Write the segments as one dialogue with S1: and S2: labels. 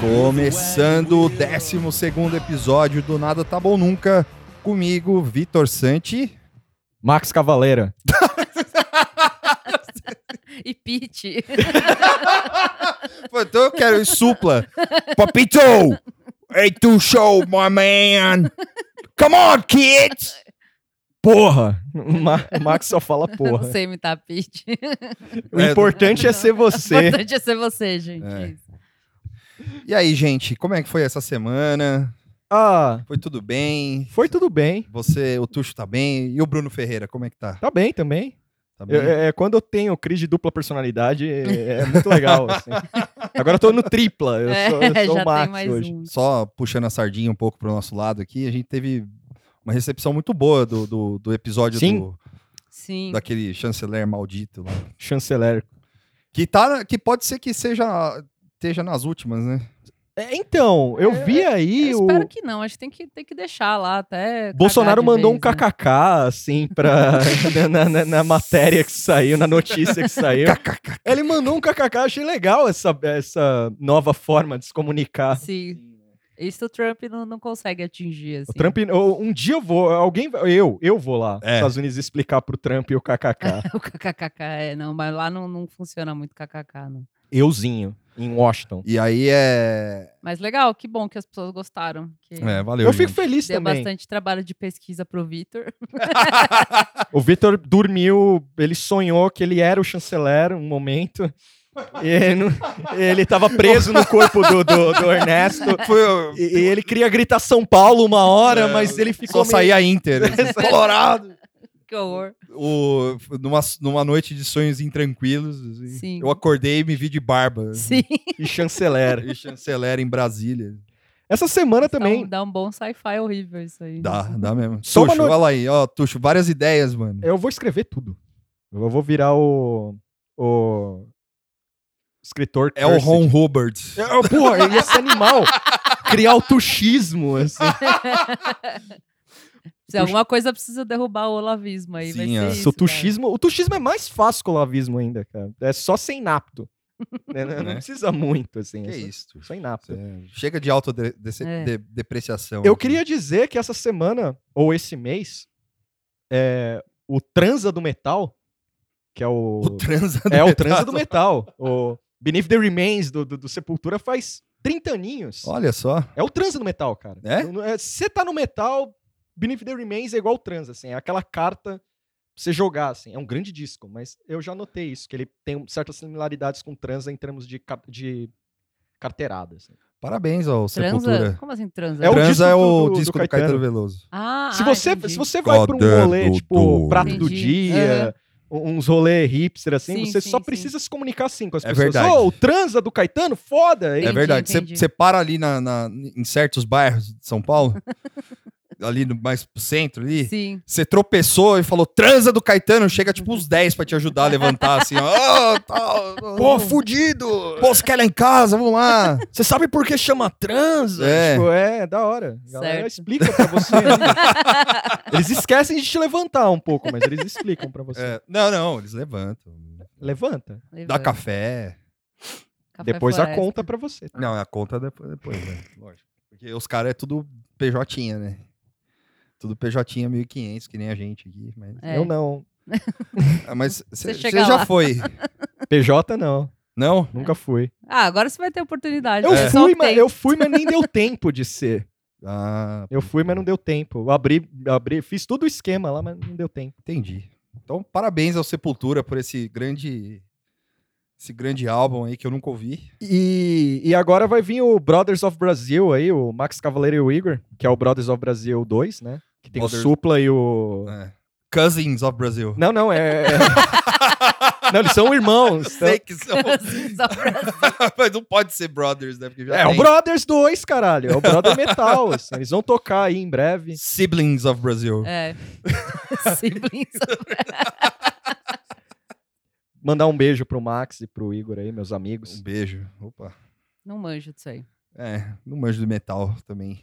S1: Começando o 12 episódio do Nada Tá Bom Nunca, comigo, Vitor Santi.
S2: Max Cavaleira.
S3: E Pete.
S1: Pô, Então eu quero isso, supla. Papito! Hey, to show, my man! Come on, kids!
S2: Porra! Ma- Max só fala
S3: Eu não
S2: porra.
S3: sei imitar Pete.
S2: O importante é ser
S3: O
S2: você.
S3: importante é ser você, gente.
S1: É. E aí, gente, como é que foi essa semana?
S2: Ah,
S1: Foi tudo bem?
S2: foi tudo bem.
S1: Você, o Tuxo tá bem? E o Bruno Ferreira, como é que tá?
S2: Tá bem também.
S1: Tá
S2: Eu- é, é, quando eu tenho crise de dupla personalidade, é, é muito legal. assim. Agora eu tô no tripla. Eu sou, eu
S3: É,
S2: sou
S3: já
S2: o Max
S3: tem mais
S2: hoje.
S3: um.
S1: só puxando a sardinha um pouco pro nosso lado aqui, a gente teve uma recepção muito boa do, do, do episódio
S2: Sim.
S1: do-
S3: Sim.
S1: daquele chanceler maldito lá.
S2: Chanceler.
S1: Que, tá, que pode ser que seja, esteja nas últimas, né?
S2: É, então, eu
S3: Eu-
S2: vi aí o.
S3: Eu espero que não. Acho que tem que, tem que deixar lá até. cagar
S2: Bolsonaro
S3: de
S2: mandou um
S3: vez, né?
S2: kkk, assim, pra, na- na, na- na matéria que saiu, na notícia que saiu. Ele mandou um kkk, achei legal essa, essa nova forma de se comunicar.
S3: Sim. Isso o Trump não, não consegue atingir. Assim.
S2: O Trump, eu- um dia eu vou, alguém, vai- eu, eu vou lá, nos
S1: É.
S2: Estados Unidos explicar pro Trump e o kkk.
S3: O KKK, é, não, mas lá não, não funciona muito KKK, não.
S2: Euzinho, em Washington.
S1: E aí é.
S3: Mas legal, que bom que as pessoas gostaram. que
S1: É, valeu.
S2: Eu fico
S1: gente.
S2: feliz
S3: Deu
S2: também.
S3: bastante trabalho de pesquisa pro Vitor.
S2: O Vitor dormiu, ele sonhou que ele era o chanceler um momento. E ele, não- ele tava preso no corpo do, do, do Ernesto.
S1: Foi-
S2: E, e ele queria gritar São Paulo uma hora,
S1: É,
S2: mas ele
S1: Só
S2: ficou. meio-
S1: sair a Inter. né? Colorado.
S3: Que horror.
S1: O, numa, numa noite de sonhos intranquilos. assim,
S3: Sim.
S1: Eu acordei e me vi de
S2: Uhum.
S1: barba.
S3: Sim.
S2: E chanceler.
S1: E chanceler em Brasília.
S2: Essa semana
S3: Dá um,
S2: também.
S3: dá um bom sci-fi horrível isso aí.
S1: Dá, dá mesmo.
S2: Só uma
S1: Tuxo,
S2: no-
S1: olha lá aí, ó, Tuxo, várias ideias, mano.
S2: Eu vou escrever tudo. Eu vou virar o. O. Escritor.
S1: É o
S2: cursed.
S1: Ron Hubbard.
S2: É, oh, porra, eu ia ser animal. Criar o tuxismo, assim.
S3: Se alguma coisa precisa derrubar o olavismo aí. vai
S1: Sim,
S3: ser
S1: é.
S3: isso,
S2: o
S3: cara.
S2: tuxismo. O tuxismo é mais fácil que o olavismo ainda, cara. É só sem napto. Né, né,
S1: Né?
S2: Não precisa muito, assim.
S1: Que
S2: é só-
S1: isso, Tuxo?
S2: Só em napto.
S1: Cê- Chega de assim.
S3: É.
S1: autodepreciação.
S2: Eu queria dizer que essa semana, ou esse mês, é, o Transa do Metal, que é o.
S1: O transa do
S2: é o
S1: metal.
S2: Transa do Metal. O Beneath the Remains do, do, do Sepultura faz 30 aninhos.
S1: Olha só.
S2: É o Transa do Metal, cara.
S1: É?
S2: Não- não- é, Se você tá no metal, Beneath the Remains é igual o Transa, assim. É aquela carta pra você jogar, assim. É um grande disco, mas eu já notei isso, que ele tem um- certas similaridades com o Transa em termos de, car- de carteirada, assim.
S1: Parabéns ao
S3: Transa?
S1: Sepultura.
S3: Como assim transa?
S2: É o-
S1: transa
S2: disco
S1: é o
S2: do- do
S1: disco do, Caetano.
S2: Caetano.
S1: Veloso.
S3: Ah,
S2: se,
S3: ah,
S2: você,
S3: entendi.
S2: se você vai pra um
S1: Caderno
S2: rolê, tipo,
S1: do-
S2: prato do
S3: Entendi.
S2: dia, um- uns rolê hipster, assim,
S3: Sim,
S2: você
S3: sim,
S2: só
S3: sim.
S2: precisa se comunicar assim com as
S1: É
S2: pessoas.
S1: verdade.
S2: Ô, o transa do Caetano, foda!
S1: é
S3: Entendi,
S1: verdade.
S3: entendi.
S1: Você para ali na, na- em certos bairros de São Paulo, ali no, mais pro centro ali.
S3: Sim.
S1: Você tropeçou e falou, transa do Caetano, chega tipo uns 10 pra te ajudar a levantar, assim, ó. Ô, tal, pô, f-
S2: fudido!
S1: pô, você quer ir lá em casa? Vamos lá.
S2: Você sabe por que chama transa?
S1: É.
S2: É, tipo, é da hora. A galera
S3: Certo.
S2: explica pra você. né? eles esquecem de te levantar um pouco, mas eles explicam pra você.
S1: É, não, não, eles levantam.
S2: Levanta.
S1: Dá café.
S3: Café
S2: depois a
S3: Tá floresta.
S2: conta pra você.
S1: Não, a conta é depois, depois né? Lógico. Porque os caras é tudo PJ, né? Tudo PJ 1500, que nem a gente aqui. Mas,
S3: É.
S2: Eu não.
S1: Ah, mas você
S3: chega
S1: já
S3: lá.
S1: foi,
S2: PJ não.
S1: não?
S2: Nunca fui.
S3: Ah, agora você vai ter oportunidade.
S2: Eu,
S3: né? Só
S2: fui,
S3: que
S2: mas,
S3: tem.
S2: eu fui, mas nem deu tempo de ser.
S1: Ah,
S2: Eu fui, mas não deu tempo. Eu abri, abri, fiz todo o esquema lá, mas não deu tempo.
S1: entendi. Então, parabéns ao Sepultura por esse grande esse grande álbum aí que eu nunca ouvi.
S2: E, e agora vai vir o Brothers of Brazil aí, o Max Cavaleiro e o Igor, que é o Brothers of Brazil 2, né? Que tem
S1: Brothers-
S2: o Supla e o.
S1: É. Cousins of Brazil.
S2: Não, não, é. é- não, eles são irmãos. então-
S1: Sei que são,
S3: Só pra-
S1: mas não pode ser brothers, né? Porque já
S2: É, o
S1: tem
S2: Brothers 2, caralho. É o Brother Metal. assim, eles vão tocar aí em breve.
S1: Siblings of Brazil.
S3: É. Siblings.
S2: Mandar um beijo pro Max e pro Igor aí, meus amigos.
S1: Um beijo. Opa.
S3: Não manjo disso aí.
S1: É, não manjo do metal também.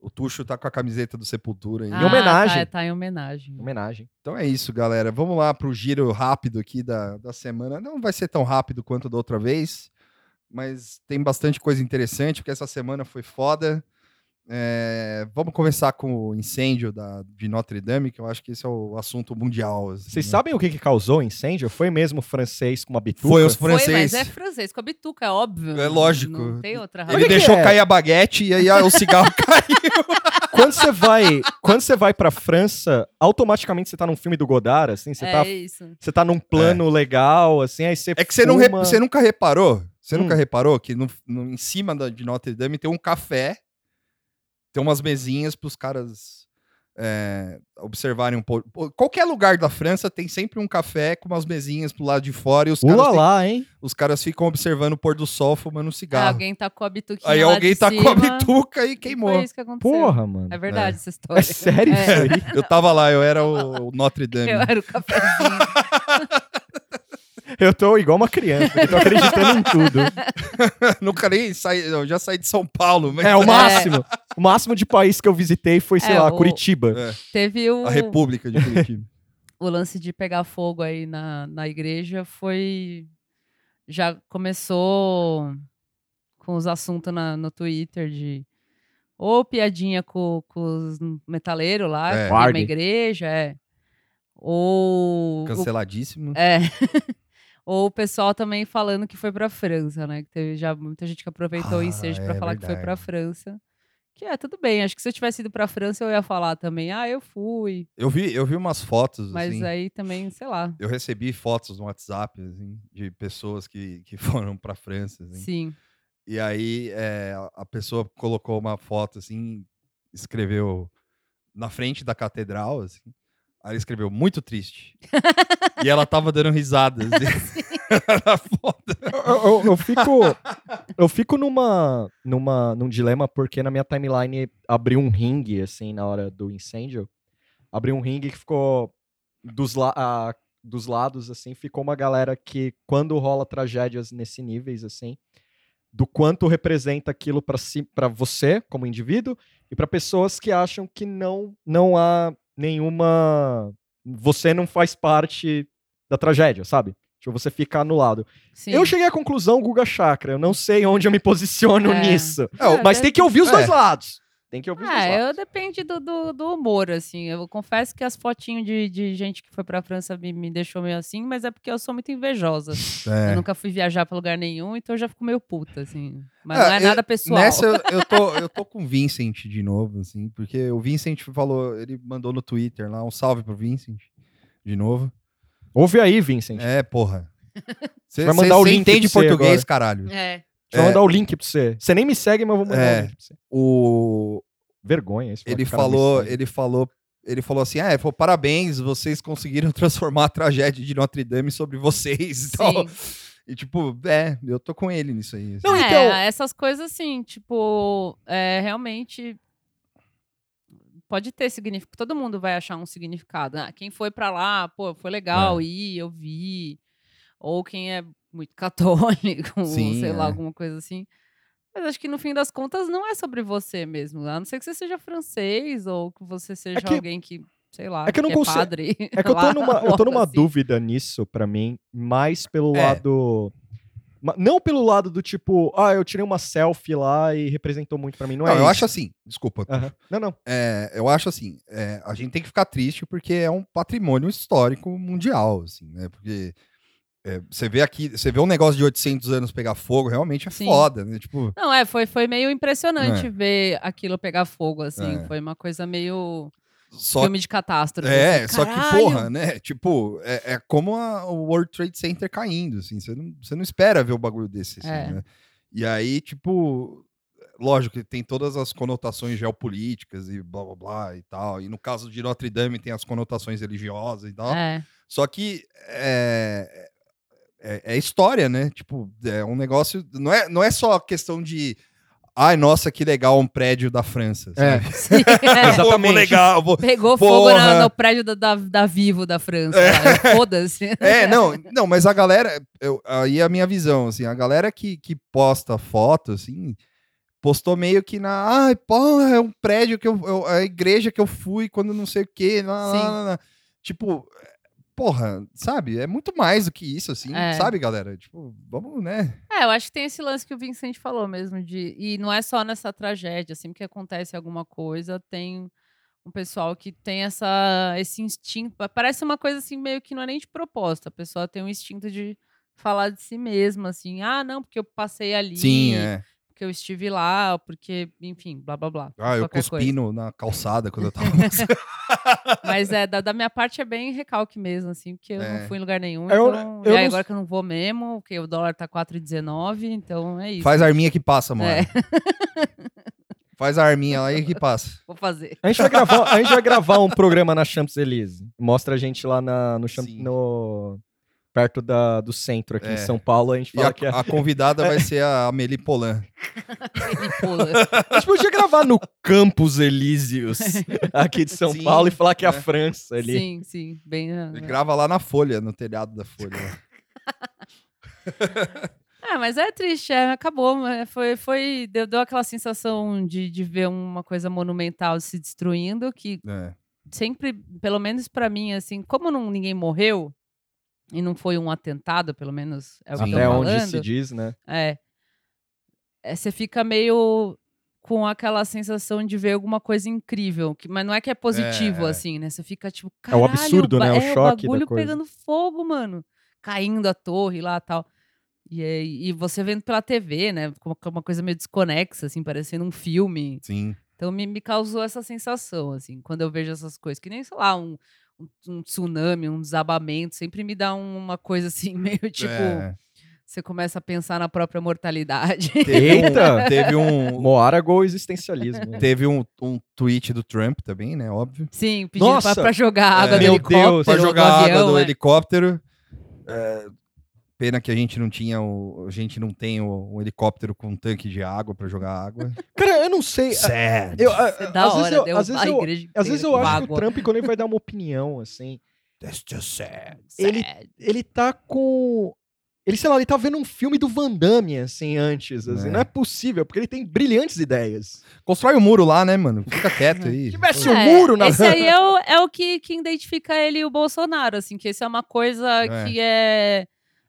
S1: O Tuxo tá com a camiseta do Sepultura aí.
S3: Ah,
S2: homenagem.
S3: Tá, tá em
S2: Hum.
S3: homenagem.
S2: Homenagem.
S1: Então é isso, galera. Vamos lá pro giro rápido aqui da, da semana. Não vai ser tão rápido quanto da outra vez, mas tem bastante coisa interessante, porque essa semana foi foda. É, vamos começar com o incêndio da, de Notre Dame, que eu acho que esse é o assunto mundial. assim,
S2: Vocês
S1: né?
S2: sabem o que, que causou o incêndio? Foi mesmo o francês com uma bituca?
S1: Foi os
S3: Foi,
S1: franceses.
S3: mas é francês, com a bituca, é óbvio.
S1: É lógico.
S3: Não tem outra razão.
S1: Ele
S2: que que
S1: deixou
S2: é?
S1: cair a baguete e aí ah, o cigarro caiu.
S2: Quando você vai, quando você vai pra França, automaticamente você tá num filme do Godard, assim, você
S3: é
S2: tá
S3: isso.
S2: Você tá num plano legal, assim, aí você.
S1: É que você, não re-
S2: fuma.
S1: você nunca reparou? Você
S2: Hum.
S1: nunca reparou que no, no- em cima da- de Notre Dame tem um café, tem umas mesinhas para os caras é, observarem um pouco. Pô, Qualquer lugar da França tem sempre um café com umas mesinhas pro lado de fora e os caras,
S2: Ula
S1: têm-
S2: lá, hein?
S1: os caras ficam observando o pôr do sol fumando um
S3: Ah,
S1: cigarro.
S3: alguém tacou a bituquinha
S1: Aí
S3: lá
S1: alguém
S3: de
S1: tá com a
S3: cima.
S1: bituca e
S3: Foi
S1: queimou.
S3: isso que aconteceu.
S2: Porra, mano.
S3: É verdade essa
S2: É,
S3: história.
S2: sério
S3: É.
S2: isso aí?
S1: Eu tava lá, eu era o, o Notre Dame.
S3: Eu era o cafezinho.
S2: Eu tô igual uma criança, eu tô acreditando em tudo.
S1: nunca nem saí, eu já saí de São Paulo, mas
S2: É o máximo. O máximo de país que eu visitei foi, sei
S3: É,
S2: lá,
S3: o-
S2: Curitiba.
S3: Teve o,
S1: a República de Curitiba.
S3: o lance de pegar fogo aí na, na igreja foi. Já começou com os assuntos na- no Twitter de. Ou piadinha com, com os metaleiros lá,
S1: É.
S3: que queima
S2: Warg.
S3: a igreja, é. Ou. o-
S1: Canceladíssimo.
S3: É. Ou o pessoal também falando que foi pra França, né? Que teve já muita gente que aproveitou o
S1: Ah,
S3: ensejo pra
S1: é
S3: falar que foi pra
S1: verdade.
S3: França. Que é, tudo bem. Acho que se eu tivesse ido pra França, eu ia falar também. Ah, eu fui.
S1: Eu vi, eu vi umas fotos,
S3: Mas
S1: assim.
S3: aí também, sei lá.
S1: Eu recebi fotos no WhatsApp, assim, de pessoas que, que foram pra França, assim.
S3: Sim.
S1: E aí é, a- a pessoa colocou uma foto, assim, escreveu na frente da catedral, assim. Aí ela escreveu, muito triste. e ela tava dando risadas. assim, na foto.
S2: Eu, eu- eu fico. Eu fico numa, numa, num dilema porque na minha timeline abriu um ringue, assim, na hora do incêndio. Abriu um ringue que ficou. Dos, la a- dos lados, assim, ficou uma galera que, quando rola tragédias nesse níveis, assim, do quanto representa aquilo pra si, pra você, como indivíduo, e pra pessoas que acham que não, não há nenhuma. Você não faz parte da tragédia, sabe? Tipo, você fica anulado.
S3: Sim.
S2: Eu cheguei à conclusão, Guga Chakra. Eu não sei onde eu me posiciono
S3: É.
S2: nisso.
S1: É,
S2: Mas tem que ouvir os
S1: É.
S2: dois lados. Tem que ouvir os
S3: Ah,
S2: dois lados.
S3: eu depende do, do, do humor, assim. Eu confesso que as fotinhas de, de gente que foi pra França me, me deixou meio assim, mas é porque eu sou muito invejosa.
S1: É.
S3: Eu nunca fui viajar pra lugar nenhum, então eu já fico meio puta, assim. Mas
S1: Ah,
S3: não é
S1: eu-
S3: nada pessoal.
S1: Nessa eu, eu tô, eu tô com o Vincent de novo, assim, porque o Vincent falou, ele mandou no Twitter lá um salve pro Vincent de novo.
S2: Ouve aí, Vincent.
S1: É, porra. Você
S2: Vai mandar o link
S1: entende
S2: pra você
S1: português,
S2: agora.
S1: caralho.
S3: É.
S2: Deixa eu
S1: é.
S2: mandar o link pra você. Você nem me segue, mas eu vou mandar
S1: É.
S2: o link pra você.
S1: O
S2: Vergonha isso.
S1: ele
S2: cara me
S1: falou,
S2: segue.
S1: ele falou, ele falou assim: "Ah, ele falou, parabéns, vocês conseguiram transformar a tragédia de Notre Dame sobre vocês". Então, e tipo, é, eu tô com ele nisso aí. assim.
S2: Não,
S3: é,
S2: então-
S3: essas coisas assim, tipo, é, realmente pode ter significado. Todo mundo vai achar um significado. Ah, quem foi pra lá, pô, foi legal
S2: É.
S3: ir, eu vi. Ou quem é muito católico, ou
S1: Sim,
S3: sei lá,
S1: é.
S3: alguma coisa assim. Mas acho que no fim das contas não é sobre você mesmo. A não ser que você seja francês ou que você seja
S2: É que-
S3: alguém que, sei lá,
S2: é que eu não conse-
S3: padre.
S2: É que eu tô
S3: lá,
S2: numa, eu tô numa
S3: assim.
S2: dúvida nisso, pra mim, mais pelo
S1: É.
S2: lado. ma- Não pelo lado do tipo, ah, eu tirei uma selfie lá e representou muito pra mim. Não,
S1: Não,
S2: é
S1: eu
S2: isso.
S1: acho assim, desculpa.
S2: Aham. Não, não.
S1: É, eu acho assim, é, a gente tem que ficar triste porque é um patrimônio histórico mundial, assim, né? Porque é, você vê aqui, você vê um negócio de 800 anos pegar fogo, realmente é
S3: Sim.
S1: foda, né? Tipo,
S3: Não, é, foi, foi meio impressionante ver aquilo pegar fogo, assim.
S1: É.
S3: Foi uma coisa meio
S1: só
S3: filme de catástrofe.
S1: É,
S3: assim.
S1: só que,
S3: Caralho!
S1: porra, né? Tipo, é, é como a- o World Trade Center caindo, assim. Você não, você não espera ver o bagulho desse, assim,
S3: É.
S1: né? E aí, tipo, lógico que tem todas as conotações geopolíticas e blá blá blá e tal. E no caso de Notre Dame tem as conotações religiosas e tal.
S3: É,
S1: Só que é, é, é história, né? Tipo, é um negócio. Não é, não é só questão de. Ai, nossa, que legal um prédio da França.
S2: É.
S1: sabe?
S3: sim, é.
S1: Pô, vou
S2: Exatamente.
S1: legal, vou,
S3: Pegou fogo na-
S1: Porra!
S3: no prédio da, da, da Vivo da França. lá. Foda-se.
S1: É, não, não, mas a galera, eu- aí a minha visão, assim, a galera que, que posta foto, assim, postou meio que na, ai, pô, é um prédio que eu, eu- a igreja que eu fui quando não sei o quê, lá, lá,
S3: Sim.
S1: lá, lá." tipo, porra, sabe? É muito mais do que isso, assim,
S3: É.
S1: sabe, galera? Tipo, vamos, né?
S3: É, eu acho que tem esse lance que o Vincent falou mesmo, de. E não é só nessa tragédia, sempre que acontece alguma coisa, tem um pessoal que tem essa, esse instinto. pa- Parece uma coisa assim, meio que não é nem de proposta. A pessoa tem um instinto de falar de si mesma, assim, ah, não, porque eu passei ali,
S1: Sim, é.
S3: porque eu estive lá, porque, enfim, blá blá blá.
S1: Ah, eu
S3: qualquer coisa.
S1: cuspino na calçada quando eu tava no
S3: Mas é, da, da minha parte é bem recalque mesmo, assim, porque eu
S1: É.
S3: não fui em lugar nenhum.
S2: Eu-
S3: então,
S2: eu
S3: e aí,
S2: não-
S3: agora que eu não vou mesmo, porque o dólar tá 4,19, então é isso.
S1: Faz a arminha que passa, mano.
S3: É.
S1: Faz a arminha lá e que passa.
S3: Vou fazer.
S2: A gente, vai gravar, a gente vai gravar um programa na Champs-Élysées. Mostra a gente lá na, no, Champs-
S1: Sim.
S2: no- perto da, do centro aqui
S1: É.
S2: em São Paulo. A gente
S1: E
S2: fala
S1: a,
S2: que é.
S1: a convidada vai ser a Amélie Polan.
S3: Ridícula.
S2: A gente podia gravar no Campos Elíseos aqui de São
S1: Sim,
S2: Paulo e falar que é a
S1: né?
S2: França ali.
S3: Sim, sim. Bem. né,
S1: Ele
S3: né.
S1: grava lá na Folha, no telhado da Folha.
S3: Ah, mas é triste, é, acabou. mas Foi, foi, deu, deu aquela sensação de, de ver uma coisa monumental se destruindo, que
S1: É.
S3: sempre, pelo menos pra mim, assim, como não, ninguém morreu e não foi um atentado, pelo menos é o que
S1: Sim.
S3: eu
S2: Até
S3: tô
S2: onde
S3: falando.
S2: se diz, né?
S3: É. É, Você fica meio com aquela sensação de ver alguma coisa incrível, que, mas não é que é positivo,
S1: É.
S3: assim, né? Você fica tipo,
S2: É o
S3: caralho,
S2: absurdo,
S3: ba-
S2: né? O
S3: é,
S2: choque da
S3: bagulho
S2: coisa.
S3: pegando fogo, mano. Caindo a torre lá tal. E, é- e você vendo pela TV, né? Como como uma coisa meio desconexa, assim, parecendo um filme.
S1: Sim.
S3: Então me, me causou essa sensação, assim, quando eu vejo essas coisas, que nem, sei lá, um, um- um tsunami, um desabamento, sempre me dá um- uma coisa assim, meio tipo.
S1: É.
S3: Você começa a pensar na própria mortalidade.
S1: Teve Um,
S2: Eita!
S1: teve um,
S2: Moara gol existencialismo.
S1: teve um, um tweet do Trump também, né? Óbvio.
S3: Sim, pedindo
S2: Nossa!
S3: pra, pra jogar a água
S1: É.
S3: do
S2: Meu
S3: helicóptero.
S2: Deus!
S1: Pra
S3: do
S1: jogar a água
S3: avião,
S1: do
S3: é.
S1: helicóptero. É, pena que a gente não tinha o. A gente não tem o, um helicóptero com um tanque de água pra jogar água.
S2: Cara, eu não sei.
S1: Sad.
S2: Eu, a-
S3: Isso é
S2: a-
S3: da
S2: às vezes
S3: hora,
S2: eu-
S3: deu
S2: às vezes
S3: a
S2: eu-
S3: igreja
S2: Às vezes eu
S3: inteira com
S2: acho que o
S3: água.
S2: Trump, quando ele vai dar uma opinião, assim,
S1: That's just sad.
S2: ele-
S3: Sério.
S2: ele tá com. Ele, sei lá, ele tá vendo um filme do Van Damme, assim, antes. Assim.
S1: É.
S2: Não é possível, porque ele tem brilhantes ideias.
S1: Constrói um muro lá, né, mano? Fica quieto aí.
S2: Tivesse
S3: É,
S2: um muro na.
S3: Esse aí é o, é o que, que identifica ele e o Bolsonaro, assim, que isso é uma coisa
S1: É.
S3: que é,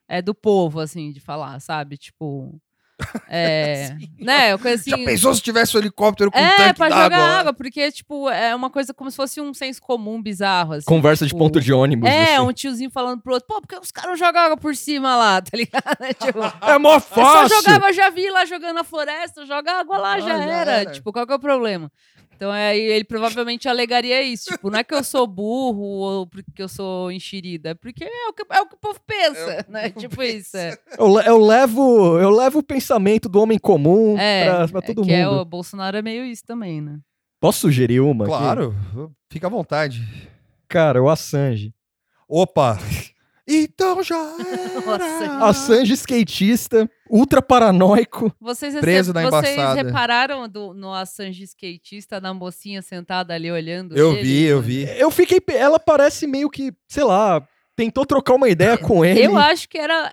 S3: é do povo, assim, de falar, sabe? Tipo. É. né? Uma coisa assim.
S1: Já pensou se tivesse um helicóptero com um
S3: é,
S1: tanque
S3: pra
S1: d'água?
S3: jogar
S2: né?
S1: lá?
S3: água, porque, tipo, é uma coisa como se fosse um senso comum bizarro, assim.
S2: Conversa
S3: tipo,
S2: de ônibus.
S3: É,
S2: assim.
S3: um tiozinho falando pro outro, pô, por que os caras não jogam água por cima lá, tá ligado? É, tipo,
S2: É mó
S3: só
S2: fácil!
S3: jogava, já vi lá jogando na floresta, joga água lá,
S1: Ah,
S3: já,
S1: já
S3: era.
S1: era.
S3: Tipo, qual que é o problema? Então aí ele provavelmente alegaria isso. Tipo, não é que eu sou burro ou porque eu sou enxerida, é porque é o que, é o, que o povo pensa,
S1: É o que o
S3: né?
S1: povo
S3: tipo
S1: pensa.
S3: isso. É,
S2: Eu, le- eu levo, eu levo o pensamento do homem comum
S3: é,
S2: pra, pra
S3: é
S2: todo
S3: que é
S2: mundo.
S3: o Bolsonaro é meio isso também, né?
S2: Posso sugerir uma? aqui?
S1: Claro, fica à vontade.
S2: Cara, o Assange.
S1: Opa! Então já era.
S3: Nossa.
S2: Assange skatista, ultra paranoico.
S3: Vocês,
S1: Preso na
S3: recep- vocês
S1: embaçada.
S3: repararam do, no Assange skatista, na mocinha sentada ali olhando
S1: Eu
S3: ele?
S1: vi, eu vi.
S2: Eu fiquei. pe- Ela parece meio que, sei lá, tentou trocar uma ideia com ele.
S3: Eu acho que era.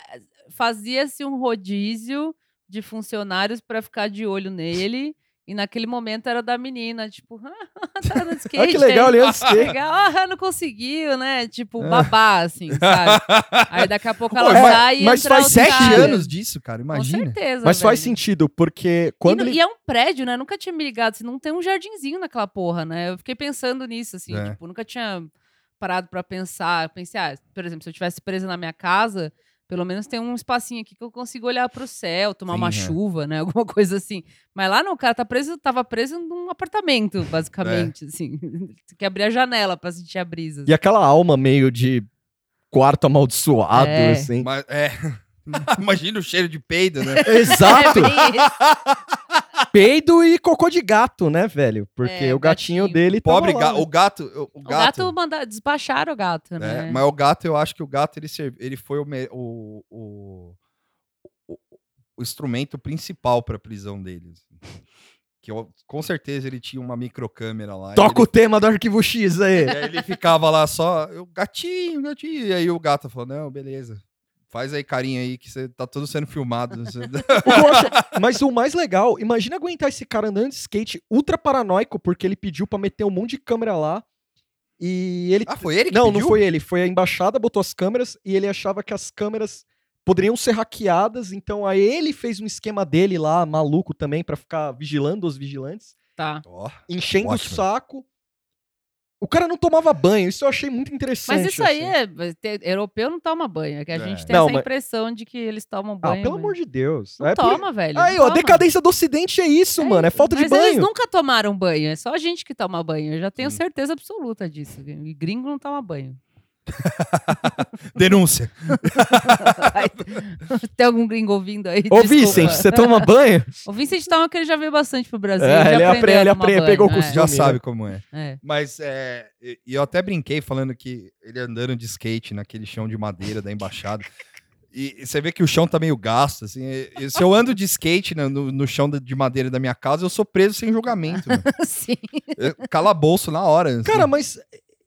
S3: Fazia-se um rodízio de funcionários pra ficar de olho nele. E naquele momento era da menina, tipo, tá no skate.
S2: Olha que legal,
S3: aí.
S2: ele anda de skate.
S3: Legal, ah, não conseguiu, né? Tipo, babá, assim, sabe? Aí daqui a pouco ela
S2: Ué,
S3: sai e
S2: mas
S3: entra
S2: faz
S3: outro
S1: Sete
S3: cara.
S1: anos disso, cara,
S3: Com
S1: imagina.
S3: certeza.
S2: Mas faz
S3: velho.
S2: sentido, porque
S3: e,
S2: quando
S3: não-
S2: ele.
S3: e é um prédio, né? Nunca tinha me ligado. Assim, não tem um jardinzinho naquela porra, né? Eu fiquei pensando nisso, assim.
S1: É.
S3: Tipo, nunca tinha parado pra pensar. Eu Pensei, ah, por exemplo, se eu tivesse presa na minha casa, pelo menos tem um espacinho aqui que eu consigo olhar pro céu, tomar
S1: Sim,
S3: uma
S1: é.
S3: chuva, né? Alguma coisa assim. Mas lá não, o cara tá preso, tava preso num apartamento, basicamente, assim. Tem que abrir a janela pra sentir a brisa.
S2: E aquela alma meio de quarto amaldiçoado,
S3: É.
S2: assim.
S1: Mas, é. imagina o cheiro de peido, né?
S2: Exato!
S3: É bem isso.
S2: Peido e cocô de gato, né, velho? Porque
S3: É,
S2: o gatinho,
S3: gatinho.
S2: dele tava
S1: Pobre
S2: lá,
S1: gato.
S2: né?
S1: O gato. O, o
S3: O gato,
S1: gato.
S3: manda... despacharam o gato,
S1: né?
S3: né?
S1: Mas o gato, eu acho que o gato ele, serve, ele foi o, me- o, o, o- o instrumento principal pra prisão deles. Que eu- com certeza ele tinha uma microcâmera lá. e
S2: Toca
S1: ele
S2: o tema do Arquivo X aí.
S1: E aí ele ficava lá só, eu, gatinho, gatinho. E aí o gato falou: não, beleza. Faz aí carinha aí, que você tá tudo sendo filmado. Você-
S2: O que eu acho- Mas o mais legal, imagina aguentar esse cara andando de skate ultra paranoico, porque ele pediu pra meter um monte de câmera lá. E ele.
S1: Ah, foi ele que
S2: não,
S1: pediu?
S2: não foi ele. Foi a embaixada, botou as câmeras e ele achava que as câmeras poderiam ser hackeadas. Então aí ele fez um esquema dele lá, maluco também, pra ficar vigilando os vigilantes,
S3: Tá.
S1: Ó,
S2: enchendo
S1: Watchmen.
S2: o saco. O cara não tomava banho, isso eu achei muito interessante.
S3: Mas isso aí
S2: assim.
S3: é. te- Europeu não toma banho. É que a
S1: É.
S3: gente tem
S2: Não,
S3: essa
S2: mas-
S3: impressão de que eles tomam
S2: Ah,
S3: banho. né?
S2: pelo amor de Deus.
S3: Não
S2: é por-
S3: toma, velho. não
S2: Aí, ó, a
S3: toma.
S2: decadência do Ocidente é isso, mano. É falta de
S3: Mas eles
S2: banho.
S3: nunca tomaram banho, é só a gente que toma banho. Eu já tenho
S1: Sim.
S3: certeza absoluta disso. E gringo não toma banho.
S1: denúncia.
S3: Ai, Tem algum gringo ouvindo aí?
S2: Ô,
S3: Desculpa.
S2: Vicente, você toma banho?
S3: O Vincent toma que ele já veio bastante pro Brasil.
S2: É,
S3: já
S2: ele apre-
S3: aprendeu a
S2: ele
S3: tomar
S2: apre-
S3: banho,
S2: pegou o
S3: é.
S2: costume.
S1: Já
S2: Domina.
S1: sabe como é.
S3: É.
S1: Mas é. E e eu até brinquei falando que ele andando de skate naquele chão de madeira da embaixada. E e você vê que o chão tá meio gasto, assim. e- e se eu ando de skate na- no, no chão da- de madeira da minha casa, eu sou preso sem julgamento. né?
S3: Sim.
S1: Eu- Calabouço na hora. assim.
S2: Cara, mas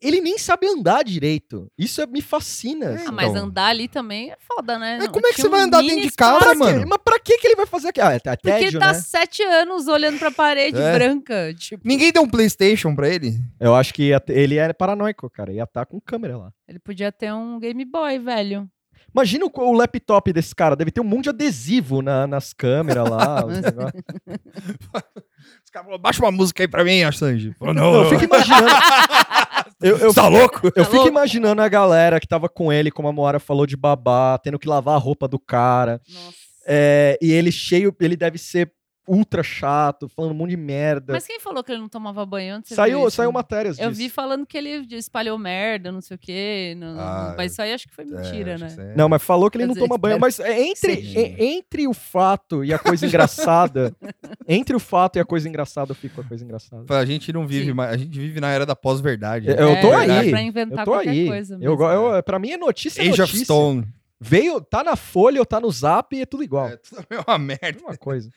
S2: ele nem sabe andar direito. Isso é- me fascina.
S3: Ah,
S2: assim.
S3: mas
S1: Então.
S3: andar ali também é foda, né?
S1: Mas
S3: Não,
S1: como é que
S3: tinha
S1: você vai
S3: um
S1: andar
S3: mini
S1: dentro de casa,
S2: Pra
S3: espaço,
S2: quê?
S1: mano?
S2: Mas pra que que ele vai fazer aqui? Ah, é é
S3: é. Porque
S2: tédio,
S3: ele tá
S2: né?
S3: sete anos olhando pra parede
S1: É.
S3: branca. Tipo,
S1: Ninguém deu um PlayStation pra ele?
S2: Eu acho que ia ter- ele era paranoico, cara. Ia estar com câmera lá.
S3: ele podia ter um Game Boy, velho.
S2: Imagina o, co- o laptop desse cara. Deve ter um monte de adesivo na- nas câmeras lá. os negócios.
S1: Os caras falaram, baixa uma música aí pra mim, Assange. Falou, não,
S2: Não,
S1: não.
S2: eu fico imaginando. Eu, eu,
S1: Você tá louco?
S2: eu
S3: Tá
S2: fico
S3: louco?
S2: imaginando a galera que tava com ele, como a Moara falou, de babá, tendo que lavar a roupa do cara.
S3: Nossa.
S2: É, e ele cheio, ele deve ser ultra chato, falando um monte de merda.
S3: Mas quem falou que ele não tomava banho antes?
S2: saiu, saiu matérias
S3: né? Eu
S2: disso.
S3: vi falando que ele espalhou merda, não sei o quê. não- não-
S1: Ah,
S3: mas isso aí acho que foi mentira, né?
S1: É.
S2: Não, mas falou é, que ele
S3: Quer
S2: não
S3: dizer,
S2: toma banho. Mas é, entre,
S3: que
S1: seja.
S2: é, entre o fato e a coisa engraçada. entre o fato e a coisa engraçada, eu fico com a coisa
S3: Tá
S2: engraçada.
S1: A gente não vive
S3: Sim.
S1: mais. A gente vive na era da pós-verdade. né?
S2: Eu- eu
S3: É,
S2: tô
S3: dá
S2: aí,
S3: Pra
S2: Eu
S3: inventar
S2: tô
S3: qualquer
S2: aí.
S3: coisa
S2: Eu,
S3: mesmo.
S2: go- eu, pra mim é notícia. é
S1: Age of
S2: notícia.
S1: Stone.
S2: Veio, tá na folha ou tá no zap, é tudo igual.
S1: É, tudo é uma merda.
S2: Mesma coisa.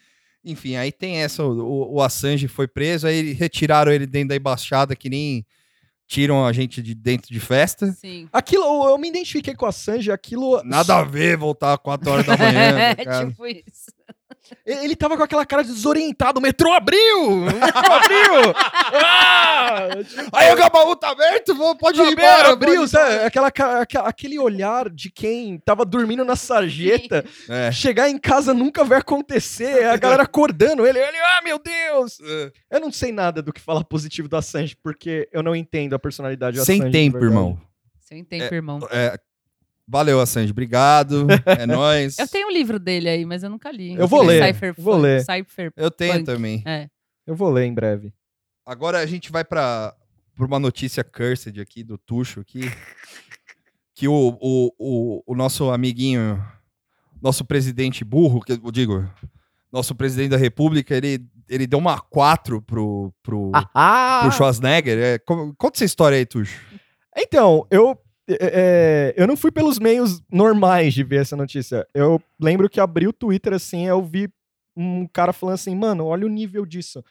S1: Enfim, aí tem essa, o, o Assange foi preso, aí retiraram ele dentro da embaixada que nem tiram a gente de dentro de festa.
S3: Sim.
S2: Aquilo, eu, eu me identifiquei com a Sanji, aquilo.
S1: Nada a ver voltar às 4 horas da manhã.
S3: é,
S1: cara.
S3: tipo isso.
S2: Ele ele tava com aquela cara de desorientado. O metrô abriu! O metrô abriu! ah!
S1: Aí o Gabaú tá aberto, vou- pode ir
S2: Abriu,
S1: embora.
S2: abriu,
S1: pode-
S2: sabe? Aquela, ca- aqua- aquele olhar de quem tava dormindo na sarjeta,
S1: É.
S2: chegar em casa nunca vai acontecer, é a galera acordando ele, ele, ah, meu Deus!
S1: É.
S2: Eu não sei nada do que falar positivo do Assange, porque eu não entendo a personalidade do
S1: Sem
S2: Assange, de
S1: tempo,
S2: verdade.
S1: irmão.
S3: Sem tempo, irmão.
S1: É, valeu, Assange. Obrigado. É nóis.
S3: Eu tenho um livro dele aí, mas eu nunca li.
S2: Eu vou
S3: Aquele
S2: ler,
S3: Cypher,
S2: vou ler.
S3: Cypher-
S1: Eu tenho
S3: Punk.
S1: também.
S3: é.
S2: Eu vou ler em breve.
S1: Agora a gente vai pra pra uma notícia cursed aqui do Tuxo aqui. Que o, o, o, o nosso amiguinho, nosso presidente burro, que eu digo, nosso presidente da República, ele, ele deu uma 4 pro, pro, pro Schwarzenegger. É, co- conta essa história aí, Tuxo.
S2: Então, eu, é, é, eu não fui pelos meios normais de ver essa notícia. Eu lembro que abri o Twitter assim, eu vi um cara falando assim, mano, olha o nível disso.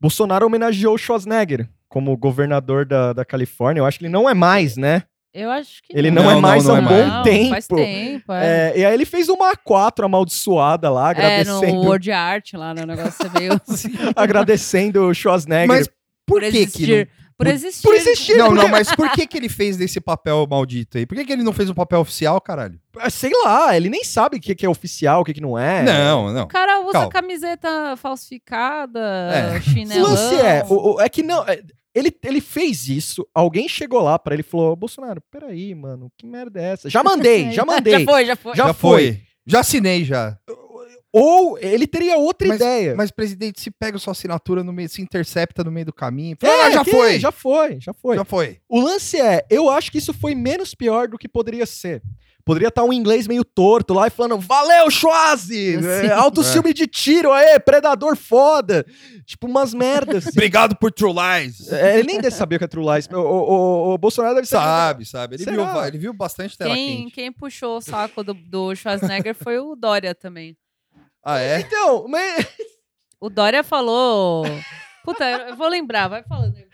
S2: Bolsonaro homenageou o Schwarzenegger como governador da, da Califórnia. Eu acho que ele não é mais, né?
S3: Eu acho que
S2: Ele não,
S1: Não,
S2: é mais
S1: não,
S2: há um
S1: não é
S2: bom
S1: mais.
S2: tempo.
S3: Faz tempo, é.
S2: É, e aí ele fez uma A4 amaldiçoada lá,
S3: É, no
S2: agradecendo,
S3: Word Art lá, no negócio é meio...
S2: agradecendo o Schwarzenegger.
S1: Mas por
S3: por
S1: que que não-
S3: existir. Por existir.
S2: Por existir,
S1: Não,
S2: porque-
S1: não, mas por que que ele fez desse papel maldito aí? Por que que ele não fez um papel oficial, caralho?
S2: sei lá, ele nem sabe o que, que é oficial, o que, que não é.
S1: Não, não.
S3: O cara usa
S1: Calma.
S3: camiseta falsificada,
S1: É.
S2: Se
S3: chinelão.
S2: lance é, o, o- é que não. é- ele, ele fez isso, alguém chegou lá pra ele e falou: Bolsonaro, peraí, mano, que merda é essa? Já mandei, já mandei.
S3: já foi, já foi.
S2: Já
S1: Já assinei, já.
S2: Ou ele teria outra ideia.
S1: Mas, presidente, se pega sua assinatura no meio, se intercepta no meio do caminho.
S2: É,
S1: Fala, "Ah, já,
S2: que-
S1: foi, já
S2: Já foi, já foi.
S1: foi! Já foi.
S2: O lance é, eu acho que isso foi menos pior do que poderia ser. Poderia estar um inglês meio torto lá e falando, valeu, Schwazi!
S3: Sim.
S2: É, alto
S1: É.
S2: filme de tiro, aê, predador foda! Tipo, umas merdas. assim.
S1: Obrigado por True Lies.
S2: É, ele nem deve saber o que é True Lies. O, o- o- o é Bolsonaro deve saber.
S1: Sabe, sabe. Ele
S2: Será?
S1: viu, va- ele viu bastante tela
S3: Quem,
S1: quente.
S3: quem puxou o saco do, do Schwarzenegger foi o Dória também.
S1: Ah, é?
S2: Então, mas...
S3: O Dória falou. Puta, eu eu vou lembrar, vai falando. aí.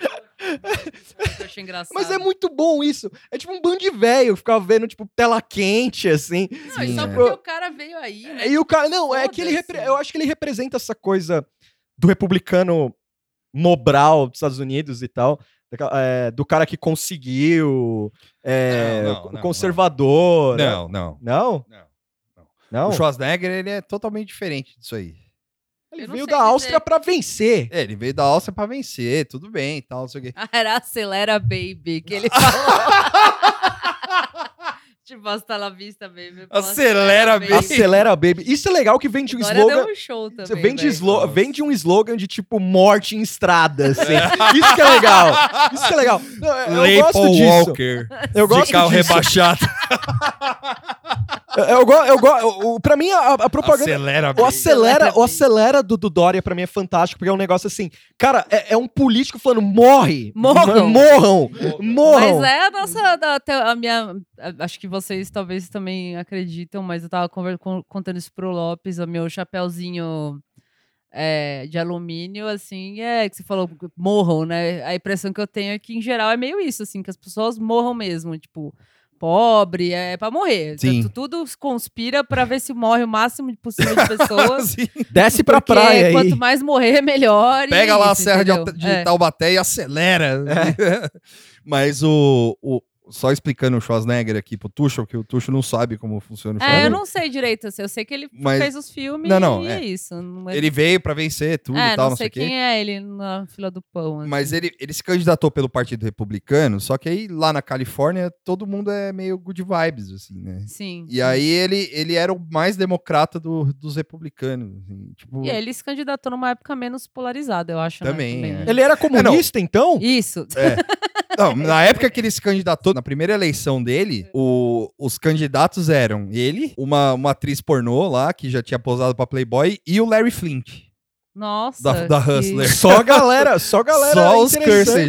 S3: Eu acho engraçado.
S2: Mas é muito bom isso. É tipo um bando de velho ficar vendo, tipo, tela quente, assim.
S3: Não, e
S1: Sim,
S3: só
S1: é.
S3: porque o cara veio aí, né?
S2: E o cara. Não, é que ele.
S3: Foda-se.
S2: repre- Eu acho que ele representa essa coisa do republicano nobral dos Estados Unidos e tal. daquela- é, do cara que conseguiu, é,
S1: Não, não,
S2: o
S1: não,
S2: conservador. é-
S1: Não, não.
S2: Não?
S1: não.
S2: Não?
S1: O Schwarzenegger, ele é totalmente diferente disso aí.
S2: Ele
S3: Eu não
S2: veio
S3: sei
S2: da Áustria
S3: dizer.
S2: pra vencer.
S1: É, ele veio da Áustria pra vencer, tudo bem e tal, não sei o quê.
S3: Era acelera, baby, que ele falou. tipo, hasta la vista, baby. Pô,
S1: Acelera, baby.
S2: Acelera, baby. Isso é legal que vem
S1: Tipo,
S2: de um
S3: Agora
S2: slogan.
S3: deu um show também,
S2: Você vem de,
S3: velho.
S2: slo- vem de um slogan de tipo morte em estrada, assim. Isso que é legal. Isso que é legal. Não, Eu, eu gosto
S1: Paul
S2: disso.
S1: Walker.
S2: Eu gosto
S1: de carro
S2: disso.
S1: rebaixado.
S2: Eu, eu, go- eu, go- eu- o- pra mim, a, a propaganda.
S1: Acelera,
S2: O
S1: baby.
S2: acelera, o
S3: Baby.
S2: acelera do, do Dória pra mim é fantástico, porque é um negócio assim. Cara, é, é um político falando: morre!
S3: Morram.
S2: Morram! Morram!
S3: Mas é a nossa. da- até a minha, a- acho que vocês talvez também acreditam, mas eu tava conver- con- contando isso pro Lopes, o meu chapéuzinho é, de alumínio, assim, é que você falou, morram, né? A impressão que eu tenho é que, em geral, é meio isso, assim, que as pessoas morram mesmo, tipo. Pobre, é pra morrer.
S1: Sim.
S3: Tu- Tudo conspira pra ver se morre o máximo possível de pessoas.
S1: Assim,
S2: Desce pra
S3: porque
S2: praia aí.
S3: quanto mais morrer, melhor. e
S1: Pega lá a
S3: isso,
S1: serra de,
S3: entendeu?
S1: Alta- de
S3: É.
S1: Taubaté e acelera. É. Mas o, o- Só explicando o Schwarzenegger aqui pro Tuxo, porque o Tuxo não sabe como funciona o
S3: É, eu
S1: Schwarzenegger.
S3: não sei direito, assim, eu sei que ele
S1: Tá Mas-
S3: fez os filmes
S1: Não, não,
S3: e
S1: é.
S3: é isso. não é-
S1: Ele veio pra vencer tudo
S3: é,
S1: e tal,
S3: não,
S1: não
S3: sei
S1: o quê.
S3: quem é ele na fila do pão. assim.
S1: Mas ele, ele se candidatou pelo Partido Republicano, só que aí lá na Califórnia todo mundo é meio good vibes, assim, né?
S3: Sim.
S1: E aí ele, ele era o mais democrata do- dos republicanos. assim, tipo,
S3: E ele se candidatou numa época menos polarizada, eu acho. né,
S1: Também, é.
S2: Ele era comunista, então?
S3: Isso.
S1: Não, na época que ele se candidatou, na primeira eleição dele, o- os candidatos eram ele, uma, uma atriz pornô lá, que já tinha posado pra Playboy, e o Larry Flint,
S3: Nossa.
S1: da, da
S3: que
S1: Hustler.
S2: Só a galera, só a galera.
S1: Só os
S2: interessante.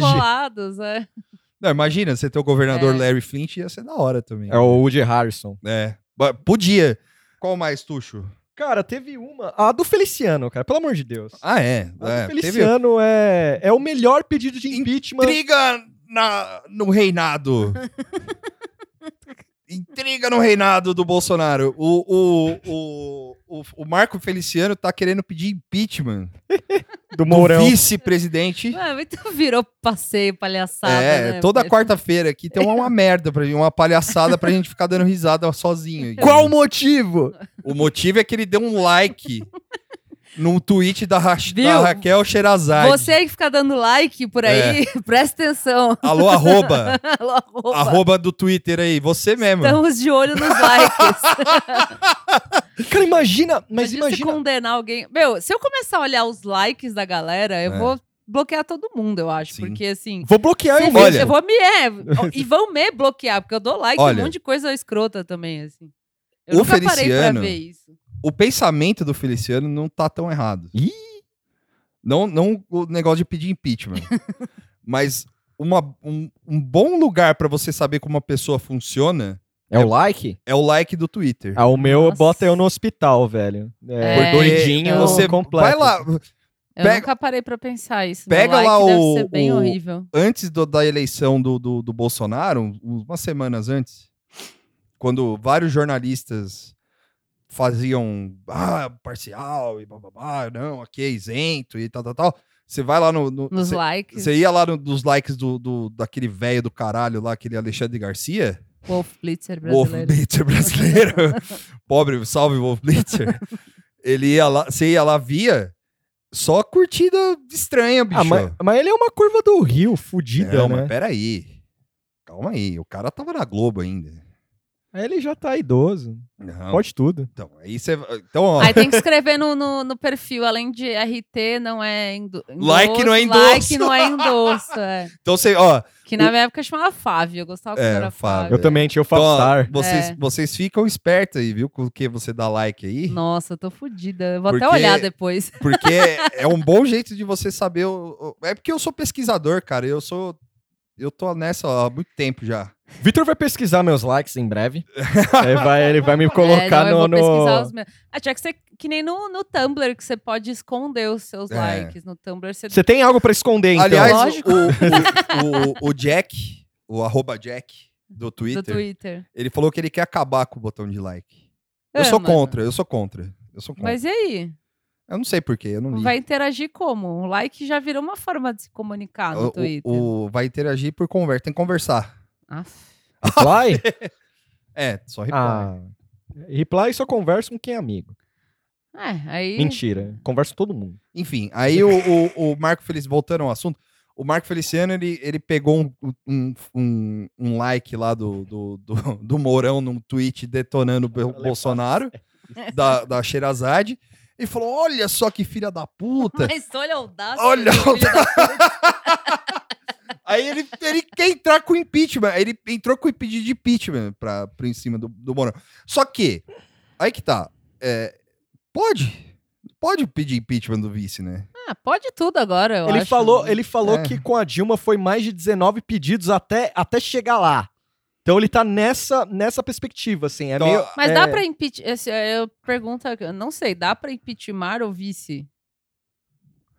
S1: cursed.
S3: Colados, é.
S1: Não, imagina, você ter o governador
S3: É.
S1: Larry Flint ia ser da hora também.
S2: É o Woody Harrison.
S1: É. Ba- Podia. Qual mais, Tuxo?
S2: Cara, teve uma. A do Feliciano, cara, pelo amor de Deus.
S1: Ah, é.
S2: A
S1: é,
S2: do
S1: teve
S2: Feliciano é, é o melhor pedido de impeachment.
S1: intriga na- no reinado. intriga no reinado do Bolsonaro. O, o, o, o, o Marco Feliciano tá querendo pedir impeachment.
S2: do
S1: do
S2: Mourão.
S1: vice-presidente.
S3: Ué, muito virou passeio, palhaçada.
S1: É,
S3: é né,
S1: toda
S3: mas-
S1: quarta-feira aqui tem uma, uma merda pra gente, uma palhaçada pra gente ficar dando risada sozinho. aí.
S2: Qual o motivo?
S1: O motivo é que ele deu um like num tweet da, Ra-
S3: Viu?
S1: da Raquel Sherazade.
S3: Você aí que fica dando like
S1: É.
S3: por aí, presta atenção.
S1: Alô, arroba.
S3: Alô, arroba.
S1: Arroba do Twitter aí, você mesmo.
S3: Estamos de olho nos likes.
S2: Cara, imagina, mas
S3: Imagina se
S2: imagina.
S3: condenar alguém. Meu, se eu começar a olhar os likes da galera, eu
S1: É.
S3: vou bloquear todo mundo, eu acho.
S1: Sim.
S3: Porque assim.
S2: Vou bloquear
S3: Você
S2: eu
S3: vê,
S1: olha-
S3: eu vou me. É, e vão me bloquear, porque eu dou like em
S1: Olha.
S3: um monte de coisa escrota também, assim.
S1: O
S3: Eu nunca parei
S1: Feliciano-
S3: pra ver isso.
S1: O pensamento do Feliciano não tá tão errado.
S2: Ih!
S1: Não, não o negócio de pedir impeachment. Mas uma- um, um bom lugar pra você saber como uma pessoa funciona
S2: É o like?
S1: é o like do Twitter.
S2: Ah, o meu
S3: Nossa.
S2: bota eu no hospital, velho.
S3: É,
S1: Porque
S3: doidinho
S1: Você
S2: completo.
S1: vai lá,
S3: Eu
S1: Pega-
S3: nunca parei pra pensar isso.
S1: pega
S3: Meu like
S1: lá
S3: deve
S1: o-
S3: ser bem
S1: o-
S3: horrível.
S1: antes do- da eleição do, do, do Bolsonaro, um- umas semanas antes, quando vários jornalistas faziam ah, parcial e bababá, não, aqui é isento e tal, tal, tal. Você vai lá no. no-
S3: Nos
S1: você-
S3: likes.
S1: você ia lá no- nos likes do, do- daquele velho do caralho lá, aquele Alexandre Garcia,
S3: Wolf Blitzer
S1: Wolf
S3: brasileiro.
S1: Blitzer brasileiro. Pobre, salve Wolf Blitzer. Ele ia lá, você ia lá, via só curtida estranha, bicho. É,
S2: Ah, mas, mas ele é uma curva do rio, fudida,
S1: Não, mas
S2: né?
S1: peraí. Calma aí, o cara tava na Globo ainda.
S2: Aí Ele já tá idoso.
S1: Não,
S2: Pode tudo.
S1: então, aí você... Então, ó,
S3: Aí tem que escrever no, no, no perfil, além de RT, não é endo- endosso.
S1: Like não é endosso.
S3: Like não é endosso, é.
S1: então você, ó,
S3: Que na minha época chamava Fábio, eu gostava
S1: É,
S3: quando era
S1: Fábio.
S3: Fábio.
S2: Eu também tinha o
S1: então, ó,
S2: Fabstar.
S1: vocês,
S3: É.
S1: vocês ficam espertos aí, viu, com o que você dá like aí,
S3: Nossa, eu tô fodida. Eu Vou até
S1: Porque-
S3: olhar depois.
S1: porque é, é um bom jeito de você saber, o- o- é porque eu sou pesquisador, cara, eu sou, eu tô nessa há muito tempo já.
S2: Vitor vai pesquisar meus likes em breve. Aí vai, ele vai me
S3: É,
S2: colocar
S3: não, eu vou
S2: no.
S3: pesquisar
S2: no...
S3: os meus. Ah, tinha que ser que nem no, no Tumblr, que você pode esconder os seus
S1: É.
S3: likes. No Tumblr você.
S2: Você tem algo pra esconder, então.
S1: Aliás,
S3: Lógico.
S1: o, o, o- o Jack, o arroba Jack do
S3: do
S1: Twitter,
S3: Twitter.
S1: ele falou que ele quer acabar com o botão de like. Eu
S3: É,
S1: sou
S3: mano.
S1: contra, eu sou contra, eu sou contra.
S3: Mas e aí?
S1: Eu não sei porquê, eu não li.
S3: Vai interagir como? O like já virou uma forma de se comunicar no
S1: O-
S3: Twitter.
S1: o, o- vai interagir por conversa. Tem que conversar.
S3: Aff.
S2: Reply?
S1: É, só reply.
S2: ah. Reply só conversa com quem é amigo.
S3: É, aí.
S2: Mentira. Conversa com todo mundo.
S1: Enfim, aí o, o, o Marco Feliciano, voltando ao assunto, o Marco Feliciano, ele, ele pegou um, um, um, um like lá do, do, do, do Mourão num tweet detonando o Bel-
S2: Ela é
S1: Bolsonaro, da, da Xerazade, e falou, olha só que filha da puta.
S3: Mas olha a audácia.
S1: Olha
S3: do
S1: a
S3: filho da puta.
S1: Aí ele, ele quer entrar com impeachment. Aí ele entrou com o pedido de impeachment pra, pra em cima do, do Mourão. Só que, aí que tá. é, pode. Pode pedir impeachment do vice, né?
S3: Ah, pode tudo agora. eu
S2: Ele
S3: acho.
S2: falou, ele falou
S1: É.
S2: que com a Dilma foi mais de 19 pedidos até, até chegar lá. Então ele tá nessa, nessa perspectiva, assim. É
S1: Então,
S2: meio,
S3: Mas
S2: é,
S3: dá pra impeachment. Eu pergunto, eu não sei, dá pra impeachment ou vice?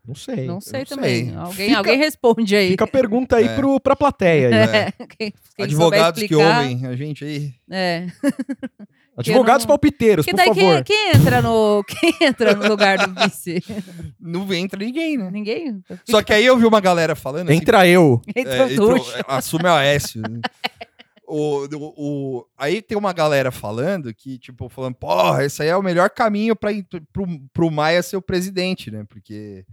S2: Não sei.
S3: Não sei
S1: não
S3: também.
S1: sei.
S3: Alguém,
S2: Fica-
S3: alguém responde aí.
S2: Fica a pergunta aí
S1: É.
S2: pro, pra plateia. aí. né?
S1: É.
S3: Quem- quem
S1: Advogados
S3: souber
S1: que
S3: explicar,
S1: ouvem a gente aí.
S3: É.
S2: Advogados
S3: não-
S2: palpiteiros,
S3: Porque
S2: por
S3: daí é quem,
S2: favor.
S3: quem entra no, quem entra no lugar do vice?
S1: Não entra ninguém, né?
S3: Ninguém?
S1: Só que aí eu vi uma galera falando. assim,
S2: Entra eu.
S1: é,
S3: Entra o
S1: entrou-
S3: Tuxo.
S1: assume a S. né? o, o, o- aí tem uma galera falando que, tipo, falando, porra, esse aí é o melhor caminho para pro, pro Maia ser o presidente, né? Porque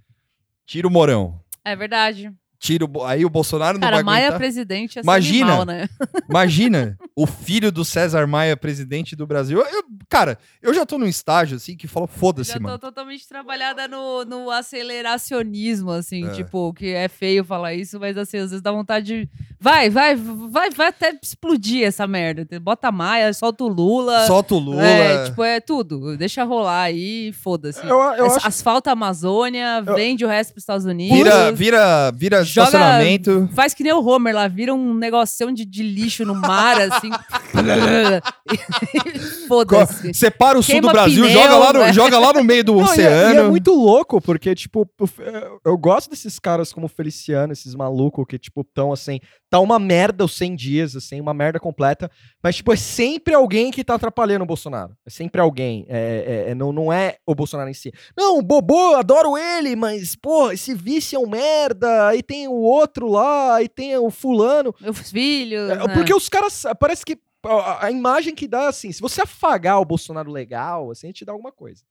S1: tira o Morão.
S3: É verdade.
S1: Tira o, Bo- aí o Bolsonaro não
S3: Cara,
S1: vai
S3: Maia
S1: aguentar.
S3: presidente é
S1: Imagina.
S3: animal, né?
S1: Imagina o filho do César Maia, presidente do Brasil. Eu- eu- cara, eu já tô num estágio assim que fala,
S3: Já
S1: foda-se,
S3: tô
S1: mano.
S3: totalmente trabalhada no, no aceleracionismo, assim,
S1: É.
S3: tipo, que é feio falar isso, mas assim, às vezes dá vontade de. Vai, vai, vai, vai até explodir essa merda. Bota a Maia, solta o Lula.
S1: Solta o Lula.
S3: É, tipo, é tudo. Deixa rolar aí, foda-se.
S2: Eu, eu
S3: As-
S2: acho
S3: Asfalta a Amazônia,
S2: Eu-
S3: vende o resto pros Estados Unidos.
S1: Vira, vira, vira
S3: Joga-
S1: estacionamento.
S3: Faz que nem o Homer lá, vira um negocinho de, de lixo no mar, assim. E- Foda-se.
S1: Separa o sul
S3: Queima
S1: do Brasil,
S3: pneu,
S1: joga lá,
S3: né?
S1: no, joga lá no meio do
S2: Não, e é-
S1: oceano.
S2: E é, muito louco, porque, tipo, eu f- eu- eu gosto desses caras como o Feliciano, esses malucos que, tipo, tão assim. Tá uma merda os 100 dias, assim, uma merda completa. Mas, tipo, é sempre alguém que tá atrapalhando o Bolsonaro. É sempre alguém. É, é- é- não, não é o Bolsonaro em si. Não, o Bobô, adoro ele, mas, porra, esse vice é um merda. Aí tem o outro lá, aí tem o Fulano.
S3: Meus filhos.
S2: É,
S3: né?
S2: Porque os caras. Parece que. A, a imagem que dá, assim, se você afagar o Bolsonaro legal, assim, ele te dá alguma coisa.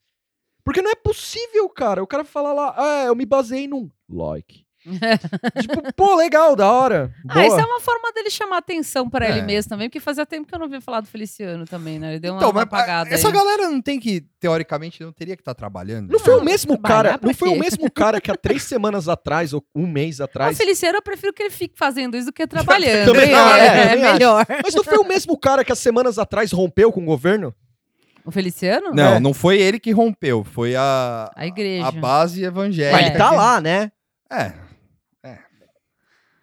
S2: Porque não é possível, cara. O cara fala lá, ah, eu me baseei num like. tipo, pô, legal, da hora.
S3: Ah, isso
S2: boa.
S3: é uma forma dele chamar atenção pra
S1: É.
S3: ele mesmo também, porque fazia tempo que eu não via falar do Feliciano também, né? Ele deu uma,
S1: Então,
S3: uma
S1: mas
S3: apagada.
S2: é,
S1: essa
S3: aí. né?
S1: galera não tem que, teoricamente, não teria que estar trabalhando.
S2: Não foi o
S3: Ah,
S2: mesmo
S3: trabalhar
S2: cara.
S3: pra
S2: Não foi o
S3: quê?
S2: mesmo cara que há três semanas atrás, ou um mês
S3: Ah,
S2: atrás.
S3: Feliciano, eu prefiro que ele fique fazendo isso do que trabalhando.
S2: Também
S3: hein?
S2: acho,
S3: é,
S2: também
S3: é
S2: acho.
S3: melhor.
S2: Mas não foi o mesmo cara que há semanas atrás rompeu com o governo?
S3: O Feliciano?
S1: Não,
S2: É.
S1: não foi ele que rompeu, foi a,
S3: A igreja.
S1: a base
S3: É.
S1: evangélica.
S2: Mas ele tá lá, né?
S1: É,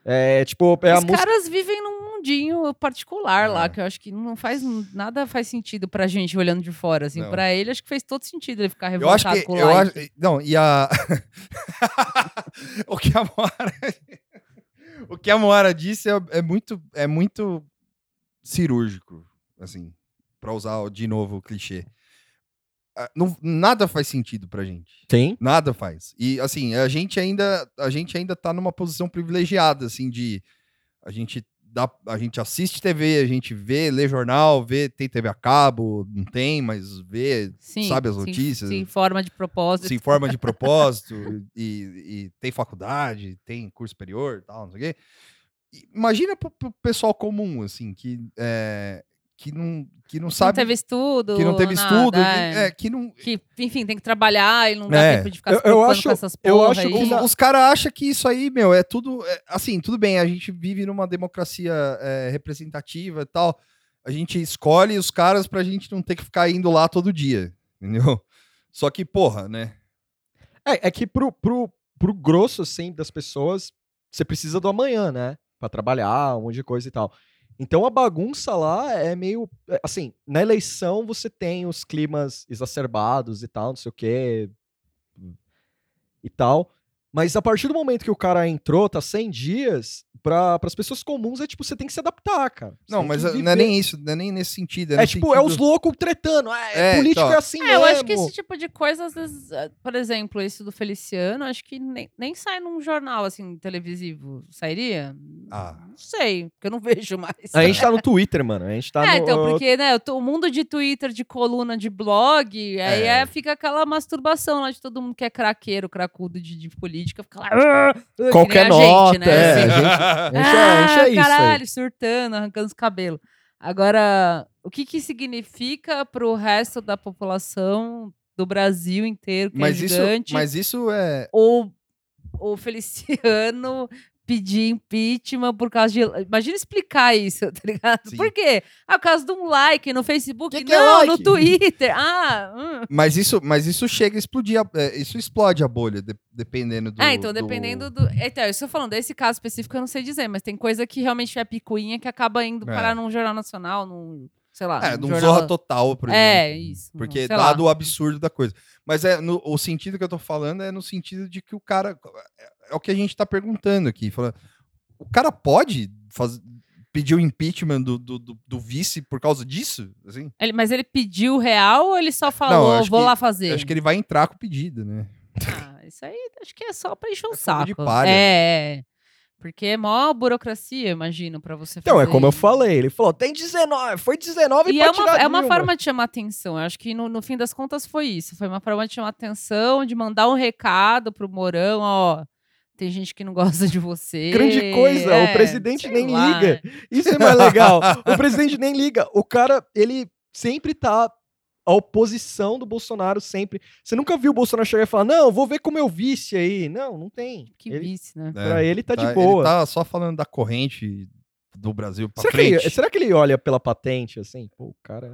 S2: É, tipo, é a
S3: Os
S2: música.
S3: caras vivem num mundinho particular
S1: É.
S3: lá, que eu acho que não faz nada faz sentido pra gente olhando de fora, assim.
S1: Não.
S3: Pra ele, acho que fez todo sentido ele ficar
S1: eu acho
S3: revoltado
S1: que.
S3: com o
S1: Eu
S3: like.
S1: acho, não, e a. o que a Moara. o que a Moara disse é, é muito, é muito cirúrgico, assim, pra usar o- de novo o clichê. Ah, não- nada faz sentido pra gente.
S2: Tem.
S1: Nada faz. E assim, a gente ainda a gente ainda tá numa posição privilegiada assim de a gente dá, a gente assiste TV, a gente vê, lê jornal, vê, tem TV a cabo, não tem, mas vê,
S3: Sim,
S1: sabe as
S3: se-
S1: notícias?
S3: Se, informa de propósito.
S1: se informa de propósito e, e tem faculdade, tem curso superior, e tal, não sei o quê. E Imagina pro, pro pessoal comum assim que é, que não que não
S3: Não
S1: sabe
S3: teve estudo.
S1: que não teve estudo,
S3: nada,
S1: que, é, que não
S3: que, enfim, tem que trabalhar e não dá
S1: É.
S3: tempo de ficar
S2: Eu-
S3: se
S2: eu
S3: preocupando
S2: acho-
S3: com essas
S2: eu
S3: porra
S2: acho
S3: aí.
S2: que
S1: Os, os caras acham que isso aí, meu, é tudo. é, assim, tudo bem, a gente vive numa democracia é, representativa e tal. A gente escolhe os caras pra gente não ter que ficar indo lá todo dia, entendeu? Só que, porra, né?
S2: É, é que pro, pro, pro grosso, assim, das pessoas, você precisa do amanhã, né? Pra trabalhar, um monte de coisa e tal. Então a bagunça lá é meio. é, Assim, na eleição você tem os climas exacerbados e tal, não sei o quê. E tal. Mas a partir do momento que o cara entrou, tá 100 dias, para as pessoas comuns é tipo, você tem que se adaptar, cara. Você
S1: Não,
S2: tem
S1: mas
S2: que
S1: ah, não é
S2: viver.
S1: nem isso, não é nem nesse sentido.
S2: É
S1: no
S2: tipo, é os
S1: sentido-
S2: loucos tretando. É,
S1: É,
S2: político
S1: então.
S2: é assim
S3: É, eu acho que
S2: mesmo.
S3: esse tipo de coisa, às vezes, eh, por exemplo, isso do Feliciano, acho que nem, nem sai num jornal assim televisivo. Sairia?
S1: Ah,
S3: Não sei, porque eu não vejo mais.
S2: A gente tá no Twitter, mano. A gente tá
S3: é,
S2: no.
S3: então, porque né, eu tô- o mundo de Twitter, de coluna, de blog, aí
S1: É.
S3: é, fica aquela masturbação lá de todo mundo que é craqueiro, cracudo de, de política, fica lá. "Ah, ah", que nem
S2: Qualquer
S3: a
S2: nota,
S3: gente, né?
S2: é.
S3: assim.
S2: gente- Enche-
S3: ah,
S2: enche aí isso aí.
S3: caralho, surtando, arrancando os cabelos. Agora, o que que significa pro resto da população do Brasil inteiro, que
S1: mas
S3: é
S1: isso,
S3: gigante,
S1: mas isso é.
S3: ou o Feliciano pedir impeachment por causa de... Imagina explicar isso, tá ligado?
S1: Sim.
S3: Por quê? Ah, por causa de um like no Facebook?
S2: Que que é
S3: Não,
S2: like?
S3: no Twitter. Ah, hum.
S1: Mas isso, mas isso chega a explodir, a- é, isso explode a bolha, de- dependendo do.
S3: ah, então, dependendo do... Então, eu estou falando desse caso específico, eu não sei dizer, mas tem coisa que realmente é picuinha que acaba indo
S1: É.
S3: parar num jornal nacional, num... Sei lá.
S1: É, de um
S3: jornal-
S1: zorra total, por exemplo.
S3: É, isso.
S1: Porque
S3: sei
S1: dado
S3: lá.
S1: o absurdo da coisa. Mas é no- o sentido que eu tô falando é no sentido de que o cara. É, é o que a gente tá perguntando aqui. fala, o cara pode faz- pedir o impeachment do, do, do- do vice por causa disso? Assim?
S3: Ele- mas ele pediu real ou ele só falou,
S1: acho
S3: vou
S1: que-
S3: lá fazer?
S1: Eu acho que ele vai entrar com o pedido, né?
S3: Ah, isso aí acho que é só pra encher o
S1: fogo de
S3: saco.
S1: palha.
S3: É, é. Porque é mó burocracia, imagino, pra você
S2: Então, é
S3: fazer
S2: como eu
S3: isso.
S2: falei. Ele falou, tem 19. Foi 19
S3: E
S2: pra
S3: é uma,
S2: tirar
S3: é uma
S2: Dilma.
S3: forma de chamar atenção. Eu acho que no, no fim das contas foi isso. Foi uma forma de chamar atenção, de mandar um recado pro Morão, ó. Tem gente que não gosta de você.
S2: Grande coisa, o
S3: É,
S2: presidente
S3: sei
S2: nem
S3: lá.
S2: liga. Isso é mais legal. o presidente nem liga. O cara, ele sempre tá. A oposição do Bolsonaro sempre. Você nunca viu o Bolsonaro chegar e falar: não, vou ver como eu vice aí. Não, não tem.
S3: Que
S2: ele,
S3: vice, né?
S1: É,
S2: Pra ele tá,
S1: tá-
S2: de boa.
S1: Ele tá só falando da corrente do Brasil pra
S2: Será que,
S1: frente.
S2: ele, será que ele olha pela patente assim? Pô, o cara,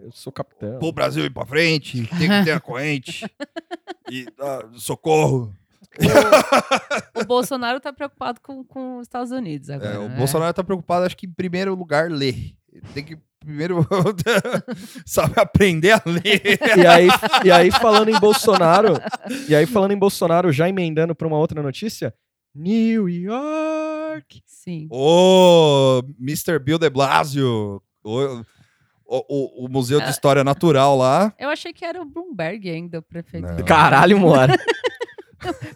S2: eu sou capitão.
S1: Pô, o Brasil ir pra frente, tem que ter a corrente. E ah, socorro.
S3: O Bolsonaro tá preocupado com, com os Estados Unidos agora.
S1: É, o
S3: né?
S1: Bolsonaro tá preocupado, acho que em primeiro lugar, ler. Ele tem que primeiro sabe aprender a ler.
S2: E aí, e aí falando em Bolsonaro, e aí falando em Bolsonaro, já emendando pra uma outra notícia, New York.
S3: Sim.
S1: Ô, Mr. Bill de Blasio, o, o- o- o Museu de História Natural lá.
S3: Eu achei que era o Bloomberg ainda, o prefeito.
S1: Não.
S2: Caralho, mora.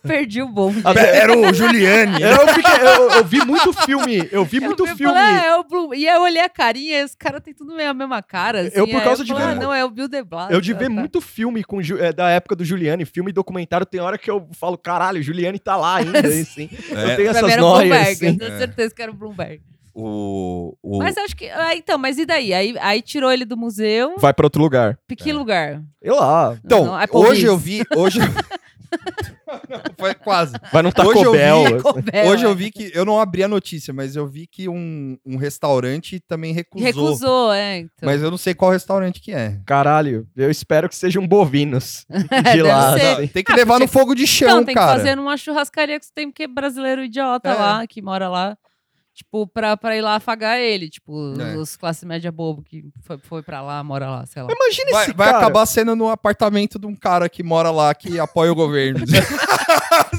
S3: Perdi o bonde.
S2: Ah,
S1: Era o Giuliani.
S2: Eu, fiquei- eu- eu vi muito filme, eu vi
S3: Eu
S2: muito
S3: vi, eu
S2: filme.
S3: falei, ah, é o Blue- E aí eu olhei a carinha, esse cara tem tudo meio a mesma cara. Assim,
S2: Eu, por
S3: aí
S2: causa de
S3: falei,
S1: ver
S3: ah,
S1: mu-
S3: não, é o Bill de Blasio.
S2: Eu de ver
S3: tá.
S2: muito filme com, Ju- é, da época do Giuliani, filme e documentário, tem hora que eu falo, caralho, Giuliani tá lá ainda, assim. Eu
S1: É,
S2: tenho
S3: Pra mim
S2: essas
S3: era um o
S2: noias,
S3: Bloomberg,
S2: assim.
S3: eu tenho certeza que era o Bloomberg.
S1: o, o-
S3: Mas acho que. Ah, então, mas e daí? Aí, aí tirou ele do museu.
S2: Vai pra outro lugar.
S3: Pra Que lugar?
S2: Eu ah, lá,
S1: Então,
S3: Não, é
S1: hoje eu
S3: Paulista.
S1: vi. Hoje... Não, foi quase.
S2: vai num
S1: Hoje eu
S2: Taco
S1: vi-
S2: Bell.
S3: Taco Bell,
S1: Hoje eu
S3: é.
S1: vi que. Eu não abri a notícia, mas eu vi que um, um restaurante também recusou.
S3: Recusou, é. Então.
S1: Mas eu não sei qual restaurante que é.
S2: Caralho, eu espero que sejam bovinos de
S3: É, deve
S2: lá.
S3: ser.
S2: assim.
S1: Tem que levar
S3: porque-
S1: no fogo de chão,
S2: um
S3: então, Ah, tem
S1: cara.
S3: que fazer numa churrascaria que tem que brasileiro idiota
S1: É.
S3: lá, que mora lá. Tipo, pra, pra ir lá afagar ele. Tipo,
S1: É.
S3: os classe média bobo que foi, foi pra lá, mora lá, sei lá.
S2: Mas Imagina
S1: Vai,
S2: esse
S1: vai
S2: cara.
S1: acabar sendo no apartamento de um cara que mora lá, que apoia o governo.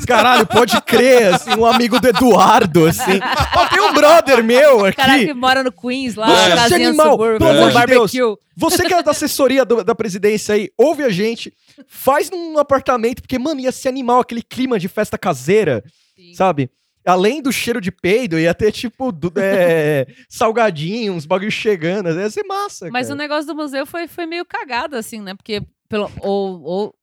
S2: Caralho, pode crer, assim, um amigo do Eduardo, assim. Ó, tem um brother meu aqui.
S3: cara que mora no Queens lá,
S2: Nossa,
S3: na casinha
S2: esse animal,
S3: suburban,
S2: pelo
S3: no
S2: amor de
S3: barbecue.
S2: Você que é da assessoria do- da presidência aí, ouve a gente, faz num apartamento, porque, mano, ia ser animal aquele clima de festa caseira,
S3: Sim.
S2: sabe? Além do cheiro de peido, ia ter, tipo, do, é, salgadinho, uns bagulho chegando. Ia ser massa,
S3: Mas o
S2: cara.
S3: negócio do museu foi, foi meio cagado, assim, né? Porque pelo, ou, ou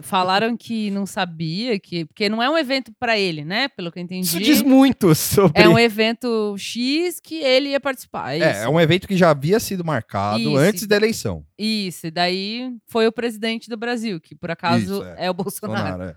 S3: falaram que não sabia, que, porque não é um evento pra ele, né? Pelo que eu entendi.
S2: Isso diz muito sobre...
S3: É um evento X que ele ia participar. É,
S1: é,
S3: isso.
S1: é um evento que já havia sido marcado
S3: Isso,
S1: antes
S3: isso.
S1: da eleição.
S3: Isso, e daí foi o presidente do Brasil, que por acaso
S1: Isso, é.
S3: é. o Bolsonaro.
S1: Bolsonaro, é.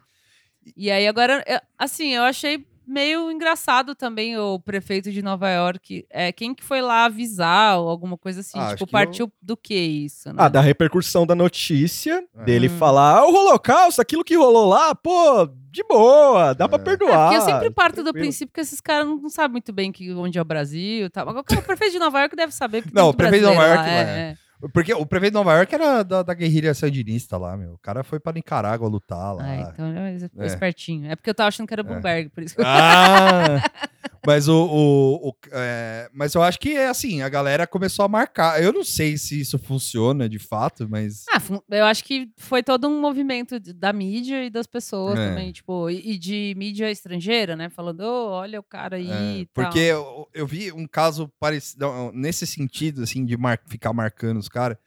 S3: E aí agora, eu- assim, eu achei meio engraçado também o prefeito de Nova York. É, quem que foi lá avisar ou alguma coisa assim?
S1: Ah, acho
S3: tipo,
S1: que
S3: partiu do que isso, né?
S2: Ah, da repercussão da notícia,
S1: É.
S2: dele
S3: Hum.
S2: falar, "Ah, o holocausto, aquilo que rolou lá, pô, de boa, dá pra
S1: É.
S3: É,
S2: perdoar.
S3: porque eu sempre parto do
S2: tranquilo.
S3: princípio que esses caras não, não sabem muito bem que, onde é o Brasil e tal. Agora, o prefeito de Nova York deve saber. Porque tem
S1: Não,
S3: muito
S1: o prefeito de Nova
S3: brasileiro
S1: York lá,
S3: é, é.
S1: Porque o prefeito de Nova York era da, da guerrilha sandinista lá, meu. O cara foi pra Nicarágua lutar lá.
S3: Ah, então ele é es-
S1: É.
S3: espertinho. É porque eu tava achando que era o Bloomberg, por isso que eu...
S1: Ah! Mas o. o- o- é, mas eu acho que é assim, a galera começou a marcar. Eu não sei se isso funciona de fato, mas.
S3: Ah, fu- eu acho que foi todo um movimento de- da mídia e das pessoas
S1: É.
S3: também, tipo, e, e de mídia estrangeira, né? Falando, "Ô, olha o cara aí.
S1: é,
S3: e tal."
S1: porque eu, eu vi um caso parecido. não, Nesse sentido, assim, de mar- ficar marcando os caras.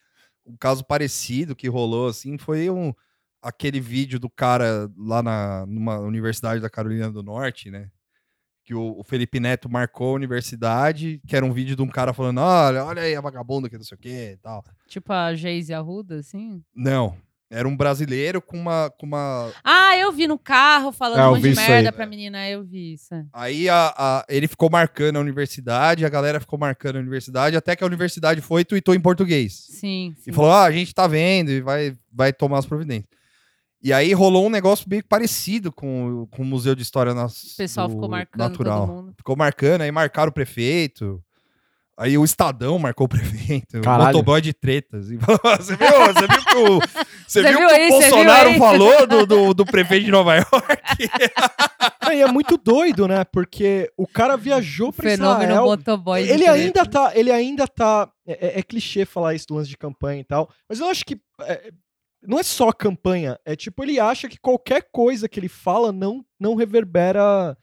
S1: Um caso parecido que rolou, assim, foi um. Aquele vídeo do cara lá na, numa universidade da Carolina do Norte, né? Que o, o Felipe Neto marcou a universidade, que era um vídeo de um cara falando: olha, olha aí a vagabunda que não sei o quê e tal.
S3: Tipo a Geise Arruda, assim.
S1: Não. Era um brasileiro com uma. Com uma...
S3: Ah, eu vi no carro falando
S2: Ah, eu
S3: um monte
S2: vi
S3: de
S2: isso aí.
S3: merda pra menina, eu vi isso. é.
S1: Aí a, a- ele ficou marcando a universidade, a galera ficou marcando a universidade, até que a universidade foi e tweetou em português.
S3: Sim, sim.
S1: E falou: ah, a gente tá vendo e vai, vai tomar as providências. E aí rolou um negócio meio que parecido com, o- com o Museu de História Nas-
S3: o pessoal
S1: do
S3: ficou marcando
S1: Natural.
S3: todo mundo.
S1: Ficou marcando, aí marcaram o prefeito. Aí o Estadão marcou o prefeito,
S2: Caralho.
S1: o motoboy de tretas. E falou, você viu, você viu que o, você
S3: Você
S1: viu
S3: viu
S1: que o
S3: aí, você viu
S1: Bolsonaro
S3: aí?"
S1: falou do, do, do prefeito de Nova York?
S2: E é muito doido, né? Porque o cara viajou
S3: Tipo,
S2: pra
S3: Fenômeno né?
S2: Israel.
S3: motoboy. de
S2: Ele
S3: treta.
S2: ainda tá, ele ainda tá. É, é- é clichê falar isso do lance de campanha e tal, mas eu acho que é, não é só campanha. É tipo ele acha que qualquer coisa que ele fala não não reverbera,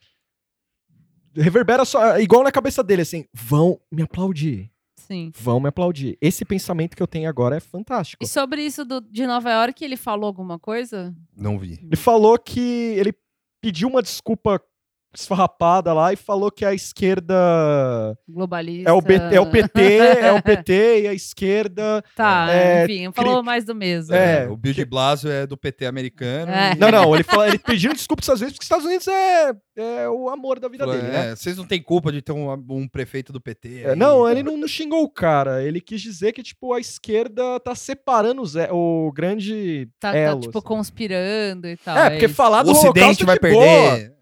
S2: reverbera só é, igual na cabeça dele assim. Vão me aplaudir,
S3: Sim.
S2: vão me aplaudir. Esse pensamento que eu tenho agora é fantástico.
S3: E sobre isso do- de Nova York, ele falou alguma coisa?
S1: Não vi.
S2: Ele falou que ele pediu uma desculpa esfarrapada lá e falou que a esquerda
S3: Globalista.
S2: é o, B- é o PT, é o PT e a esquerda
S3: Tá,
S2: É,
S3: enfim, falou
S2: cri-
S3: mais do mesmo.
S2: É,
S1: o Bill de Blasio é do PT americano.
S3: É.
S1: e-
S2: Não, não, ele, fala, ele pediu desculpa às vezes, porque os Estados Unidos é, é o amor da vida
S1: Falou,
S2: dele, né?
S1: "É, vocês não têm culpa de ter um, um prefeito do PT.
S2: É,
S1: aí,
S2: não,
S1: tá?"
S2: ele não, não xingou o cara. Ele quis dizer que, tipo, a esquerda tá separando os é- o grande
S3: Tá, tá,
S2: elo.
S3: tipo,
S2: assim.
S3: conspirando e tal.
S2: é, porque
S3: isso.
S2: falar
S1: O
S2: do
S1: Ocidente
S2: Holocausto
S1: vai
S2: é de boa.
S1: perder.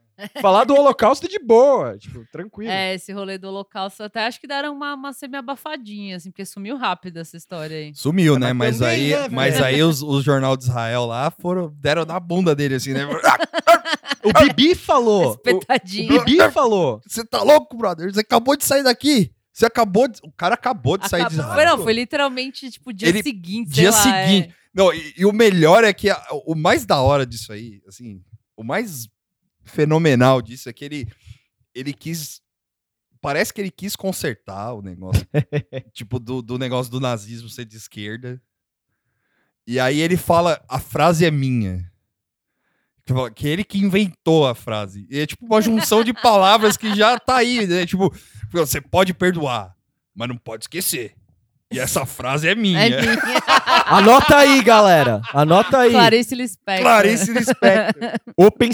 S2: Falar do Holocausto é de boa, tipo, tranquilo.
S3: É, esse rolê do holocausto. Até acho que deram uma, uma semi-abafadinha, assim, porque sumiu rápido essa história aí.
S1: Sumiu,
S2: É,
S1: né? Mas
S2: mas também,
S1: aí,
S2: né,
S1: mas
S2: velho?
S1: aí os, os jornal de Israel lá foram, deram na bunda dele, assim, né?
S2: O Bibi falou. O, o
S3: Espetadinha.
S2: Bibi falou.
S1: Você tá louco, brother? Você acabou de sair daqui. Você acabou de... O cara acabou de sair de
S3: Acabou-
S1: Israel.
S3: foi, não, foi literalmente, tipo, dia
S1: Ele-
S3: seguinte, sei
S1: Dia
S3: lá, é.
S1: seguinte. Não, e, e o melhor é que a- o mais da hora disso aí, assim, o mais fenomenal disso é que ele, ele quis. Parece que ele quis consertar o negócio. tipo, do, do negócio do nazismo ser de esquerda. E aí ele fala: a frase é minha. Que fala- Que ele que inventou a frase. E é tipo uma junção de palavras que já tá aí, né? Tipo, você pode perdoar, mas não pode esquecer. E essa frase é minha.
S3: É minha.
S2: Anota aí, galera. Anota aí.
S3: Clarice Lispector.
S1: Clarice Lispector.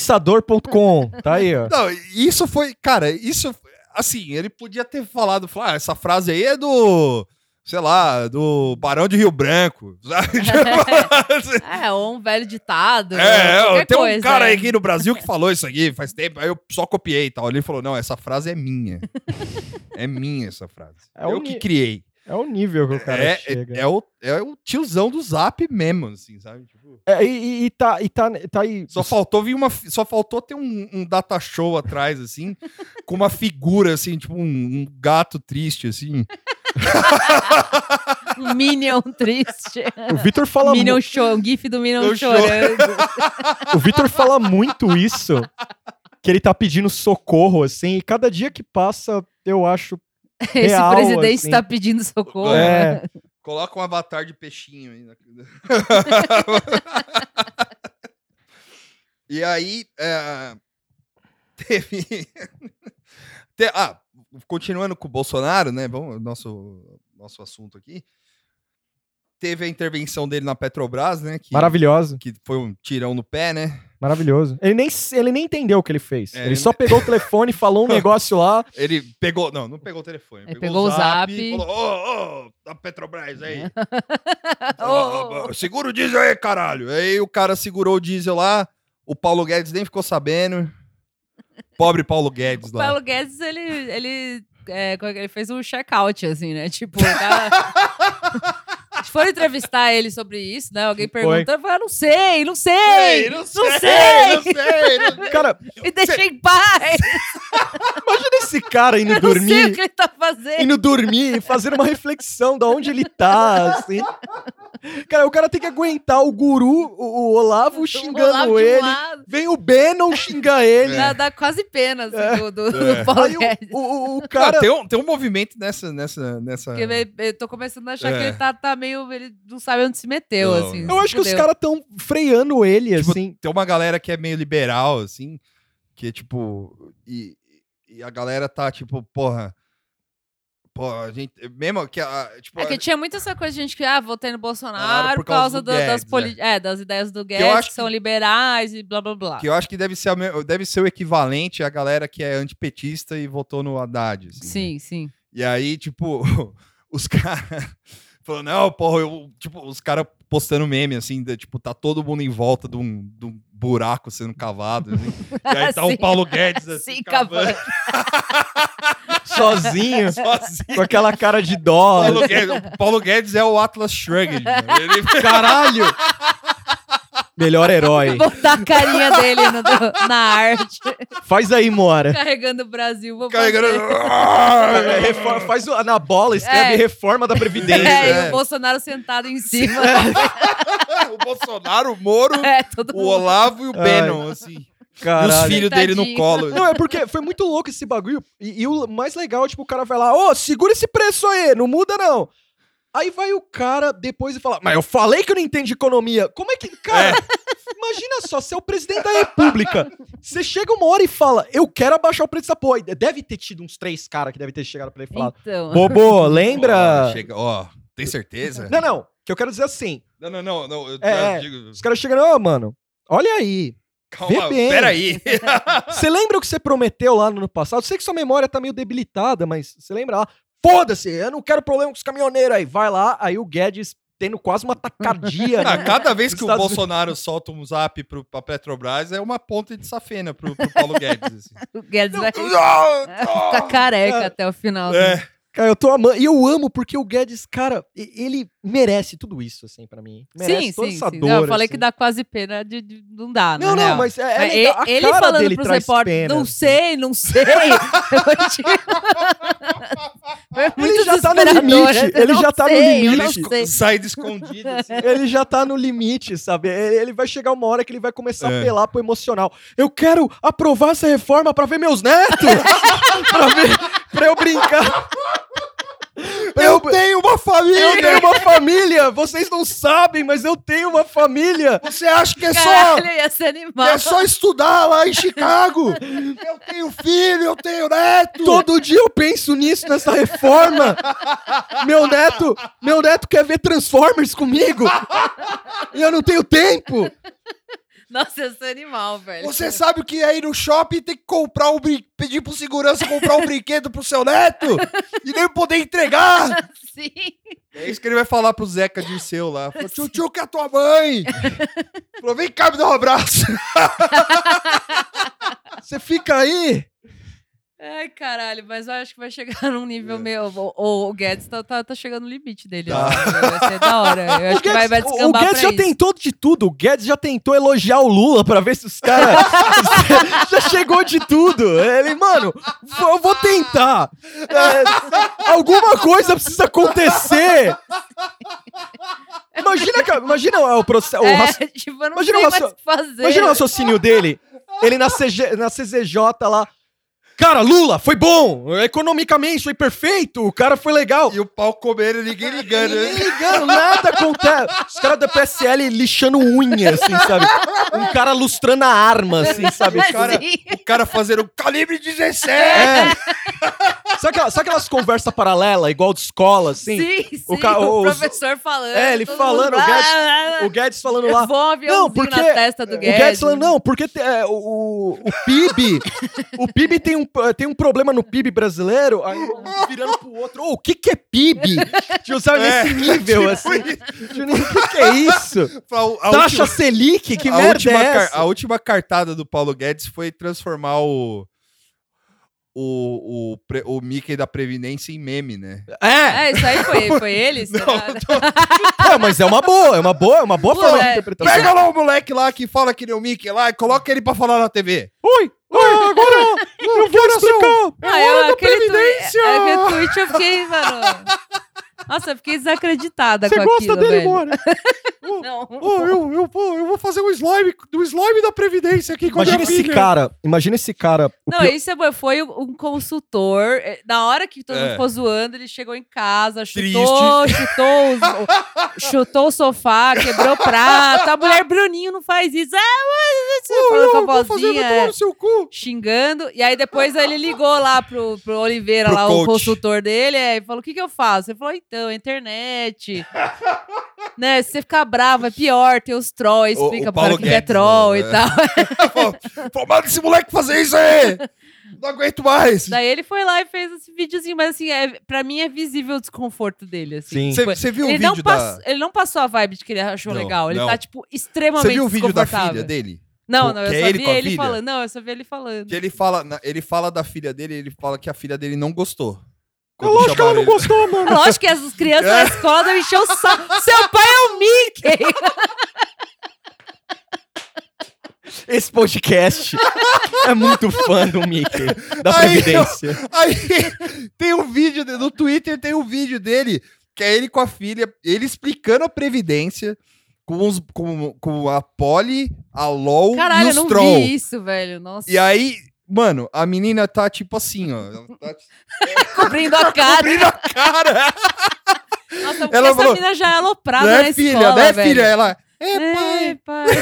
S2: Opensador.com. Tá aí, ó.
S1: Não, isso foi, cara, isso assim, ele podia ter falado, falar, "Ah, essa frase aí é do, sei lá, do Barão de Rio Branco. sabe?
S3: É, ou um velho ditado. né?
S1: é,
S3: Qualquer
S1: tem um
S3: coisa,
S1: cara
S3: é.
S1: aqui no Brasil que falou isso aqui faz tempo, aí eu só copiei e tal. Ele falou: "Não, essa frase é minha". é minha essa frase.
S2: É
S1: eu
S2: o ni-
S1: que criei.
S2: É o nível que o cara
S1: é, é-
S2: chega.
S1: é o, é o tiozão do Zap mesmo, assim, sabe? Tipo,
S2: É, e, e- e tá, e tá, tá aí.
S1: Só faltou vir uma. fi- Só faltou ter um, um data show atrás, assim, com uma figura, assim, tipo um, um gato triste, assim.
S3: Um Minion triste.
S2: O Vitor fala
S3: Minion show, um gif do Minion
S1: Eu choro.
S3: chorando.
S2: O Vitor fala muito isso, que ele tá pedindo socorro, assim, e cada dia que passa, eu acho.
S3: Esse
S2: Real,
S3: presidente
S2: assim.
S3: tá pedindo socorro.
S2: É,
S1: Coloca um avatar de peixinho aí. na- e aí. é, Teve. Te- Ah, continuando com o Bolsonaro, né? Vamos, nosso, nosso assunto aqui. Teve a intervenção dele na Petrobras, né? Que,
S2: maravilhoso,
S1: que foi um tirão no pé, né?
S2: maravilhoso. Ele nem, ele nem entendeu o que ele fez.
S1: É,
S2: ele,
S1: ele-
S2: só pegou o telefone, falou um negócio lá.
S1: Ele pegou. Não, não pegou o telefone.
S3: Ele pegou o zap.
S1: e falou: Ô, ô, da Petrobras É aí.
S3: Ô, ô,
S1: Ó, ó, Segura o diesel aí, caralho. Aí o cara segurou o diesel lá. O Paulo Guedes nem ficou sabendo. Pobre Paulo Guedes
S3: O
S1: lá.
S3: Paulo Guedes, ele, ele, é, como é que ele fez um check-out, assim, né? Tipo, o cara... foram entrevistar ele sobre isso, né? Alguém
S2: Foi.
S3: perguntou, ele falou, eu não sei, não sei,
S1: não
S3: sei!
S1: Não sei! não sei.
S2: Cara,
S3: me deixa em paz,
S2: imagina esse cara indo
S3: eu não sei o
S2: dormir,
S3: que ele tá fazendo.
S2: indo dormir e fazer uma reflexão da onde ele tá, assim. Cara, o cara tem que aguentar o guru, o, o Olavo xingando
S3: Olavo de um
S2: ele.
S3: lado,
S2: Vem o Bannon xingar ele.
S3: Dá, dá quase pena assim,
S2: É.
S3: do, do, do
S1: É.
S3: Paulo
S2: Aí
S3: Guedes.
S2: o, o, o
S1: Cara,
S2: cara.
S1: tem, um, tem um movimento nessa. nessa, nessa...
S3: Porque eu- eu tô começando a achar
S1: É.
S3: que ele tá, tá meio. Ele não sabe onde se meteu,
S1: Não,
S3: assim.
S2: Eu
S3: se
S2: acho que os
S3: fudeu.
S2: caras estão freando ele,
S1: Tipo,
S2: assim.
S1: Tem uma galera que é meio liberal, assim, que é tipo. E, e a galera tá tipo, porra. Porra, a gente. Mesmo que a. Tipo,
S3: É que tinha muito essa coisa de gente que, ah, votei no Bolsonaro
S1: Claro,
S3: por causa,
S1: do
S3: da-
S1: Guedes, né.
S3: das, poli- é, das ideias do
S1: acho
S3: Guedes, que
S1: que-
S3: são liberais e blá blá blá.
S1: Que eu acho que deve ser, a me- deve ser o equivalente à galera que é antipetista e votou no Haddad. assim, né?
S3: Sim, sim.
S1: E aí, tipo, os caras. Falando, não, porra, eu. Tipo, os caras postando meme, assim, de, tipo, tá todo mundo em volta de um, de um buraco sendo cavado. assim. E aí tá
S3: Sim.
S1: o Paulo Guedes, assim,
S3: Sim,
S1: cavando,
S3: cavando.
S2: Sozinho,
S1: sozinho.
S2: com aquela cara de dó.
S1: Paulo Guedes, o Paulo Guedes é o Atlas Shrugged. mano. Ele-
S2: Caralho! Melhor herói.
S3: Botar a carinha dele no- do- na arte.
S2: Faz aí, Mora.
S3: Carregando o Brasil. Vou
S1: Carregando.
S3: fazer.
S2: É, reforma- faz o- na bola, escreve
S3: É.
S2: reforma da Previdência.
S3: É, e
S1: é.
S3: o Bolsonaro sentado em cima.
S1: o Bolsonaro, o Moro,
S3: É, todo
S1: o
S3: mundo.
S1: Olavo e o
S2: Ai,
S1: Bannon, assim. E os
S2: Caralho.
S1: filhos dele no
S3: Tadinho.
S1: colo. assim.
S2: Não, é porque foi muito louco esse bagulho. E, e o mais legal, tipo, o cara vai lá, ô, segura esse preço aí, não muda não. Aí vai o cara depois e fala, mas eu falei que eu não entendo de economia. Como é que. Cara, imagina só, você é o presidente da república. Você chega uma hora e fala, eu quero abaixar o preço da porra. E Deve ter tido uns três caras que devem ter chegado pra ele e falado.
S3: Então.
S2: Bobo,
S1: Ó,
S2: lembra?
S1: chega- ó, tem certeza?
S2: Não, não. Que eu quero dizer assim.
S1: Não, não, não. não, eu,
S2: É,
S1: eu digo,
S2: Os caras chegam, ô, mano, olha aí.
S1: calma,
S2: vê bem.
S1: peraí.
S3: Ah.
S2: Você lembra o que você prometeu lá no ano passado? Sei que sua memória tá meio debilitada, mas você lembra lá? Foda-se, eu não quero problema com os caminhoneiros aí. Vai lá, aí o Guedes tendo quase uma tacardia.
S1: Ah,
S2: né?
S1: cada vez que o
S2: Estados Unidos.
S1: Bolsonaro solta um zap pro, pra Petrobras, é uma ponta de safena pro, pro Paulo Guedes. assim.
S3: O Guedes vai ficar
S1: Ah,
S3: careca
S2: É.
S3: até o final.
S1: é.
S2: Cara, eu tô amando. E eu amo porque o Guedes, cara, e- ele merece tudo isso, assim, pra mim. Merece
S3: Sim,
S2: toda
S3: sim,
S2: essa
S3: sim.
S2: dor.
S3: Não, eu falei que
S2: assim.
S3: dá quase pena de, de- não dá,
S2: Não,
S3: na
S2: não,
S3: real.
S2: mas é, é
S3: Mas
S2: legal. A
S3: ele
S2: cara
S3: falando
S2: dele
S3: pros
S2: traz
S3: repórteres,
S2: pena,
S3: não
S2: assim.
S3: sei, não sei. Eu te- É
S2: Ele
S3: muito
S2: já tá no
S3: desesperador,
S2: limite,
S3: né?
S2: ele
S3: Não
S2: já tá no
S3: sei, eu
S1: Ele
S3: não
S1: esco-
S3: sei.
S1: sai escondido. Assim.
S2: Ele já tá no limite, sabe? É, Ele ele vai chegar uma hora que ele vai começar a
S1: É.
S2: apelar pro emocional. Eu quero aprovar essa reforma pra ver meus netos! pra, ver, pra eu brincar! Pra Eu,
S1: tenho uma família!
S2: eu tenho uma família! Vocês não sabem, mas eu tenho uma família!
S1: Você acha que é
S3: Caralho, ia ser animal.
S2: é
S1: estudar lá em Chicago? eu tenho filho, eu tenho neto!
S2: Todo dia eu penso nisso, nessa reforma! Meu neto, meu neto quer ver Transformers comigo! E eu não tenho tempo!
S3: Nossa, ia ser animal, velho.
S1: sabe o que é ir no shopping e ter que comprar um brin... pedir pro segurança comprar um brinquedo pro seu neto? E nem poder entregar!
S3: Sim.
S1: É isso que ele vai falar pro Zeca Dirceu lá. Falou, tio, tio, que é a tua mãe! Falou, vem cá, me dá um abraço!
S2: Você fica aí!
S3: Ai, caralho, mas eu acho que vai chegar num
S2: É.
S3: nível meio. O, o- o Guedes tá, tá, tá chegando no limite dele.
S1: Tá.
S3: né? Vai ser da hora. Eu acho que vai, vai
S2: o-
S3: descambar
S2: o Guedes
S3: pra
S2: já
S3: isso.
S2: tentou de tudo. O Guedes já tentou elogiar o Lula pra ver se os caras. já chegou de tudo. Ele, mano, vou- eu vou tentar. É, alguma coisa precisa acontecer. Imagina, cara, imagina o processo.
S3: É, tipo, eu não
S2: Imagina o
S3: sei
S2: raci-
S3: mais o que fazer.
S2: Imagina o raciocínio dele. Ele na, CG, na CZJ lá. Cara, Lula, foi bom. Economicamente, foi perfeito. O cara foi legal.
S1: assim, E o pau comendo, ninguém ligando.
S2: Ninguém
S1: né?
S2: ligando, nada acontece. Os caras da PSL lixando unha, assim, sabe? Um cara lustrando a arma, assim, sabe? assim,
S3: É,
S1: cara-
S3: sim.
S1: O cara fazendo um calibre 17!
S2: É. Sabe, aquela- sabe aquelas conversas paralelas, igual de escola, assim?
S3: Sim, sim. O,
S2: O ca- o-
S3: professor falando.
S2: É, ele
S3: todo
S2: falando,
S3: mundo-
S2: o Guedes-
S3: Ah,
S2: O Guedes falando
S3: ah,
S2: lá.
S3: ah, voa um aviãozinho
S2: porque
S3: na testa do
S2: O
S3: Guedes.
S2: Guedes falando, não, porque te- é, o, o, o PIB. o PIB tem um, tem um problema no PIB brasileiro. Aí um virando pro outro. "Ô, o que, que é PIB? Tipo, sabe,
S1: É,
S2: nesse nível, assim. Tipo, O que, que é isso?
S1: Fala, a
S2: Taxa
S1: última-
S2: Selic? Que
S1: a
S2: merda
S1: última
S2: é
S1: car-
S2: essa?
S1: a última cartada do Paulo Guedes foi transformar o. o, o, pre- o Mickey da Previdência em meme, né?
S4: É!
S3: É, isso aí foi, foi ele? será?
S4: Pô, mas é uma boa, é uma boa, é uma boa
S3: Pô,
S4: forma de
S3: é,
S4: interpretação.
S1: Então, Pega lá o moleque lá que fala que nem o Mickey lá e coloca ele pra falar na TV.
S4: Ui! Ui, agora! Não vou explicar!
S3: Ah, eu, aquele, tui- aquele tweet eu fiquei, mano. Nossa, eu fiquei desacreditada
S4: Você
S3: com
S4: gosta
S3: aquilo,
S4: dele,
S3: velho.
S4: mano?
S3: Não.
S4: Ô, eu, eu, pô, eu vou fazer um slime do slime da Previdência aqui quando
S2: Imagina
S4: eu
S2: esse cara, imagina esse cara. o
S3: Não,
S2: pior-
S3: isso é bom. Foi um consultor. eh, Na hora que todo
S1: É.
S3: mundo ficou zoando, ele chegou em casa, chutou, chutou, os- o- chutou o sofá, quebrou prato. A mulher Bruninho não faz isso. Ah, mas você falando com a
S4: vou fazer
S3: vozinha, é."
S4: vai tomar no seu cu!
S3: xingando. E aí depois ele ligou lá pro, pro Oliveira,
S1: Pro
S3: lá o
S1: coach.
S3: consultor dele, é, e falou: o que, que eu faço? Ele falou: então, internet. né? Se você ficar bravo, é pior, tem os trolls,
S1: O- o
S3: explica pro
S1: Paulo
S3: cara o que que é
S1: Guedes,
S3: troll
S1: né?
S3: e tal.
S1: Pô, manda esse moleque fazer isso
S4: é.
S1: aí! Não aguento mais!
S3: Daí ele foi lá e fez esse videozinho, mas assim, é, pra mim é visível o desconforto dele, assim.
S2: Sim.
S1: Você você viu o
S3: Ele, não
S1: vídeo
S3: pass-
S1: da...
S3: ele não passou a vibe de que ele achou
S1: Não,
S3: legal. Ele
S1: não.
S3: tá, tipo,
S1: Você
S3: extremamente
S1: viu o vídeo da
S3: desconfortável.
S1: filha dele?
S3: Não, não, eu
S1: Que é
S3: só
S1: ele
S3: vi
S1: com a
S3: ele
S1: filha?
S3: falando. Não, eu só vi ele falando.
S1: Que ele fala, na- ele fala da filha dele, ele fala que a filha dele não gostou.
S4: É
S1: Quando
S4: lógico que ela
S1: chamaram
S4: não
S1: ele-
S4: gostou,
S1: é
S4: mano!
S3: É Lógico que essas crianças na escola devem encher o saco. Seu pai é o Mickey!
S4: Esse podcast é muito fã do Mickey, da
S1: Aí,
S4: Previdência.
S1: Aí tem um vídeo de- no Twitter, tem um vídeo dele, que é ele com a filha, ele explicando a Previdência com, os, com, com a Polly, a LOL
S3: Caralho,
S1: e
S3: eu
S1: os
S3: não
S1: Troll.
S3: vi isso, velho. Nossa,
S1: E aí, mano, a menina tá tipo assim, ó. Ela tá
S3: cobrindo a cara.
S1: abrindo a cara.
S3: Nossa, porque
S1: Ela
S3: essa
S1: falou,
S3: mina já é aloprada na
S1: Né,
S3: escola,
S1: filha? Né,
S3: velho.
S1: filha? Ela. É, pai.
S3: É, pai.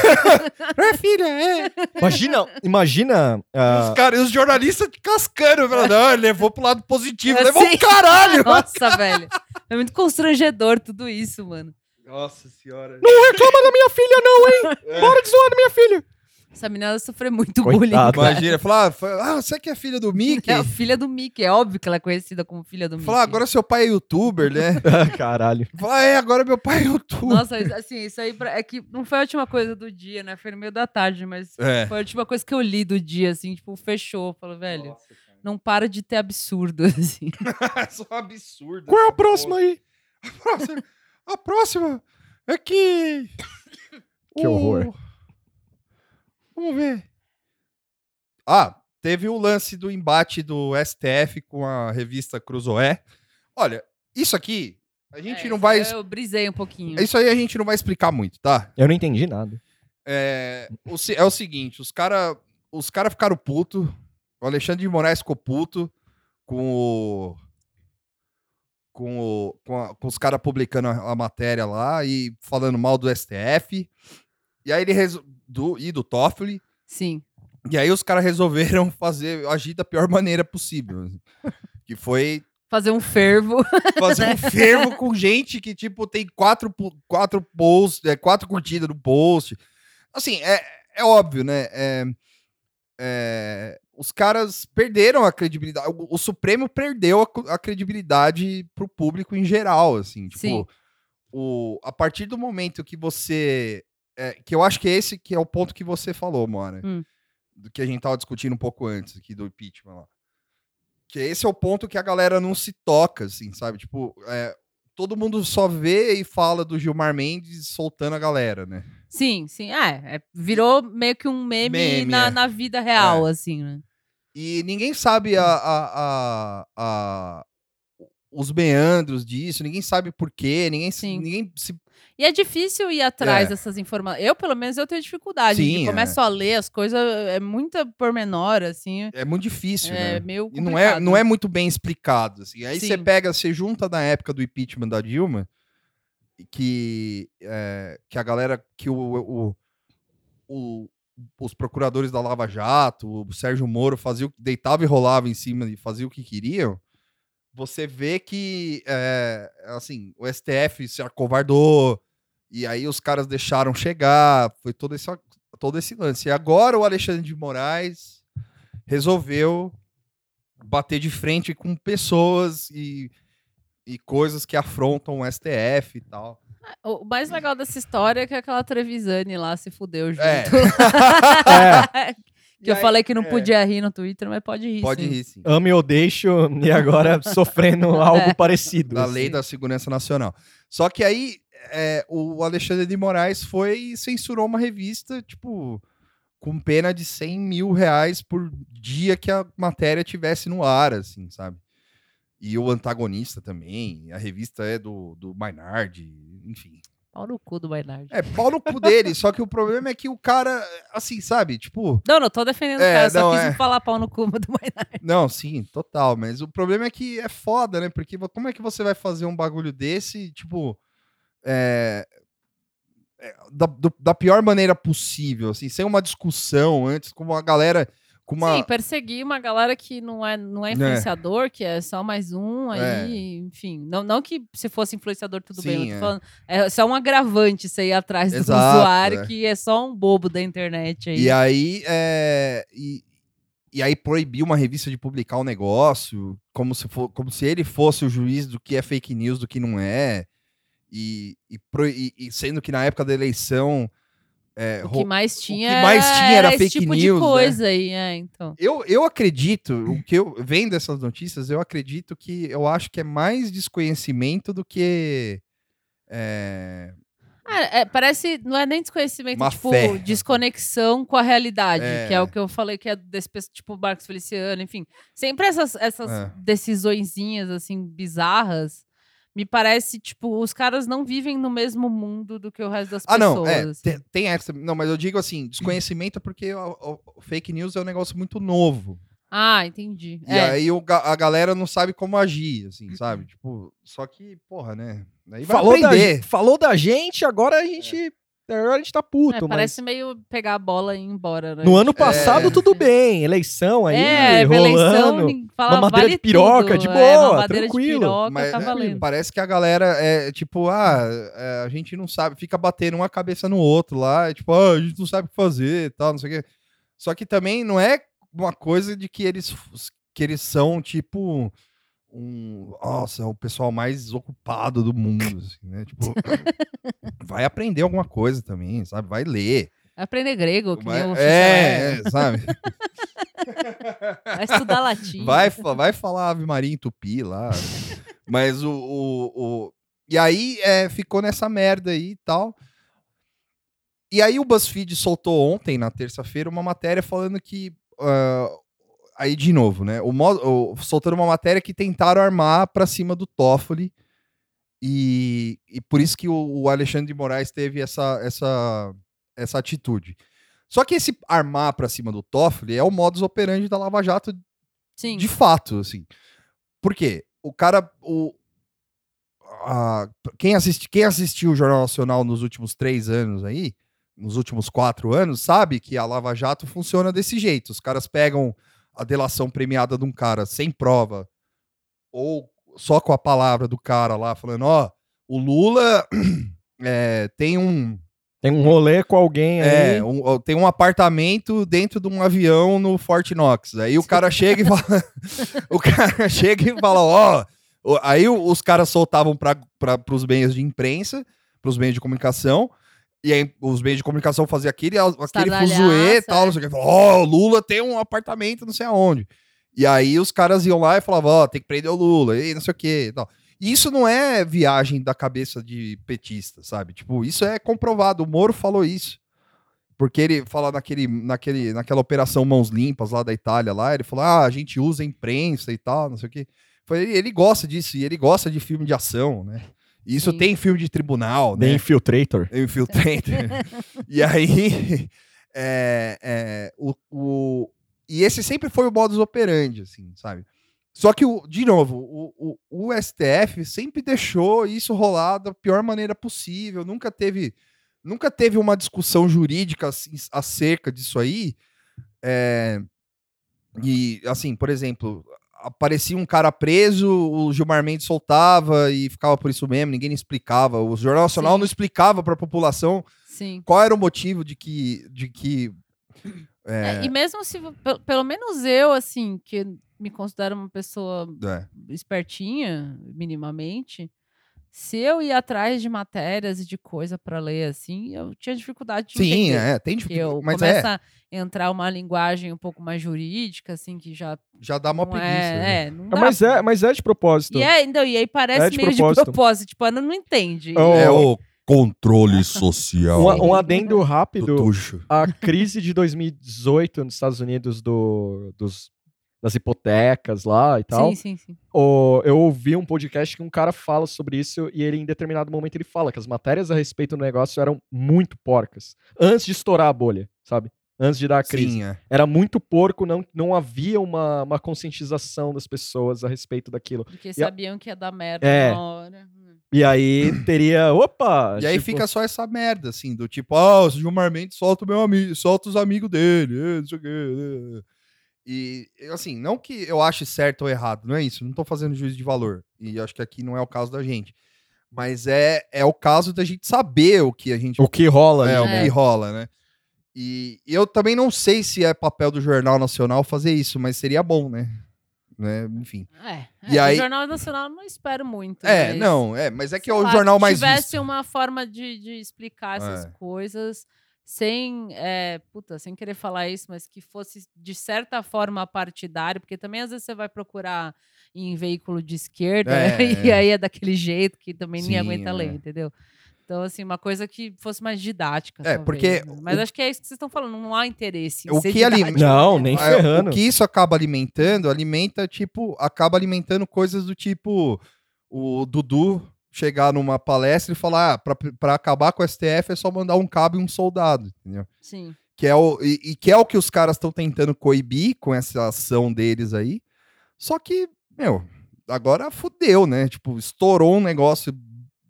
S1: É, filha, é.
S2: Imagina, imagina. ah,
S1: Os caras, e os jornalistas cascando. Falando, não, ele levou pro lado positivo.
S3: Eu
S1: levou
S3: sei.
S1: o caralho.
S3: Assim, Nossa, velho. É muito constrangedor tudo isso, mano.
S1: Nossa senhora.
S4: Não reclama da minha filha, não, hein? Para de zoar da minha filha!
S3: Essa menina sofreu muito
S2: Coitada.
S3: bullying. cara.
S1: Imagina, falar, ah, você que é filha do Mickey?
S3: É a filha do Mickey. É óbvio que ela é conhecida como filha do Mickey.
S1: Falar, agora seu pai é youtuber, né?
S2: Caralho.
S1: Falar, é, agora meu pai é youtuber.
S3: Nossa, isso- assim, isso aí pra- é que não foi a última coisa do dia, né? Foi no meio da tarde, mas
S1: É.
S3: foi a última coisa que eu li do dia, assim, tipo, fechou. Falou, velho, não para de ter absurdo, assim.
S1: Isso é um absurdo.
S4: Qual é a
S1: essa
S4: próxima
S1: porra.
S4: aí?
S1: A próxima, a próxima é que...
S2: Que horror.
S1: O- Vamos ver. Ah, teve o lance do embate do STF com a revista Cruzoé. Olha, isso aqui, a gente
S3: É,
S1: não
S3: isso
S1: vai... É
S3: aí Eu brisei um pouquinho.
S1: Isso aí a gente não vai explicar muito, tá?
S2: Eu não entendi nada.
S1: É o, se- é o seguinte, os caras os cara ficaram puto, o Alexandre de Moraes ficou puto com o com, o- com, a- com os caras publicando a, a matéria lá e falando mal do STF. E aí ele reso- do e do Toffoli,
S3: Sim.
S1: e aí os caras resolveram fazer agir da pior maneira possível, assim, que foi
S3: Fazer um fervo.
S1: fazer um fervo com gente que, tipo, tem quatro, pu- quatro posts, é, quatro curtidas no post. Assim, é, é óbvio, né? É- é, os caras perderam a credibilidade. O, o Supremo perdeu a, cu- a credibilidade pro público em geral, assim. Tipo,
S3: Sim.
S1: O, a partir do momento que você... é, que eu acho que é esse que é o ponto que você falou, Mora.
S3: Hum.
S1: Do que a gente tava discutindo um pouco antes aqui do impeachment lá. Que esse é o ponto que a galera não se toca, assim, sabe? Tipo, é, todo mundo só vê e fala do Gilmar Mendes soltando a galera, né?
S3: Sim, sim. É, é, virou meio que um meme,
S1: Meme,
S3: na,
S1: é.
S3: na vida real, assim, né?
S1: E ninguém sabe a, a- a- a- os meandros disso, ninguém sabe por quê, ninguém, se-
S3: Sim.
S1: ninguém se.
S3: E é difícil ir atrás
S1: É.
S3: dessas informações. Eu, pelo menos, eu tenho dificuldade.
S1: Sim,
S3: eu
S1: é.
S3: começo a ler as coisas, é muita pormenor, assim.
S1: É muito difícil,
S3: é
S1: né?
S3: meio
S1: E não é,
S3: complicado.
S1: não é muito bem explicado. Assim. Aí você
S3: Sim.
S1: pega, você junta na época do impeachment da Dilma, que, é, que a galera. que o, o- o- os procuradores da Lava Jato, o Sérgio Moro fazia, o- deitava e rolava em cima e fazia o que queriam. Você vê que é, assim, o STF se acovardou, e aí os caras deixaram chegar, foi todo esse, todo esse lance. E agora o Alexandre de Moraes resolveu bater de frente com pessoas e, e coisas que afrontam o STF e tal.
S3: O o mais É. legal dessa história é que aquela Trevisani lá se fudeu junto.
S1: É.
S3: É. Que eu
S2: aí-
S3: falei que não
S2: é.
S3: podia rir no Twitter, mas pode rir.
S1: Pode
S3: sim.
S1: rir, sim.
S2: Ame ou deixo, e agora sofrendo
S3: É.
S2: algo parecido.
S1: Da lei
S2: assim.
S1: da segurança nacional. Só que aí é, o Alexandre de Moraes foi e censurou uma revista, tipo, com pena de 100 mil reais por dia que a matéria tivesse no ar, assim, sabe? E o antagonista também, a revista é do, do Maynard, enfim.
S3: Pau no cu do Bainard.
S1: É pau no cu dele, só que o problema é que o cara, assim, sabe? Tipo,
S3: Não, não tô defendendo o
S1: É,
S3: cara, só
S1: não,
S3: quis
S1: é.
S3: falar pau no cu do Bainard.
S1: Não, sim, total. Mas o problema é que é foda, né? Porque vo- como é que você vai fazer um bagulho desse, tipo. é, é, da, do- da pior maneira possível, assim, sem uma discussão antes, com uma galera. Com uma,
S3: Sim, perseguir uma galera que não é, não é
S1: Né.
S3: influenciador, que é só mais um aí,
S1: É.
S3: enfim. Não, não que se fosse influenciador tudo bem,
S1: Sim,
S3: eu tô
S1: é.
S3: falando. É só um agravante você ir atrás do
S1: Exato,
S3: usuário
S1: é.
S3: que é só um bobo da internet aí.
S1: E aí, é, e, e aí proibiu uma revista de publicar o negócio, como se, fo- como se ele fosse o juiz do que é fake news, do que não é. E, e, pro- e- e sendo que na época da eleição. é,
S3: o
S1: rou-
S3: que mais tinha,
S1: que mais tinha era
S3: esse
S1: fake
S3: tipo
S1: news,
S3: de
S1: né?
S3: coisa aí, é, então.
S1: Eu, eu acredito, o que eu vendo essas notícias, eu acredito que eu acho que é mais desconhecimento do que. é,
S3: Ah, é, parece, não é nem desconhecimento,
S1: Má
S3: tipo,
S1: fé.
S3: desconexão com a realidade,
S1: É.
S3: que é o que eu falei que é desse pe- tipo Marcos Feliciano, enfim. Sempre essas, essas
S1: É.
S3: decisõezinhas, assim, bizarras, me parece, tipo, os caras não vivem no mesmo mundo do que o resto das
S1: Ah,
S3: pessoas.
S1: não, é,
S3: assim.
S1: tem, tem essa. Não, mas eu digo assim, desconhecimento porque o, o- o fake news é um negócio muito novo.
S3: Ah, entendi.
S1: E
S3: É, Uhum.
S1: aí o ga- a galera não sabe como agir, assim, sabe? Tipo, só que, porra, né? Aí vai
S2: Falou, da,
S1: aprender.
S2: falou da gente, agora a gente. Agora a gente tá
S3: é,
S2: puto, mas.
S3: parece meio pegar a bola e ir embora, né?
S2: No ano passado,
S1: É.
S2: tudo bem. Eleição aí,
S1: né,
S3: é, pra eleição,
S2: rolando.
S3: ninguém fala, "Ah,
S2: mamadeira
S3: vale
S2: de piroca,
S3: tudo,
S2: de
S3: é,
S2: boa,
S3: mamadeira
S2: tranquilo.
S3: de piroca,
S1: Mas,
S3: tá
S1: né,
S3: valendo.
S1: Parece que a galera é tipo, ah, é, a gente não sabe, fica batendo uma cabeça no outro lá, é, tipo, ah, a gente não sabe o que fazer e tal, não sei o quê. Só que também não é uma coisa de que eles f- que eles são tipo um, nossa, o pessoal mais ocupado do mundo, assim, né? Tipo, vai aprender alguma coisa também, sabe? Vai ler.
S3: Aprender grego, que
S1: Vai,
S3: nem o Cicero
S1: é, é, sabe?
S3: é. Vai estudar latim.
S1: Vai, fa- vai falar Ave Maria em tupi lá. Mas o, o, o- E aí é, ficou nessa merda aí e tal. E aí o BuzzFeed soltou ontem, na terça-feira, uma matéria falando que. ah, aí de novo, né? O, mo- o- soltando uma matéria que tentaram armar pra cima do Toffoli. E, e por isso que o, o Alexandre de Moraes teve essa, essa, essa atitude. Só que esse armar pra cima do Toffoli é o modus operandi da Lava Jato
S3: Sim.
S1: de fato, assim. Por quê? O cara. O, a- quem, assisti, quem assistiu o Jornal Nacional nos últimos três anos aí, nos últimos quatro anos, sabe que a Lava Jato funciona desse jeito. Os caras pegam a delação premiada de um cara sem prova, ou só com a palavra do cara lá, falando: ó, o Lula é, tem um.
S2: Tem um rolê com alguém aí.
S1: É, um- ó, tem um apartamento dentro de um avião no Fort Knox. Aí o cara chega e fala. o cara chega e fala, ó. o- Aí o- os caras soltavam para os meios de imprensa, para os meios de comunicação. E aí os meios de comunicação faziam aquele, aquele
S3: Estardalhaço,
S1: fuzuê
S3: é.
S1: e tal, não sei o que. Falava, Ó, o Lula tem um apartamento não sei aonde. E aí os caras iam lá e falavam, ó, tem que prender o Lula, e não sei o que e tal. E Isso não é viagem da cabeça de petista, sabe? Tipo, isso é comprovado. O Moro falou isso. Porque ele fala naquele, naquele, naquela operação Mãos Limpas lá da Itália, lá, ele falou: ah, a gente usa a imprensa e tal, não sei o quê. Foi, ele, ele gosta disso, e ele gosta de filme de ação, né? E isso
S3: Sim.
S1: tem filme de tribunal,
S2: The
S1: né?
S2: Infiltrator.
S1: Eu infiltrei. e aí, é, é, o, o- e esse sempre foi o modus operandi, assim, sabe? Só que, o, de novo, o, o- o STF sempre deixou isso rolar da pior maneira possível, nunca teve, nunca teve uma discussão jurídica assim, acerca disso aí. É, e, assim, por exemplo, aparecia um cara preso, o Gilmar Mendes soltava e ficava por isso mesmo, ninguém explicava. O Jornal Nacional
S3: Sim.
S1: não explicava para a população
S3: Sim.
S1: qual era o motivo de que. De que é,
S3: É, e mesmo se, pe- pelo menos eu, assim, que me considero uma pessoa
S1: é.
S3: espertinha, minimamente, se eu ia atrás de matérias e de coisa pra ler assim, eu tinha dificuldade de
S1: Sim,
S3: entender.
S1: é, tem
S3: Porque
S1: dificuldade.
S3: eu
S1: Mas é,
S3: começa a entrar uma linguagem um pouco mais jurídica, assim, que já
S1: já dá uma
S3: não
S1: preguiça. né?
S3: é, é, não dá.
S2: Mas é, mas é de propósito.
S3: E, é, então, e aí parece
S2: É de
S3: meio de
S2: propósito.
S3: propósito, tipo, Ana não entende.
S2: Oh,
S1: É o controle social
S2: Um,
S3: assim,
S2: um adendo
S3: né?
S1: do
S2: rápido.
S1: Tuxo.
S2: a crise de 2018 nos Estados Unidos do, dos, das hipotecas lá e tal.
S3: Sim, sim, sim.
S2: O- eu ouvi um podcast que um cara fala sobre isso e ele, em determinado momento, ele fala que as matérias a respeito do negócio eram muito porcas. Antes de estourar a bolha, sabe? Antes de dar a crise.
S1: Sim, é.
S2: Era muito porco, não, não havia uma, uma conscientização das pessoas a respeito daquilo.
S3: Porque
S2: a-
S3: sabiam que ia dar merda
S2: É.
S3: na hora.
S2: E aí teria. Opa!
S1: E aí
S2: tipo,
S1: fica só essa merda, assim, do tipo, ah, o Gilmar Mendes solta, o meu ami solta os amigos dele, eh, não sei o quê. eh. E, assim, não que eu ache certo ou errado, não é isso, não tô fazendo juízo de valor. E acho que aqui não é o caso da gente. Mas é, é o caso da gente saber o que a gente
S2: O que rola
S1: é,
S2: ali,
S1: o
S2: né?
S1: que rola, né? E eu também não sei se é papel do Jornal Nacional fazer isso, mas seria bom, né? né? Enfim.
S3: É,
S1: E
S3: é,
S1: aí-
S3: o Jornal Nacional eu não espero muito.
S1: É,
S3: mas,
S1: não, é, mas é que é
S3: sei
S1: o
S3: lá,
S1: jornal
S3: se
S1: mais
S3: tivesse um
S1: visto.
S3: uma forma de, de explicar essas
S1: É.
S3: coisas sem, é, puta, sem querer falar isso, mas que fosse de certa forma partidário, porque também às vezes você vai procurar em veículo de esquerda
S1: É,
S3: e
S1: é.
S3: aí é daquele jeito que também
S1: Sim,
S3: ninguém aguenta
S1: é.
S3: ler, entendeu? Então, assim, uma coisa que fosse mais didática.
S1: É,
S3: talvez,
S1: porque
S3: né? Mas
S1: o-
S3: acho que é isso que vocês estão falando, não há interesse. em
S1: O
S3: ser
S1: que ali-
S3: didático,
S2: Não,
S3: né?
S2: nem
S1: Ah, é,
S2: ferrando.
S1: O que isso acaba alimentando, alimenta, tipo, acaba alimentando coisas do tipo o Dudu chegar numa palestra e falar, ah, pra, pra acabar com o STF é só mandar um cabo e um soldado, entendeu?
S3: Sim.
S1: Que é o, e, e que é o que os caras estão tentando coibir com essa ação deles aí. Só que, meu, agora fudeu, né? Tipo, estourou um negócio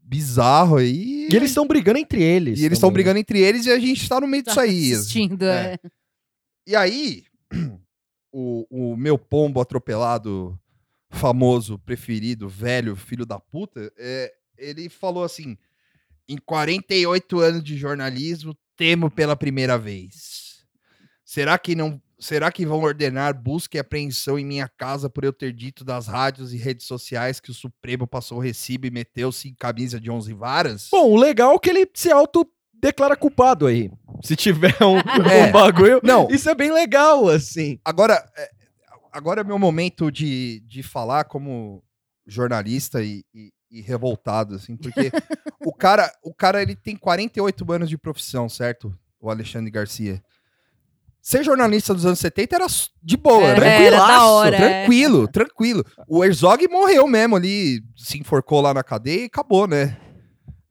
S1: bizarro aí.
S2: E eles estão brigando entre eles.
S1: e eles estão
S2: também, né?
S1: brigando entre eles e a gente tá no meio disso
S3: Tá
S1: aí. assim.
S3: assistindo,
S1: é.
S3: é.
S1: E aí, o, o meu pombo atropelado, famoso, preferido, velho, filho da puta, é, ele falou assim: em 48 anos de jornalismo, temo pela primeira vez. Será que não. Será que vão ordenar busca e apreensão em minha casa por eu ter dito das rádios e redes sociais que o Supremo passou o recibo e meteu-se em camisa de 11 varas?
S2: Bom, o legal é que ele se autodeclara culpado aí. Se tiver um, um
S1: É.
S2: bagulho.
S1: Não.
S2: Isso é bem legal, assim.
S1: Agora é, agora é meu momento de, de falar como jornalista e, e- e revoltado, assim, porque o cara, o cara ele tem 48 anos de profissão, certo? O Alexandre Garcia. Ser jornalista dos anos 70 era s- de boa,
S3: Era,
S1: né?
S3: era da hora, é.
S1: tranquilo, tranquilo. O Herzog morreu mesmo ali, se enforcou lá na cadeia e acabou, né?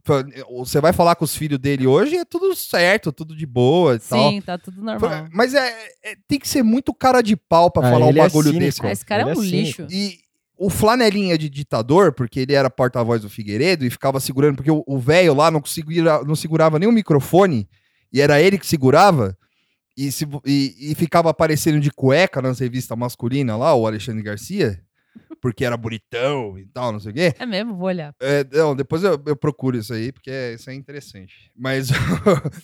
S1: Fa- Você vai falar com os filhos dele hoje, é tudo certo, tudo de boa e tal.
S3: Sim, tá tudo
S1: Foi-
S3: normal.
S1: Mas é, é- tem que ser muito cara de pau pra
S2: Ah,
S1: falar um
S2: ele é
S1: bagulho
S2: cínico.
S1: desse.
S3: Ah, esse cara
S2: Ele
S3: é
S2: é
S3: um
S2: cínico.
S3: lixo.
S1: E o flanelinha de ditador, porque ele era porta-voz do Figueiredo e ficava segurando, porque o o velho lá não, conseguira, não segurava nem o microfone e era ele que segurava. E, se vo- e- e ficava aparecendo de cueca nas revistas masculinas lá, o Alexandre Garcia, porque era bonitão e tal, não sei o quê.
S3: É mesmo, vou olhar.
S1: É, não, depois eu, eu procuro isso aí, porque é- isso é interessante. Mas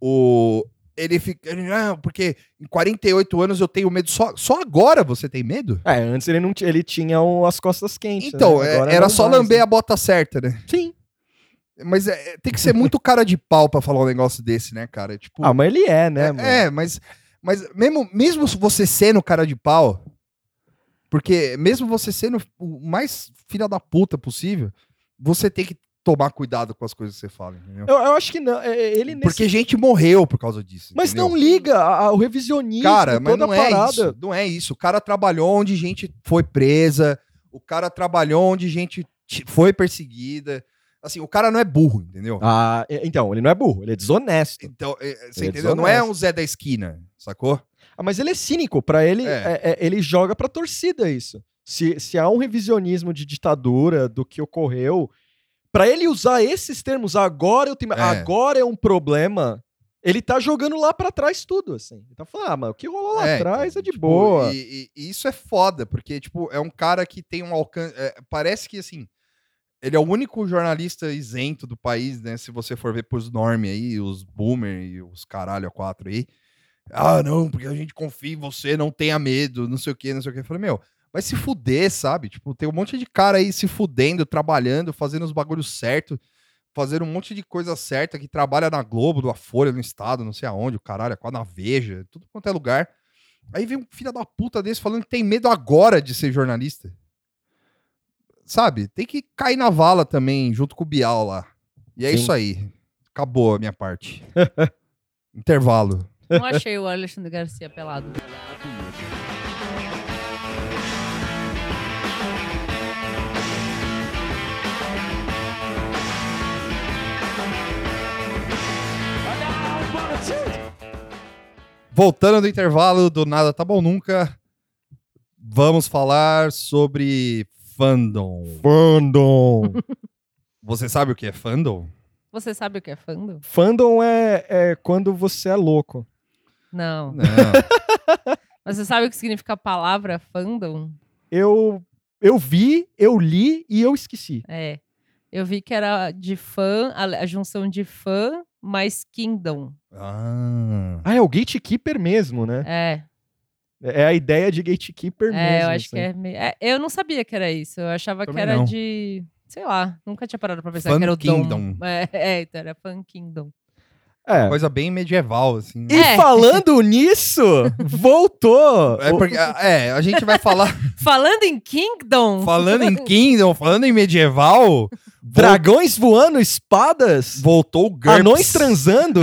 S1: o. Ele fica. ele, "Ah, porque em 48 anos eu tenho medo. Só, só agora você tem medo?
S2: É, antes ele não ti- ele tinha um- as costas quentes.
S1: Então,
S2: né?
S1: é-
S2: Agora
S1: era
S2: não
S1: só
S2: mais,
S1: lamber
S2: né?
S1: a bota certa, né?
S2: Sim.
S1: Mas é- é- tem que ser muito cara de pau pra falar um negócio desse, né, cara? Tipo,
S2: Ah, mas ele é, né, mano?
S1: é, mas, mas mesmo, mesmo você sendo cara de pau, porque mesmo você sendo o mais filha da puta possível, você tem que tomar cuidado com as coisas que você fala, entendeu?
S2: Eu, eu acho que não. é- é- Ele nesse...
S1: Porque gente morreu por causa disso.
S2: Mas
S1: entendeu?
S2: não liga a- a- o revisionismo,
S1: Cara, mas
S2: toda
S1: não
S2: a
S1: é
S2: parada.
S1: isso. Não é isso. O cara trabalhou onde gente foi presa, o cara trabalhou onde gente ti- foi perseguida. Assim, o cara não é burro, entendeu?
S2: Ah, é- então, ele não é burro, ele é desonesto.
S1: Então, é, é, você
S2: Ele é
S1: entendeu? Não é
S2: desonesto.
S1: um Zé da esquina, sacou?
S2: Ah, mas ele é cínico, pra ele,
S1: É.
S2: é- é- ele joga pra torcida isso. Se, se há um revisionismo de ditadura do que ocorreu, pra ele usar esses termos, agora eu tenho,
S1: É.
S2: agora é um problema, ele tá jogando lá pra trás tudo, assim. Ele tá falando, ah, mas o que rolou lá
S1: É,
S2: atrás
S1: então,
S2: é de
S1: tipo,
S2: boa.
S1: E, e- e isso é foda, porque, tipo, é um cara que tem um alcance. é, parece que, assim, ele é o único jornalista isento do país, né? Se você for ver pros norme aí, os boomer e os caralho a quatro aí. Ah, não, porque a gente confia em você, não tenha medo, não sei o que, não sei o que. Eu falei, meu, vai se fuder, sabe? Tipo, tem um monte de cara aí se fudendo, trabalhando, fazendo os bagulhos certo, fazendo um monte de coisa certa que trabalha na Globo, na Folha, no Estado, não sei aonde, o caralho, quase na Veja, tudo quanto é lugar. Aí vem um filho da puta desse falando que tem medo agora de ser jornalista. Sabe? Tem que cair na vala também, junto com o Bial lá. E é
S4: Sim.
S1: isso aí. Acabou a minha parte. Intervalo.
S3: Não achei o Alexandre Garcia pelado.
S1: Voltando do intervalo do Nada Tá Bom Nunca, vamos falar sobre fandom.
S2: Fandom.
S1: Você sabe o que é fandom?
S3: Você sabe o que é fandom?
S2: Fandom é, é quando você é louco.
S3: Não.
S1: Não.
S3: Mas você sabe o que significa a palavra fandom?
S2: Eu, eu vi, eu li e eu esqueci.
S3: É. Eu vi que era de fã, a, a junção de fã mais kingdom.
S1: Ah.
S2: Ah, é o gatekeeper mesmo, né?
S3: É.
S2: É a ideia de gatekeeper mesmo.
S3: É, eu acho
S2: assim.
S3: que é, meio- é, Eu não sabia que era isso. Eu achava
S1: Também
S3: que era
S1: não.
S3: de. Sei lá, nunca tinha parado pra pensar
S1: Fan
S3: que era o
S1: kingdom.
S3: Dom. É, é, então era Fan Kingdom.
S2: É.
S1: Coisa bem medieval, assim.
S4: E
S1: né?
S3: É.
S4: falando nisso, voltou.
S1: É, porque, é, a gente vai falar.
S3: Falando em Kingdom,
S1: Falando em Kingdom, falando em medieval,
S4: Dragões voando, espadas,
S1: voltou o GURPS.
S4: anões transando.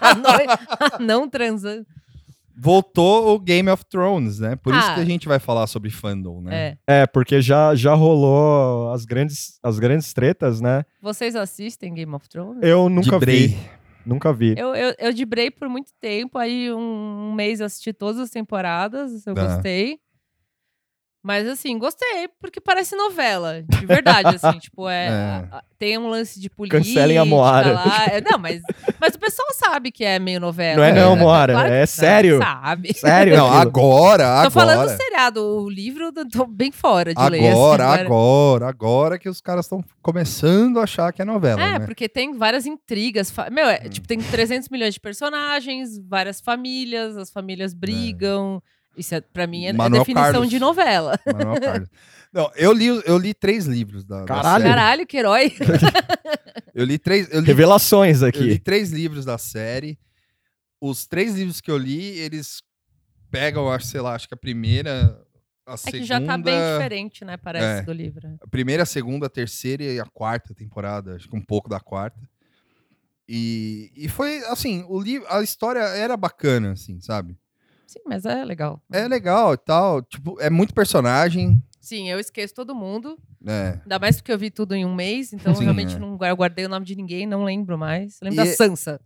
S3: a noi- a não transando.
S1: Voltou o Game of Thrones, né? Por isso
S3: Ah.
S1: que a gente vai falar sobre fandom, né?
S3: É.
S2: É, porque já, já rolou as grandes, as grandes tretas, né?
S3: Vocês assistem Game of Thrones?
S2: Eu nunca
S1: De Bray.
S2: vi. Nunca vi.
S3: Eu, eu, eu dibrei por muito tempo, aí um mês eu assisti todas as temporadas, eu
S1: Tá.
S3: gostei. Mas assim, gostei, porque parece novela, de verdade, assim, tipo, é,
S1: É.
S3: a- a- tem um lance de política.
S4: Cancelem a Moara.
S3: lá, é, não, mas, mas o pessoal sabe que é meio novela.
S2: Não é não,
S3: né?
S2: Moara,
S3: Claro
S2: é
S3: que
S2: sério.
S3: Sabe.
S4: Sério?
S1: Não,
S4: aquilo.
S1: agora, agora.
S3: Tô falando ah, do seriado, o livro eu tô bem fora de ler. assim,
S1: Agora,
S3: agora.
S1: agora, agora que os caras estão começando a achar que é novela,
S3: É,
S1: né? Hum.
S3: porque tem várias intrigas. fa- Meu, é, tipo, tem 300 milhões de personagens, várias famílias, as famílias brigam. Isso, é, pra mim, é, é
S1: É. Manuel
S3: definição
S1: Carlos.
S3: de novela.
S1: Manuel Carlos. Não, eu li, eu li três livros da, da
S2: Caralho.
S1: série.
S3: Caralho, que herói.
S1: Eu li três, eu li,
S4: Revelações
S1: eu li
S4: aqui.
S1: três livros da série. Os três livros que eu li, eles pegam, acho, sei lá, acho que a primeira, a
S3: É
S1: segunda,
S3: que já tá bem diferente, né,
S1: É.
S3: parece, do livro.
S1: a primeira, a segunda, a terceira e a quarta temporada, acho que um pouco da quarta. E, e foi assim, o livro, a história era bacana, assim, sabe?
S3: Sim, mas é legal.
S1: É legal e tal, tipo, é muito personagem,
S3: Sim, eu esqueço todo mundo.
S1: né?
S3: Ainda mais porque eu vi tudo em um mês, então eu
S1: Sim,
S3: realmente
S1: é.
S3: não eu guardei o nome de ninguém, não lembro mais. Lembro
S1: E-
S3: da Sansa.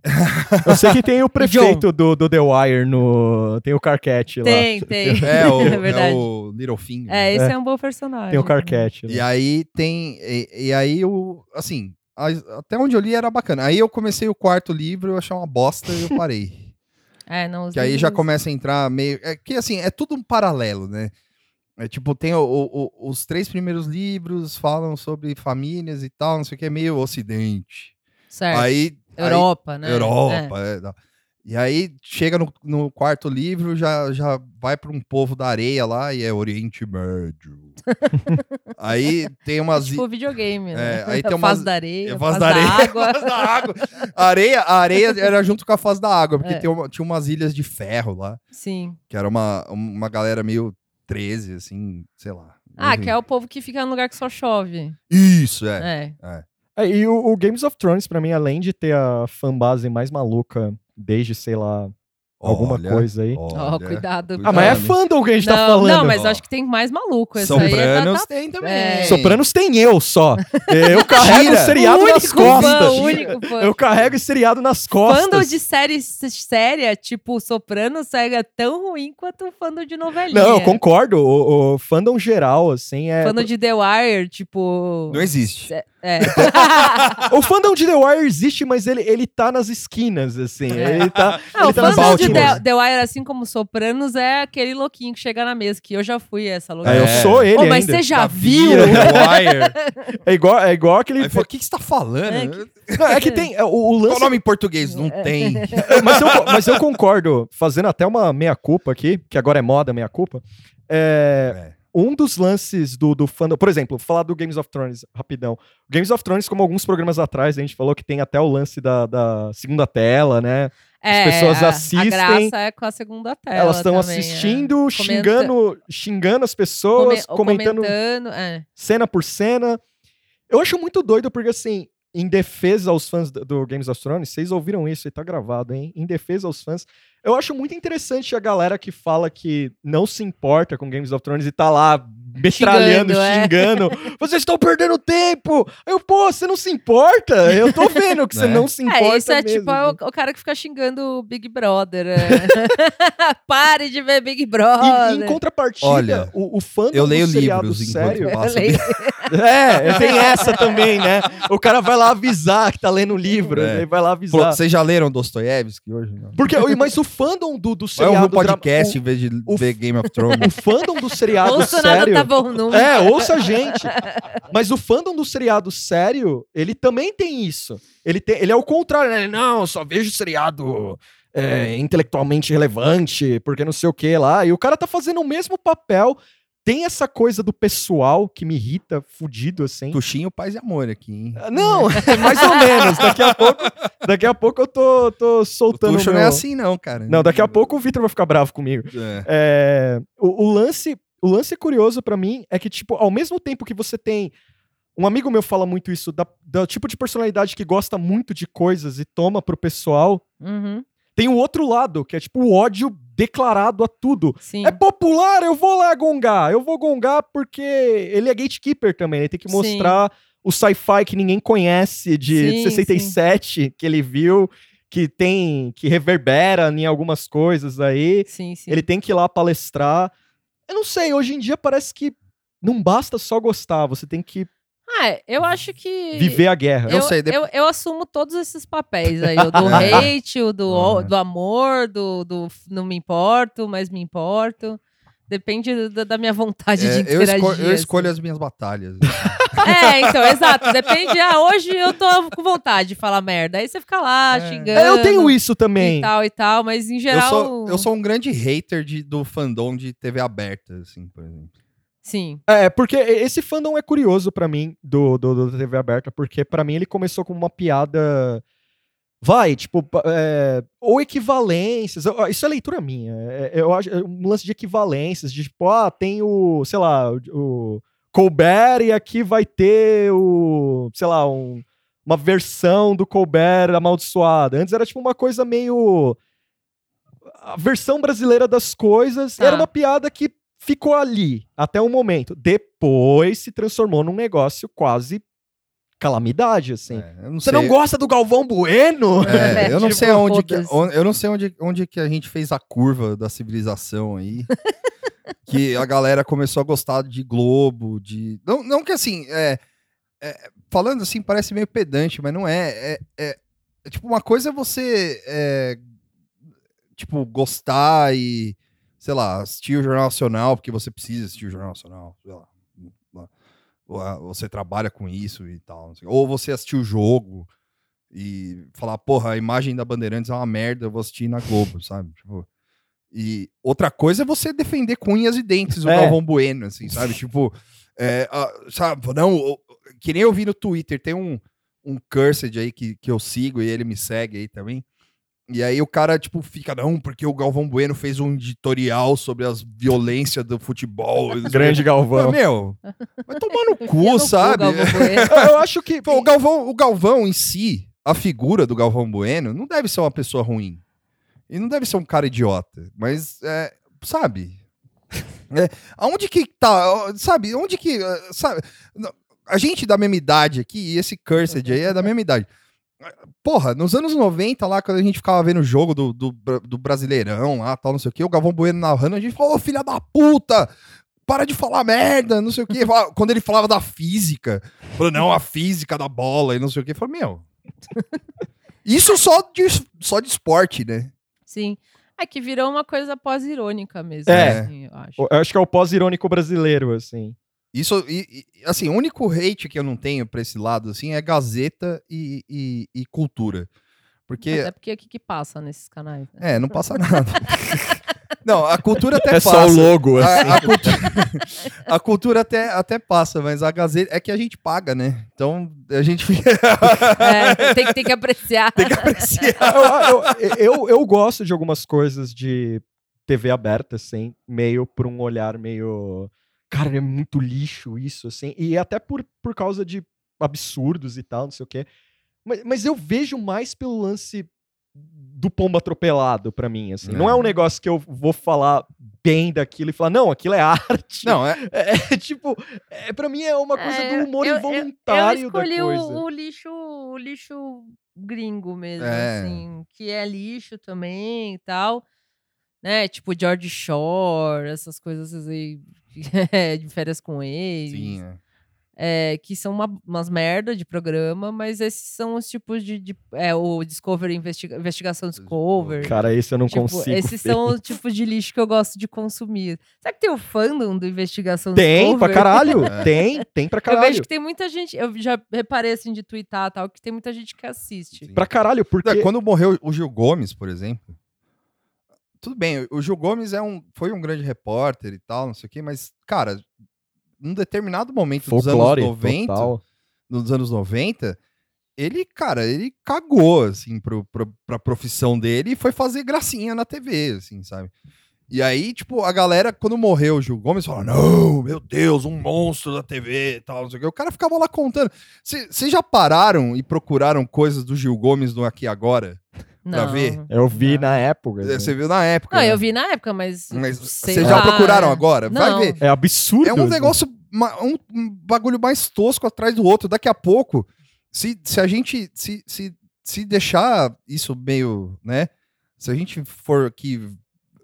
S2: Eu sei que tem o prefeito do, do The Wire no. Tem o Carquete lá. Tem,
S3: Tem, tem.
S1: É o,
S3: é
S1: é
S3: verdade.
S1: o Littlefinger.
S3: É, esse é. um bom personagem.
S2: o Carquete. né?
S1: E
S2: Lá.
S1: aí tem. E, e aí eu. Assim, a- até onde eu li era bacana. Aí eu comecei o quarto livro, eu achei uma bosta e eu parei.
S3: É, não, os
S1: que aí já
S3: livros-
S1: começa a entrar meio. É que assim, é tudo um paralelo, né? É tipo, tem o- o- o- os três primeiros livros falam sobre famílias e tal, não sei o que, é meio ocidente.
S3: Certo.
S1: Aí. aí-
S3: Europa, É, né?
S1: Europa. é, não. E aí chega no, no quarto livro, já, já vai para um povo da areia lá e é Oriente Médio. aí tem
S3: É
S1: umas.
S3: tipo videogame, né?
S1: É, aí tem
S3: A fase
S1: umas-
S3: da areia,
S1: a
S3: a
S1: fase
S3: fase
S1: da
S3: da
S1: areia,
S3: água.
S1: fase da água. A areia, a areia era junto com a fase da água, porque
S3: É.
S1: tem uma- tinha umas ilhas de ferro lá,
S3: Sim.
S1: que era uma, uma galera meio 13, assim, sei lá.
S3: Ah, que é o povo que fica num lugar que só chove.
S1: Isso, é.
S3: É.
S2: É, E o, o Games of Thrones, pra mim, além de ter a fanbase mais maluca desde, sei lá, alguma
S1: Olha,
S2: coisa aí.
S3: Ó,
S1: olha.
S3: cuidado.
S1: Ah,
S2: Ah, mas é
S1: Não,
S2: fandom que a gente
S3: não,
S2: tá falando.
S3: não, mas
S1: Ó.
S3: acho que tem mais maluco. Essa aí é da-
S1: Sopranos
S3: da-
S1: tem também.
S3: É.
S4: Sopranos tem eu só.
S2: É, Eu carrego o
S1: Tira.
S2: seriado
S3: o único
S2: nas costas.
S3: Fã, o único fã.
S2: Eu carrego o seriado nas costas.
S3: Fandom de série s- séria, tipo Soprano, séria é tão ruim quanto o fandom de novelinha.
S2: Não, eu concordo. O, o fandom geral, assim, é.
S3: Fandom de The Wire, tipo...
S1: Não existe.
S3: É.
S2: O fandom de The Wire existe, mas ele, ele tá nas esquinas, assim. Ele tá.
S3: Não,
S2: ele
S3: o
S2: tá nas
S3: É. fandom de
S1: Baltimore.
S3: de
S1: mentiroso.
S3: The, The Wire, assim como Sopranos, é aquele louquinho que chega na mesa, que eu já fui essa louquinha.
S2: Ah, eu
S1: É.
S2: sou ele
S3: Ô, mas
S2: ainda.
S3: você já
S1: Da
S3: viu?
S1: Vira, The Wire.
S2: É igual, é igual aquele...
S1: é um Aí falou, o que, que você tá falando?
S3: É,
S2: É que tem... é, O, o
S1: Qual o
S2: lance...
S1: nome em português? Não tem.
S2: mas, eu, mas eu concordo, fazendo até uma meia-culpa aqui, que agora é moda meia-culpa. É,
S1: É.
S2: um dos lances do, do fandom. Por exemplo, falar do Games of Thrones rapidão. Games of Thrones, como alguns programas atrás, a gente falou que tem até o lance da, da segunda tela, né?
S3: É,
S2: pessoas
S3: a-
S2: assistem,
S3: A graça é com a segunda tela.
S2: Elas estão
S3: também, é.
S2: assistindo, xingando, xingando as
S3: Come-
S2: pessoas,
S3: ou
S2: comentando
S3: comentando é.
S2: cena por cena. Eu acho muito doido, porque assim, em defesa aos fãs do- do Games of Thrones, vocês ouviram isso e tá gravado, hein? Em defesa aos fãs, eu acho muito interessante a galera que fala que não se importa com Games of Thrones e tá lá metralhando,
S3: Xingando, é.
S2: xingando. Vocês estão perdendo tempo! Aí Eu, pô, você não se importa? Eu tô vendo que você
S1: Né?
S2: não se importa.
S3: É, isso é
S2: mesmo.
S3: tipo o, o cara que fica xingando o Big Brother. é. Pare de ver Big Brother.
S2: E, em contrapartida,
S1: Olha,
S2: o, o fã
S1: Eu leio
S2: seriado
S1: livros enquanto
S2: sério.
S1: passo.
S3: Olha aí.
S2: É, tem essa também, né? O cara vai lá avisar que tá lendo o livro,
S1: É.
S2: ele vai lá
S1: Falou,
S2: avisar.
S1: Vocês já leram Dostoiévski hoje? Não.
S2: Porque, mas o fandom do, do
S1: Vai
S2: seriado...
S1: ouvir o
S2: drama-
S1: podcast em vez de
S2: o-
S1: ver Game of Thrones.
S2: o, o fandom do seriado
S3: Ouça nada
S2: sério...
S3: tá bom nunca.
S2: É, ouça a gente. Mas o fandom do seriado sério, ele também tem isso. Ele, tem, ele é o contrário, né? Ele, Não, eu só vejo seriado é, intelectualmente relevante, porque não sei o que lá. E o cara tá fazendo o mesmo papel. Tem essa coisa do pessoal que me irrita, fudido, assim.
S1: Tuxinho, paz e amor aqui, hein?
S2: Não, mais ou menos. Daqui a pouco, daqui a pouco eu tô, tô
S1: O
S2: soltando.
S1: Tuxo
S2: meu-
S1: não é assim, não, cara.
S2: Não, daqui a pouco o Vitor vai ficar bravo comigo.
S1: É.
S2: É, o, o lance, o lance curioso pra mim é que, tipo, ao mesmo tempo que você tem. Um amigo meu fala muito isso, da, do tipo de personalidade que gosta muito de coisas e toma pro pessoal.
S3: Uhum,
S2: Tem o outro lado, que é tipo o ódio declarado a tudo.
S3: sim.
S2: É popular, eu vou lá gongar. Eu vou gongar porque ele é gatekeeper também. Ele tem que
S3: Sim.
S2: mostrar o sci-fi que ninguém conhece de
S3: Sim,
S2: 67 que ele viu, que tem que reverbera em algumas coisas aí.
S3: Sim, sim.
S2: Ele tem que ir lá palestrar. Eu não sei, hoje em dia parece que não basta só gostar, você tem que
S3: Ah, eu acho que.
S2: viver né? a guerra.
S1: Eu sei, dep-
S3: eu, eu assumo todos esses papéis aí, o do
S1: É.
S3: hate, o do, o-
S2: É.
S1: Uhum.
S3: do amor, do, do f- não me importo, mas me importo. Depende da, da minha vontade
S1: É,
S3: de
S1: eu,
S3: interagir.
S1: esco- eu
S3: assim.
S1: escolho as minhas batalhas.
S3: É, então, exato. Depende. Ah, hoje eu tô com vontade de falar merda. Aí você fica lá
S1: É.
S3: xingando.
S2: É, Eu tenho isso também.
S3: E tal e tal, mas em
S1: eu,
S3: geral.
S1: sou, eu sou um grande hater de, do fandom de TV aberta, assim, por exemplo.
S3: Sim.
S2: É, porque esse fandom é curioso pra mim, do, do, do da TV aberta, porque pra mim ele começou com uma piada. Vai, tipo, pa- é, ou equivalências. eu- Isso é leitura minha. é, Eu acho é um lance de equivalências, de tipo, ah, tem o, sei lá, o- o Colbert e aqui vai ter o, sei lá, um- uma versão do Colbert amaldiçoada. Antes era tipo uma coisa meio. A versão brasileira das coisas
S3: Tá.
S2: era uma piada que ficou ali até um momento. Depois se transformou num negócio quase calamidade, assim.
S1: É, eu não
S4: Você
S1: sei,
S4: não gosta do Galvão Bueno?
S1: É, eu não
S3: Tipo,
S1: sei onde que,
S3: foda-se.
S1: on- eu não sei onde, onde que a gente fez a curva da civilização aí. que a galera começou a gostar de Globo, de. Não, não que assim. é- é, falando assim, parece meio pedante, mas não é. É, é- é tipo, uma coisa é você. é, tipo, gostar e. Sei lá, assistir o Jornal Nacional, porque você precisa assistir o Jornal Nacional. Sei lá, lá. Ou, ah, Você trabalha com isso e tal. não sei. Ou você assistir o jogo e falar, porra, a imagem da Bandeirantes é uma merda, eu vou assistir na Globo, sabe? Tipo, e outra coisa é você defender com unhas e dentes o
S2: É.
S1: Galvão Bueno, assim, sabe? tipo, é, ah, sabe, não, o- que nem eu vi no Twitter, tem um, um cursed aí que, que eu sigo e ele me segue aí também. E aí o cara, tipo, fica, não, porque o Galvão Bueno fez um editorial sobre as violências do futebol.
S2: Grande
S1: Galvão.
S2: Galvão.
S1: Meu, vai tomar no
S3: Enfia
S1: cu,
S3: no
S1: sabe?
S3: Galvão Bueno.
S2: Eu acho que.
S1: Pô, o, Galvão, o Galvão em si, a figura do Galvão Bueno, não deve ser uma pessoa ruim. E não deve ser um cara idiota. Mas, é, sabe? É, aonde que tá? ó, Sabe? Onde que. ah, Sabe? Não, A gente da mesma idade aqui, e esse Cursed aí é da mesma idade. Porra, nos anos 90, lá, quando a gente ficava vendo o jogo do, do, Bra- do Brasileirão lá, tal, não sei o quê, o Galvão Bueno narrando, a gente falou, ô filha da puta! Para de falar merda, não sei o quê. Fala- Quando ele falava da física, Falou, não, a física da bola e não sei o que. Falou, meu. Isso só de, só de esporte, né?
S3: Sim. É que virou uma coisa pós-irônica mesmo,
S1: É.
S3: assim, eu acho.
S2: Eu acho que é o pós-irônico brasileiro, assim.
S1: Isso, e, e, assim, o único hate que eu não tenho pra esse lado, assim, é Gazeta e, e- e cultura. Porque,
S3: Até porque o que, que passa nesses canais? né?
S1: é, não passa nada. não, a cultura até
S4: É
S1: passa.
S4: só o logo,
S1: A-
S4: assim.
S1: A, cultura, a cultura até, até passa, mas a Gazeta é que a gente paga, né? Então a gente fica-
S3: É, tem, que- tem que apreciar.
S1: tem que apreciar.
S2: eu, eu- eu- eu gosto de algumas coisas de TV aberta, assim, meio por um olhar meio. Cara, é muito lixo isso, assim. E até por, por causa de absurdos e tal, não sei o quê. Mas, mas eu vejo mais pelo lance do pombo atropelado pra mim, assim. Não é um negócio que eu vou falar bem daquilo e falar, não, aquilo é arte.
S1: Não, é,
S2: É, tipo, é, pra mim é uma coisa
S3: É,
S2: do humor
S3: eu- eu-
S2: involuntário
S3: Eu escolhi
S2: da
S3: o-
S2: coisa.
S3: O, lixo, o lixo gringo mesmo,
S1: É.
S3: assim, que é lixo também e tal. Né? Tipo George Shore, essas coisas aí de férias com ex.
S1: sim, é.
S3: é, que são uma- umas merda de programa, mas esses são os tipos de. de- é, o Discovery, investiga- Investigação Discovery.
S2: Cara, isso eu não
S3: Tipo,
S2: consigo.
S3: esses são os tipos de lixo que eu gosto de consumir. Será que tem o fandom do Investigação
S2: Tem
S3: Discovery?
S2: pra caralho.
S1: É.
S2: Tem, tem pra
S3: Eu
S2: caralho.
S3: vejo que tem muita gente. Eu já reparei assim de twittar e tal, que tem muita gente que assiste.
S1: Sim.
S2: Pra caralho, porque.
S1: É, Quando morreu o Gil Gomes, por exemplo. Tudo bem, o Gil Gomes é um, foi um grande repórter e tal, não sei o quê, mas, cara, num determinado momento
S2: Folclore
S1: dos anos 90,
S2: total.
S1: nos anos 90, ele, cara, ele cagou, assim, pro, pro, pra profissão dele e foi fazer gracinha na TV, assim, sabe? E aí, tipo, a galera, quando morreu o Gil Gomes, falou, não, meu Deus, um monstro da TV e tal, não sei o quê. O cara ficava lá contando. Vocês já pararam e procuraram coisas do Gil Gomes no Aqui Agora? pra
S3: Não.
S1: ver?
S2: Eu vi
S3: Não.
S2: na época. né?
S1: Você viu na época.
S3: Não,
S1: né?
S3: eu vi na época, mas.
S1: Mas
S3: sei
S1: vocês já
S3: lá.
S1: procuraram agora?
S3: Não.
S1: Vai ver.
S2: É absurdo.
S1: É um negócio, ma- um, um bagulho mais tosco atrás do outro. Daqui a pouco, se, se a gente se, se, se deixar isso meio, né? Se a gente for aqui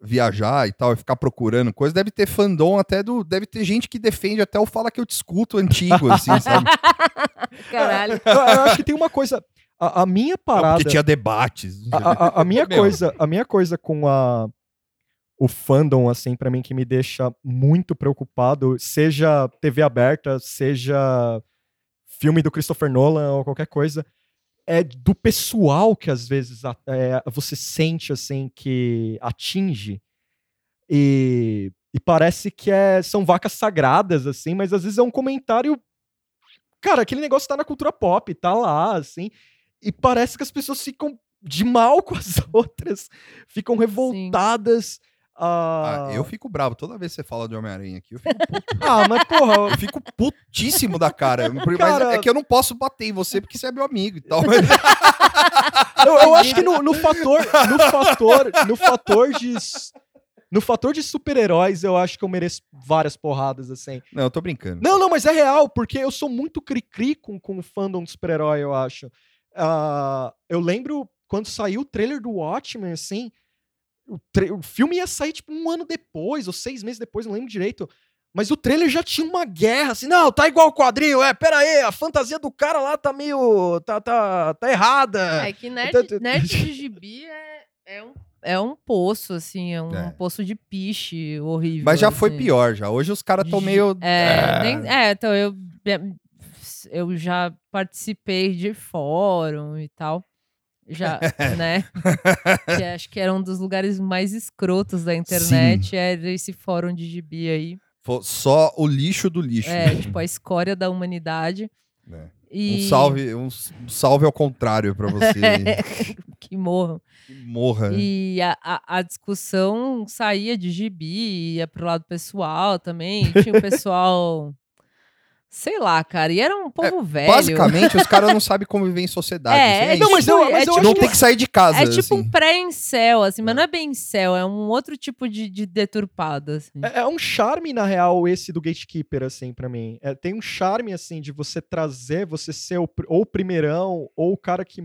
S1: viajar e tal, e ficar procurando coisa, deve ter fandom até do. Deve ter gente que defende até o Fala Que Eu Te Escuto antigo, assim, sabe?
S3: Caralho.
S2: Eu, eu acho que tem uma coisa. A, a
S3: É
S2: minha parada.
S1: Porque tinha debates.
S2: A, a- a- a minha
S1: Meu.
S2: coisa, a minha coisa com a o fandom assim pra mim que me deixa muito preocupado, seja TV aberta, seja filme do Christopher Nolan ou qualquer coisa, é do pessoal que às vezes a- é, você sente assim que atinge e, e parece que é, são vacas sagradas assim, mas às vezes é um comentário cara, aquele negócio tá na cultura pop, tá lá assim, e parece que as pessoas ficam de mal com as outras, ficam revoltadas. Ah,
S1: Ah, eu fico bravo toda vez que você fala de Homem-Aranha aqui. Eu fico,
S2: Ah, mas porra,
S1: eu fico putíssimo da cara. Mas
S2: Cara-
S1: é que eu não posso bater em você porque você é meu amigo e tal.
S2: eu, eu acho que no, no fator, no fator, no fator de s- no fator de super-heróis, eu acho que eu mereço várias porradas assim.
S1: Não, eu tô brincando.
S2: Não, não, mas é real, porque eu sou muito cri-cri com, com o fandom de super-herói, eu acho. Ah, eu lembro quando saiu o trailer do Watchmen, assim, o, tra- o filme ia sair tipo um ano depois, ou seis meses depois, não lembro direito. Mas o trailer já tinha uma guerra, assim, não, tá igual o quadrinho, é, pera aí, a fantasia do cara lá tá meio, tá, tá, tá errada.
S3: É que nerd,
S2: Tanto-
S3: nerd de gibi é, é um. É um poço, assim, é um
S1: É.
S3: poço de piche horrível.
S1: Mas já foi
S3: assim.
S1: pior, já. Hoje os caras estão
S3: Gi-
S1: meio.
S3: É,
S1: Ah.
S3: nem- é, então eu, eu já participei de fórum e tal. Já, né? que acho que era um dos lugares mais escrotos da internet. Era esse fórum de gibi aí.
S1: Fo- Só o lixo do lixo.
S3: É, tipo, a escória da humanidade.
S1: né?
S3: E
S1: Um salve, um s- um salve ao contrário pra você.
S3: que morram.
S1: Que Morra.
S3: E a, a, a discussão saía de gibi, ia pro lado pessoal também. Tinha o pessoal. Sei lá, cara. E era um povo velho.
S1: É, Basicamente, os caras não sabem conviver em sociedade.
S3: É,
S1: assim,
S3: é
S1: é
S3: não,
S1: isso.
S3: mas eu- mas eu
S1: Não
S3: acho que-
S1: tem que sair de casa.
S3: É tipo
S1: assim.
S3: um pré-incel, assim, mas não é bem incel, é um outro tipo de, de deturpado, assim.
S2: É, é um charme, na real, esse do Gatekeeper, assim, pra mim. É, tem um charme, assim, de você trazer, você ser o, pr- ou o primeirão, ou o cara que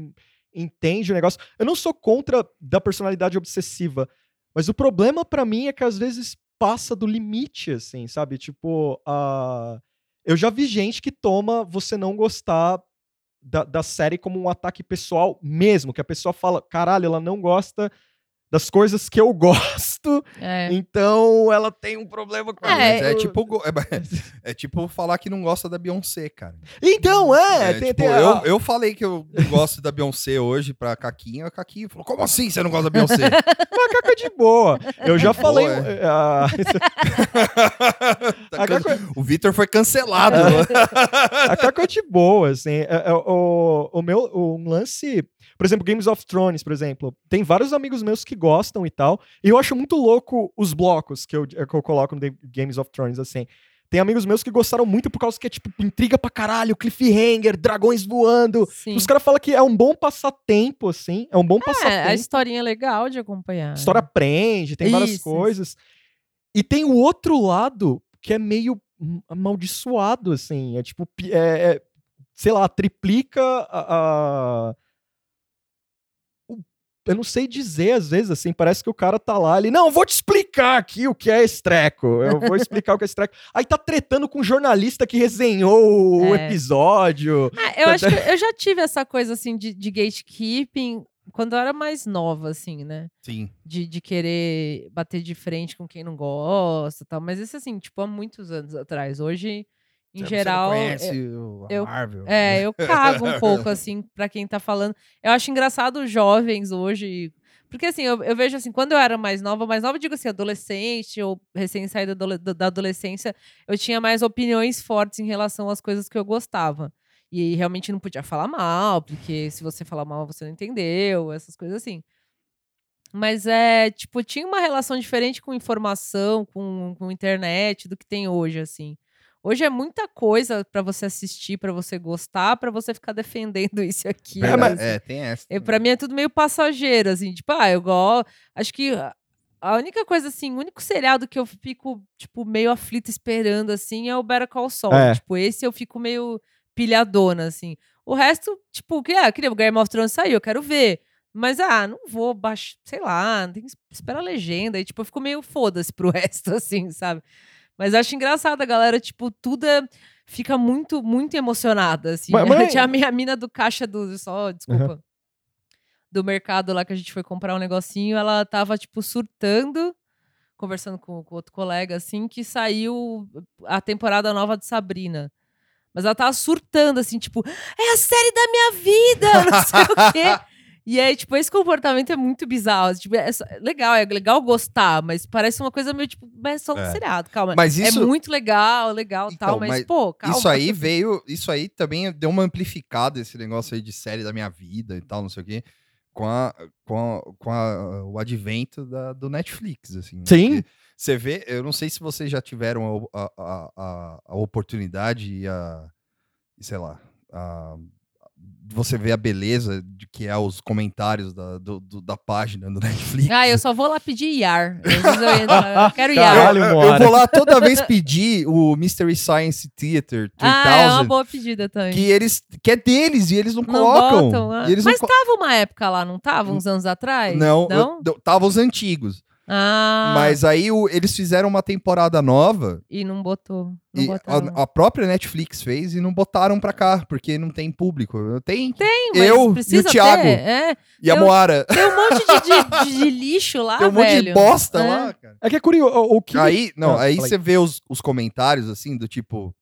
S2: entende o negócio. Eu não sou contra da personalidade obsessiva, mas o problema pra mim é que às vezes passa do limite, assim, sabe? Tipo, a... eu já vi gente que toma você não gostar da, da série como um ataque pessoal mesmo, que a pessoa fala, caralho, ela não gosta das coisas que eu gosto,
S3: É.
S2: então ela tem um problema com
S1: Mas
S3: É,
S2: eu-
S1: tipo, go- é- é tipo falar que não gosta da Beyoncé, cara.
S2: Então, é,
S1: É,
S2: tem,
S1: tipo,
S2: tem a-
S1: eu, eu falei que eu gosto da Beyoncé hoje pra Caquinha, a Caquinha falou, como assim você não gosta da Beyoncé?
S2: Caca de boa. Eu já
S1: Boa,
S2: falei.
S1: é.
S2: eh, a-
S1: Tá
S2: a,
S1: can-
S2: Caco,
S1: O Vitor foi
S3: É,
S1: cancelado.
S2: a Caco é de Tá boa, assim. É- é- O, o meu um lance. Por exemplo, Games of Thrones, por exemplo. Tem vários amigos meus que gostam e tal. E eu acho muito louco os blocos que eu, é, que eu coloco no The Games of Thrones, assim. Tem amigos meus que gostaram muito por causa que é, tipo, intriga pra caralho, cliffhanger, dragões voando.
S3: Sim.
S2: Os caras falam que é um bom passatempo, assim. É um bom passatempo.
S3: É, a historinha é legal de acompanhar.
S2: história prende, tem várias
S3: Isso, isso.
S2: coisas. E tem o outro lado que é meio hum, amaldiçoado, assim. É tipo, pi- é, é, sei lá, triplica a. a- o- Eu não sei dizer, às vezes, assim, parece que o cara tá lá, ele, não, eu vou te explicar aqui o que é estreco, eu vou explicar o que é estreco. Aí tá tretando com o jornalista que resenhou o
S3: É.
S2: episódio.
S3: Ah, eu acho que eu já tive essa coisa assim de, de gatekeeping quando eu era mais nova, assim, né?
S1: Sim.
S3: De, de querer bater de frente com quem não gosta e tal. Mas isso, assim, tipo, há muitos anos atrás. Hoje, em
S1: Você não
S3: geral.
S1: conhece
S3: eu-
S1: o- a
S3: eu-
S1: Marvel.
S3: É, eu cago um pouco, assim, pra quem tá falando. Eu acho engraçado os jovens hoje. Porque, assim, eu, eu vejo, assim, quando eu era mais nova, mais nova, eu digo assim, adolescente ou recém-saída adole- da da adolescência, eu tinha mais opiniões fortes em relação às coisas que eu gostava. E realmente não podia falar mal, porque se você falar mal, você não entendeu, essas coisas assim. Mas é, tipo, tinha uma relação diferente com informação, com, com internet, do que tem hoje, assim. Hoje é muita coisa pra você assistir, pra você gostar, pra você ficar defendendo isso e aquilo.
S1: Verdade,
S3: assim.
S1: é, tem essa.
S3: Eu, pra mim é tudo meio passageiro, assim, tipo, ah, eu gosto. Acho que a- a única coisa, assim, o único seriado que eu fico, tipo, meio aflita esperando, assim, é o Better Call Saul.
S2: É.
S3: Tipo, esse eu fico meio pilhadona, assim. O resto, tipo, que ah, queria, o Game of Thrones saiu, eu quero ver. Mas, ah, não vou baixar, sei lá, tem que es- esperar a legenda. E, tipo, eu fico meio foda-se pro resto, assim, sabe? Mas eu acho engraçado a galera, tipo, tudo é- fica muito, muito emocionada, assim.
S2: Mas- mas-
S3: Tinha a minha mina do caixa do... Só, desculpa do mercado lá que a gente foi comprar um negocinho, ela tava, tipo, surtando, conversando com, com outro colega, assim, que saiu a temporada nova de Sabrina. Mas ela tava surtando, assim, tipo, é a série da minha vida, não sei o quê. E aí, tipo, esse comportamento é muito bizarro. Tipo, é só- é legal, é legal gostar, mas parece uma coisa meio, tipo, mas é só um
S1: É.
S3: seriado, calma.
S1: Mas
S3: É
S1: isso-
S3: muito legal, legal
S1: Então,
S3: tal, mas,
S1: mas
S3: pô, calma.
S1: Isso aí veio, isso aí também deu uma amplificada, esse negócio aí de série da minha vida e tal, não sei o quê, com, a, com, a- com a- o advento da- do Netflix, assim. né?
S2: Sim.
S1: Porque Você vê, eu não sei se vocês já tiveram a, a- a- a- a oportunidade e a, e sei lá, a- você vê a beleza de que é os comentários da, do- do- da página do Netflix.
S3: Ah, eu só vou lá pedir IAR. Às vezes eu entro lá, eu quero
S2: Caralho.
S3: IAR.
S1: eu,
S2: uma
S1: eu
S2: hora.
S1: vou lá toda vez pedir o Mystery Science Theater 3000.
S3: Ah, é uma boa pedida também.
S1: que eles que é deles e eles não,
S3: Não
S1: colocam.
S3: botam, ah.
S1: e eles
S3: Mas
S1: não, co-
S3: Tava uma época lá, não tava? Uns anos atrás?
S1: não,
S3: não?
S1: eu- eu- tava os antigos.
S3: então? Ah,
S1: Mas aí o- eles fizeram uma temporada nova
S3: e não botou. Não
S1: e
S3: botaram.
S1: a, a própria Netflix fez e não botaram pra cá porque não tem público. Tem,
S3: Sim, mas
S1: eu e o
S3: precisa
S1: Thiago.
S3: ter, é.
S1: e a
S3: eu-
S1: Moara
S3: Tem um monte de, de- de- de lixo lá,
S1: tem um monte de
S3: velho.
S1: bosta
S3: É.
S1: lá. Cara.
S2: É que é curioso. O, o que...
S1: Aí não,
S2: Ah,
S1: aí
S2: fala aí.
S1: você vê os, os comentários assim do tipo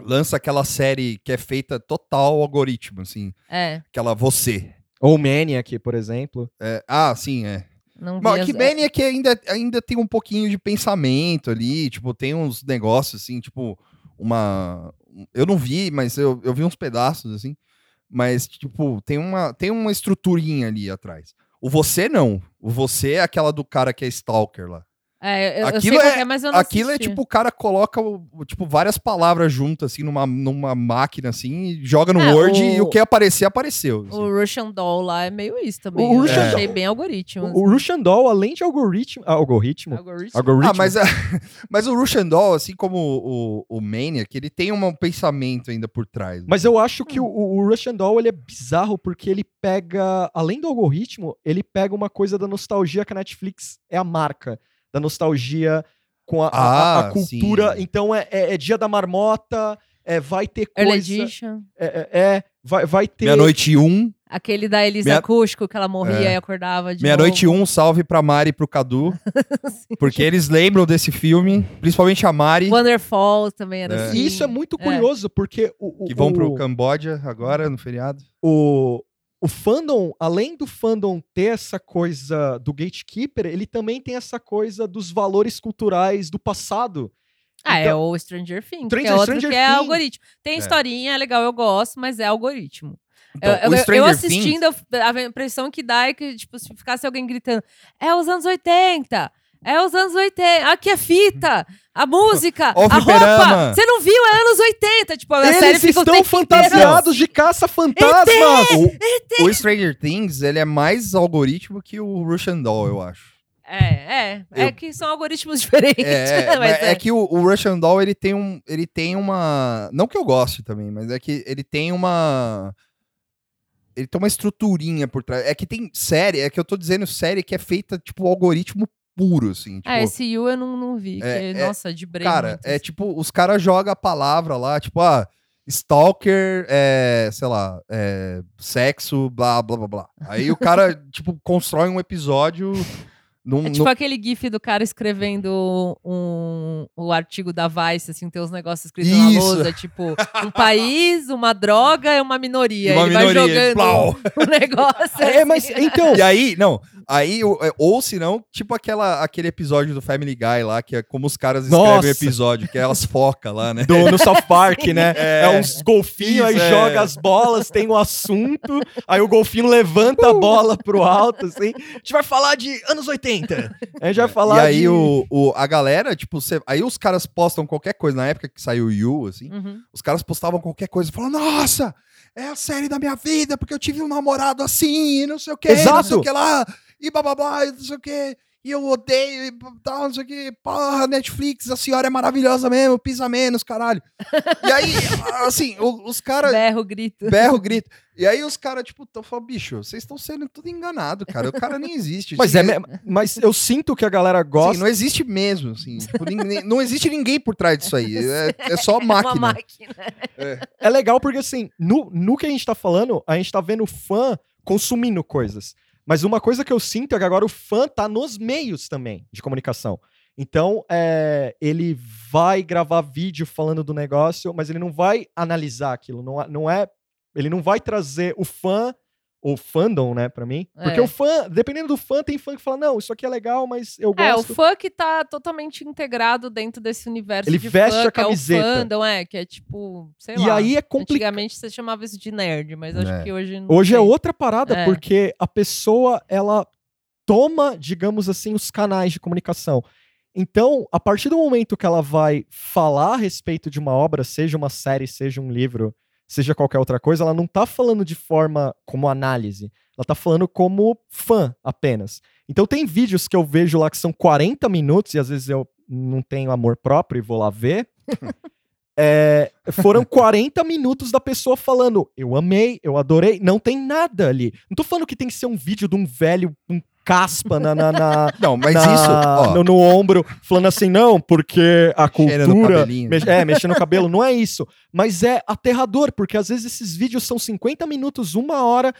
S1: lança aquela série que é feita total algoritmo assim,
S3: É,
S1: aquela você.
S2: Ou Maniac, por exemplo.
S1: É, ah, sim, é.
S3: não vi.
S1: Mas
S3: as-
S1: que Benny é que ainda, ainda tem um pouquinho de pensamento ali, tipo, tem uns negócios assim, tipo, uma. Eu não vi, mas eu, eu vi uns pedaços assim. Mas, tipo, tem uma, tem uma estruturinha ali atrás. O você não. O você é aquela do cara que é stalker lá.
S3: É, eu, eu sei
S1: Aquilo
S3: qual
S1: é-
S3: que é, mas eu não
S1: Aquilo é
S3: assisti.
S1: tipo, o cara coloca o- o, tipo, várias palavras juntas, assim, numa, numa máquina, assim, e joga no
S3: É,
S1: Word
S3: o-
S1: e o que aparecer, apareceu. assim.
S3: O Russian Doll lá é meio isso também.
S2: O
S3: eu
S2: Russian
S3: achei
S2: Doll-
S3: bem algoritmo. assim.
S2: O, o Russian Doll, além de algoritmo. ah, Algoritmo?
S3: Algoritmo.
S2: Algoritmo.
S1: Ah, mas, a- mas o Russian Doll, assim como o, o Maniac, ele tem um pensamento ainda por trás. né?
S2: Mas eu acho que o, o Russian Doll ele é bizarro porque ele pega, além do algoritmo, ele pega uma coisa da nostalgia que a Netflix é a marca da nostalgia com a, a- a- a
S1: Ah,
S2: cultura.
S1: sim.
S2: Então é, é- é dia da marmota, é vai ter
S3: Early
S2: coisa,
S3: Edition.
S2: é, é- é, vai, vai ter
S1: Meia-noite um,
S3: Aquele da Elisa
S1: Meia-
S3: Cusco, que ela morria
S1: É.
S3: e acordava de
S1: Meia-noite
S3: novo.
S1: um, salve pra Mari e pro Cadu. porque eles lembram desse filme, principalmente a Mari,
S3: Wonderfall também era
S1: É.
S3: assim.
S2: E isso é muito curioso, porque o, o,
S1: que vão pro
S2: o,
S1: Camboja agora, no feriado.
S2: o, o fandom, além do fandom ter essa coisa do gatekeeper, ele também tem essa coisa dos valores culturais do passado.
S3: Ah, é
S2: Então-
S3: o Stranger Things, que
S2: Stranger-
S3: é outro
S2: Stranger
S3: que é
S2: Things.
S3: algoritmo. Tem
S1: É.
S3: historinha, é legal, eu gosto, mas é algoritmo.
S1: Então,
S3: eu, eu-
S1: o
S3: eu- eu
S1: Stranger
S3: assistindo, eu- a impressão que dá é que, tipo, se ficasse alguém gritando, é os anos 80, é os anos 80, aqui é fita, a música,
S1: Ó o
S3: a
S1: fliperama.
S3: roupa, você não viu, é anos 80, tipo, a série
S2: Eles
S3: fica o
S2: estão
S3: tempo inteiro-
S2: fantasiados de caça-fantasmas!
S1: O, o Stranger Things, ele é mais algoritmo que o Russian Doll, eu acho.
S3: É, é, é
S1: Eu-
S3: que são algoritmos diferentes.
S1: É, é,
S3: mas
S1: mas é
S3: é.
S1: que o, o Russian Doll, ele tem um. Ele tem uma. Não que eu goste também, mas é que ele tem uma. Ele tem uma estruturinha por trás. É que tem série, é que eu tô dizendo série que é feita, tipo, algoritmo puro, assim. Tipo,
S3: Ah, esse You eu não, não vi, que,
S1: É, é-
S3: nossa, de break.
S1: cara, é tipo, os caras jogam a palavra lá, tipo, ah, stalker, é, sei lá, é, sexo, blá, blá, blá, blá. Aí o cara, tipo, constrói um episódio num.
S3: É tipo aquele gif do cara escrevendo um, o artigo da Vice, assim, tem uns negócios escritos na
S1: Isso.
S3: lousa, tipo, um país, uma droga e uma minoria.
S1: numa
S3: Ele
S1: minoria,
S3: vai jogando
S1: plau.
S3: o negócio.
S2: É,
S3: assim.
S2: mas então,
S1: E aí, não, aí, o- é, ou se não, tipo aquela, aquele episódio do Family Guy lá, que é como os caras escrevem
S4: Nossa.
S1: o episódio, que é elas focam lá, né?
S4: Do, no South Park, né?
S1: É.
S4: É, uns golfinhos, aí
S1: Isso, é.
S4: joga as bolas, tem um assunto, aí o golfinho levanta a bola pro alto, assim. A gente vai falar de anos 80.
S2: a gente vai falar
S1: e aí
S2: de...
S1: o, o- a galera, tipo, cê- aí os caras postam qualquer coisa, na época que saiu o You, assim,
S3: Uhum.
S1: os caras postavam qualquer coisa, falavam, nossa, é a série da minha vida, porque eu tive um namorado assim, e não sei o que, não sei
S4: Exato.
S1: o que lá, e blá blá blá, e não sei o que, e eu odeio, e tal, não sei o que, porra, Netflix, a senhora é maravilhosa mesmo, pisa menos, caralho. E aí, assim, o- os caras
S3: Berro, grito.
S1: berro, grito. E aí os caras, tipo, tão falando, bicho, vocês estão sendo tudo enganado, cara. O cara nem existe.
S2: Mas,
S1: assim,
S2: é, me- mas eu sinto que a galera
S1: assim,
S2: gosta.
S1: não existe mesmo, assim. tipo, ninguém- não existe ninguém por trás disso aí. É, é só
S3: Uma
S1: máquina.
S3: máquina.
S2: É legal porque, assim, no, no que a gente tá falando, a gente tá vendo o fã consumindo coisas. Mas uma coisa que eu sinto é que agora o fã tá nos meios também de comunicação. Então, é, ele vai gravar vídeo falando do negócio, mas ele não vai analisar aquilo. Não, a- não é. Ele não vai trazer o fã, ou fandom, né, pra mim. Porque
S3: É.
S2: o fã, dependendo do fã, tem fã que fala: não, isso aqui é legal, mas eu
S3: É, o
S2: gosto.
S3: fã que tá totalmente integrado dentro desse universo
S2: Ele
S3: de
S2: veste
S3: fã,
S2: a camiseta.
S3: Que é o fandom, é, que é tipo, sei
S2: e
S3: lá.
S2: aí é complicado.
S3: Antigamente você chamava isso de nerd, mas acho
S1: É.
S3: que hoje não
S2: Hoje é
S3: tem.
S2: outra parada,
S3: É.
S2: porque a pessoa, ela toma, digamos assim, os canais de comunicação. Então, a partir do momento que ela vai falar a respeito de uma obra, seja uma série, seja um livro, seja qualquer outra coisa, ela não tá falando de forma como análise. Ela tá falando como fã apenas. Então, tem vídeos que eu vejo lá que são 40 minutos, e às vezes eu não tenho amor próprio e vou lá ver. É, foram 40 minutos da pessoa falando: Eu amei, eu adorei. Não tem nada ali. Não tô falando que tem que ser um vídeo de um velho, um caspa na, na, na-
S1: Não, mas
S2: na-
S1: isso, ó,
S2: no, no ombro, falando assim, não, porque a
S1: Cheira no
S2: cultura.
S1: cabelinho.
S2: mex- é, mexendo no cabelo, não é isso. Mas é aterrador, porque às vezes esses vídeos são 50 minutos, uma hora,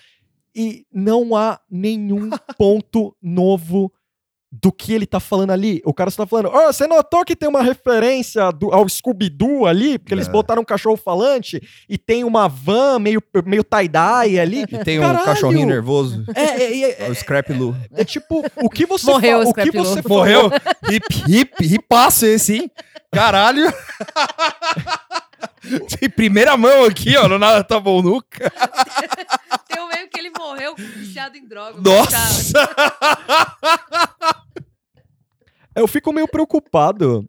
S2: e não há nenhum ponto novo do que ele tá falando ali. O cara só tá falando, ó, você notou que tem uma referência do- ao Scooby-Doo ali? Porque eles
S1: É.
S2: botaram um cachorro falante e tem uma van meio, meio tie-dye ali.
S1: E tem um
S2: Caralho!
S1: cachorrinho nervoso.
S2: É, é, é, é,
S1: É o Scrap Lou.
S2: é tipo, o que você
S3: Morreu
S2: fa-
S3: o
S2: o que
S3: Scrap Lou.
S2: você falou-
S1: Morreu? Hip, hip, ripasso esse, hein? Caralho! Em primeira mão aqui, ó, no Nada Tá Bom Nunca.
S3: Tem um meio que ele morreu viciado em droga. coitado.
S1: Nossa!
S2: Eu fico meio preocupado.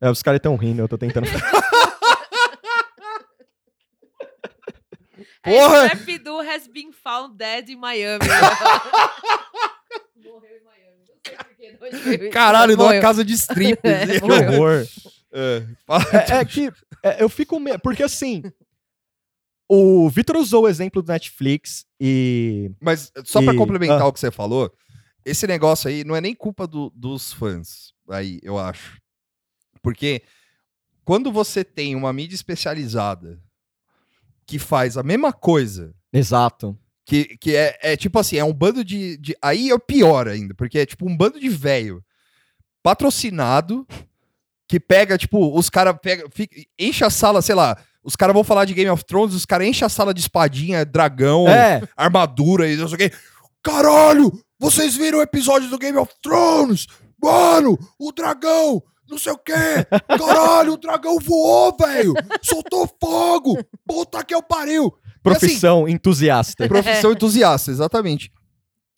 S2: É, os caras estão rindo, eu tô tentando.
S1: Porra!
S3: É, Rapidu has been found dead in Miami. Morreu em Miami. Não sei por que, de onde veio isso.
S1: Caralho, numa
S3: Morreu.
S1: casa de strip.
S3: É,
S2: que horror.
S1: É, fala-
S2: É, é que é, eu fico meio. Porque assim. O Vitor usou o exemplo do Netflix e.
S1: Mas só pra
S2: E-
S1: complementar
S2: ah.
S1: o que você falou, esse negócio aí não é nem culpa do- dos fãs, aí, eu acho. Porque quando você tem uma mídia especializada que faz a mesma coisa
S2: Exato.
S1: Que, que é, é tipo assim, é um bando de, de- Aí é o pior ainda, porque é tipo um bando de velho patrocinado que pega, tipo, os caras pega, fica- enche a sala, sei lá, os caras vão falar de Game of Thrones, os caras enchem a sala de espadinha, dragão,
S2: É,
S1: armadura e não sei o quê. Caralho, vocês viram o episódio do Game of Thrones? Mano, o dragão, não sei o quê. Caralho, o dragão voou, velho. Soltou fogo. Puta que eu pariu.
S2: profissão entusiasta.
S1: Um Profissão entusiasta, exatamente.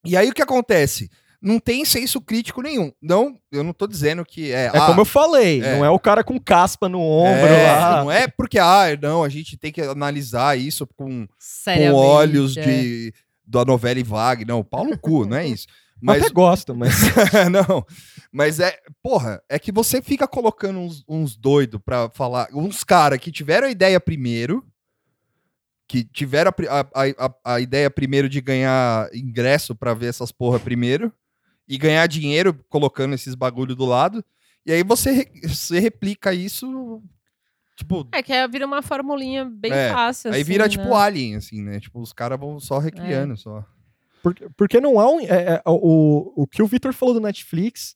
S1: E aí o que acontece? Não tem senso crítico nenhum. Não, eu não tô dizendo que é.
S2: É como eu falei,
S1: é.
S2: não é o cara com caspa no ombro
S1: é,
S2: lá.
S1: Não é porque, ah, não, a gente tem que analisar isso com com
S3: Sério.
S1: olhos
S3: é.
S1: de, da novela e vague. Não, pau no cu, não é isso.
S2: Mas...
S1: Mas,
S2: Até gosto, mas
S1: não, mas é, porra, é que você fica colocando uns, uns doidos pra falar, uns caras que tiveram a ideia primeiro, que tiveram a pri- a, a, a- a ideia primeiro de ganhar ingresso pra ver essas porra primeiro, e ganhar dinheiro colocando esses bagulho do lado, e aí você, re- você replica isso, tipo,
S3: É que aí vira uma formulinha bem
S1: É,
S3: fácil.
S1: aí
S3: assim,
S1: vira
S3: né?
S1: tipo Alien, assim, né? Tipo, os caras vão só recriando, só.
S2: Porque, porque não há um. é, é, o, o que o Victor falou do Netflix,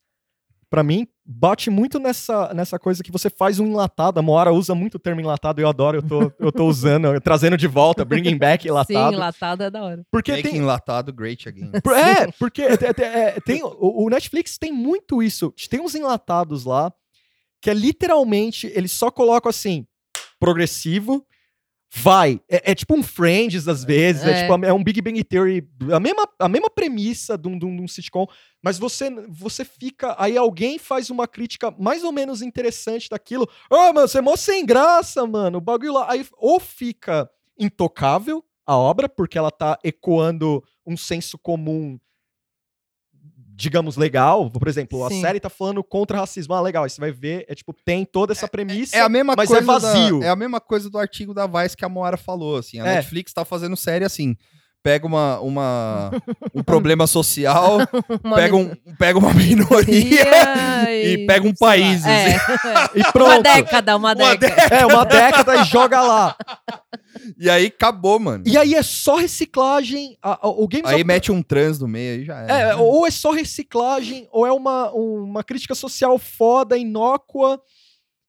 S2: pra mim, bate muito nessa, nessa coisa que você faz um enlatado. A Moara usa muito o termo enlatado, eu adoro, eu tô, eu tô usando, eu- trazendo de volta, bringing back enlatado.
S3: Sim, latada é da hora.
S2: porque
S1: Make
S2: tem.
S1: enlatado great again.
S2: por- É, porque é, tem- é, tem, o, o Netflix tem muito isso. Tem uns enlatados lá que é literalmente, eles só colocam assim, progressivo. Vai, é, é tipo um Friends às vezes, é,
S3: É.
S2: tipo é um Big Bang Theory, a mesma, a mesma premissa de um, de um- de um sitcom, mas você você fica, aí alguém faz uma crítica mais ou menos interessante daquilo, ah, mano, você é mó sem graça, mano, o bagulho lá, aí ou fica intocável a obra, porque ela tá ecoando um senso comum, digamos, legal, por exemplo,
S3: Sim.
S2: a série tá falando contra racismo, ah, legal, aí você vai ver, é tipo, tem toda essa premissa,
S1: É a mesma
S2: mas é
S1: coisa
S2: vazio.
S1: Da, é a mesma coisa do artigo da Vice que a Moara falou, assim. A
S2: É.
S1: Netflix tá fazendo série assim. Pega uma, uma, um problema social,
S3: Uma
S1: pega, um, pega uma
S2: É.
S1: minoria e pega um
S3: sei lá,
S1: país. assim.
S3: É.
S2: e
S3: uma
S2: pronto.
S3: década, uma
S1: Uma
S3: década.
S2: É, uma década e joga lá.
S1: E aí acabou, mano.
S2: E aí é só reciclagem. a- a- o Games
S1: aí
S2: of-
S1: mete um trans no meio aí já
S2: é,
S1: era.
S2: é, ou é só reciclagem, ou é uma, uma crítica social foda, inócua.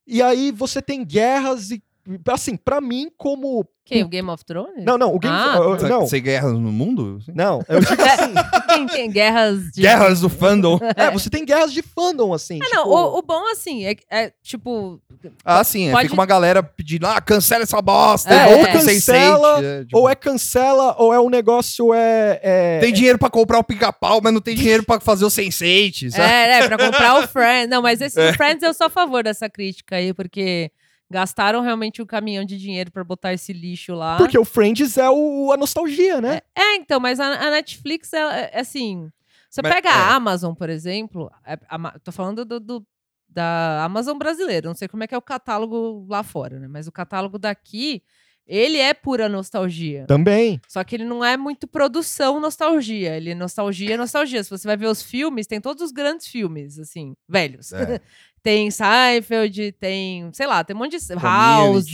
S2: E aí você tem guerras e. Assim, pra mim, como.
S3: Quem? O Game of Thrones?
S2: Não, não, o Games
S3: Ah,
S2: of.
S1: Sem-
S2: não,
S1: Sem guerras no mundo? Assim.
S2: não. Eu digo assim.
S3: É, Quem tem guerras de.
S1: Guerras do fandom.
S2: é, você tem guerras de fandom, assim.
S3: Ah, não,
S2: tipo,
S3: o, o bom, assim, é, é, tipo.
S1: Ah, sim. é,
S3: Pode-
S1: Fica uma galera pedindo, ah, cancela essa bosta.
S3: É,
S1: volta
S3: ou
S1: com Sense8,
S2: cancela,
S1: é, tipo,
S2: Ou é cancela, ou é um negócio é. é-
S1: Tem dinheiro pra comprar o pica-pau, mas não tem dinheiro pra fazer o Sense8, sabe? É.
S3: É, né? Pra comprar o Friends. Não, mas esse do Friends eu sou a favor dessa crítica aí, porque gastaram realmente um caminhão de dinheiro pra botar esse lixo lá.
S2: Ah. Porque o Friends é o, a nostalgia, né?
S3: É, então, mas a, a Netflix, é, é assim. Você
S1: Mas-
S3: pega
S1: é.
S3: a Amazon, por exemplo. é, a Ma- tô falando do, do- da Amazon brasileira. Não sei como é que é o catálogo lá fora, né? Mas o catálogo daqui, ele é pura nostalgia.
S2: Também.
S3: Só que ele não é muito produção nostalgia. Ele é nostalgia, nostalgia. Se você vai ver os filmes, tem todos os grandes filmes, assim, velhos.
S1: É.
S3: tem Seinfeld, tem, sei lá, tem um monte de
S1: Community.
S3: House,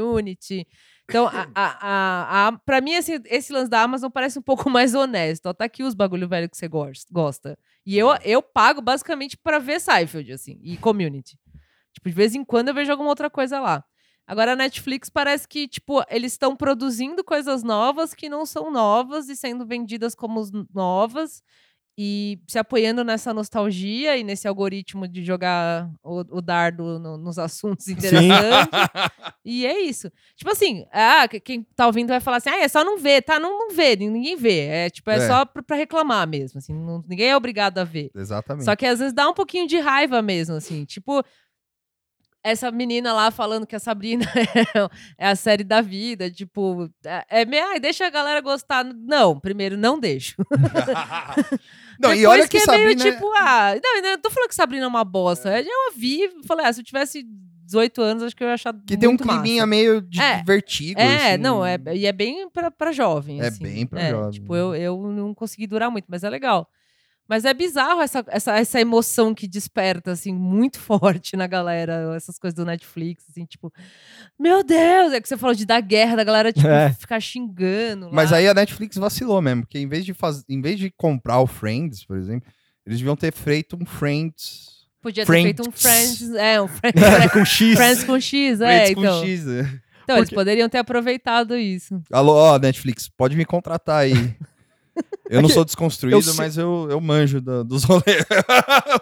S3: Community. Então, a, a, a, a- pra mim, esse, esse lance da Amazon parece um pouco mais honesto. Ó, tá aqui os bagulho velho que você gos- gosta. E eu,
S1: É.
S3: eu pago basicamente pra ver Seinfeld, assim, e Community. Tipo, de vez em quando eu vejo alguma outra coisa lá. Agora a Netflix parece que, tipo, eles estão produzindo coisas novas que não são novas e sendo vendidas como os n- novas e se apoiando nessa nostalgia e nesse algoritmo de jogar o, o dardo no- nos assuntos
S2: É.
S3: interessantes. e é isso. Tipo assim, ah, que- quem tá ouvindo vai falar assim, ah, é só não ver, tá? Não, não vê, ninguém vê. É, tipo, é,
S1: É.
S3: só pra, pra reclamar mesmo, assim, não- ninguém é obrigado a ver.
S1: Exatamente.
S3: Só que às vezes dá um pouquinho de raiva mesmo, assim. Tipo, essa menina lá falando que a Sabrina é a série da vida. Tipo, é, é meio, ai, deixa a galera gostar. Não, primeiro, não deixo.
S1: não,
S3: Depois
S1: e olha que,
S3: é
S1: Sabrina...
S3: meio tipo, ah, não, eu não tô falando que Sabrina é uma bosta. Eu vi e falei, ah, se eu tivesse 18 anos, acho que eu ia achar.
S1: Que tem um
S3: muito
S1: climinha
S3: massa.
S1: meio de
S3: É.
S1: vertigo.
S3: É,
S1: assim.
S3: não, é, e é bem pra, pra jovem.
S1: É
S3: assim.
S1: bem pra jovem.
S3: Tipo, eu, eu não consegui durar muito, mas é legal. Mas é bizarro essa, essa, essa emoção que desperta, assim, muito forte na galera, essas coisas do Netflix, assim, tipo, meu Deus, é que você falou de dar guerra, da galera, tipo,
S2: É.
S3: ficar xingando. lá.
S1: Mas aí a Netflix vacilou mesmo, porque em vez de faz... em vez de comprar o Friends, por exemplo, eles deviam ter feito um Friends.
S3: Podia ter
S1: Friends.
S3: feito um Friends. É, um Friends,
S2: com X.
S3: Friends com X, é.
S1: Friends
S3: então
S1: com X. né?
S3: então eles
S2: Porque-
S3: poderiam ter aproveitado isso.
S1: Alô, ó, Netflix, pode me contratar aí. Eu não
S3: É
S1: sou desconstruído,
S2: eu sei-
S1: mas eu, eu manjo da- dos rolês.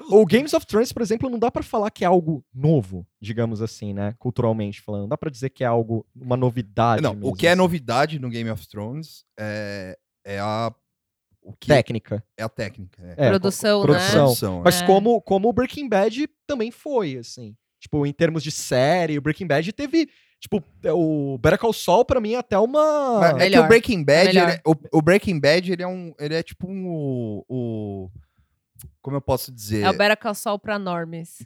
S2: O Games of Thrones, por exemplo, não dá pra falar que é algo novo, digamos assim, né? Culturalmente falando. Não dá pra dizer que é algo, uma novidade.
S1: Não, o
S2: mesmo,
S1: que é
S2: assim.
S1: novidade no Game of Thrones é, é a. O que
S2: Técnica.
S1: é a técnica. É.
S2: É,
S3: produção, né?
S2: produção.
S1: é.
S2: Mas
S3: É.
S2: como, como o Breaking Bad também foi, assim. Tipo, em termos de série, o Breaking Bad teve. Tipo, é, o Better Call Saul, pra mim, é até uma.
S1: Mas é que
S3: Melhor.
S1: o Breaking Bad,
S3: Melhor.
S1: ele é- o, o Breaking Bad, ele é um, ele é tipo um, o, o- como eu posso dizer?
S3: É o Better Call Saul pra normes.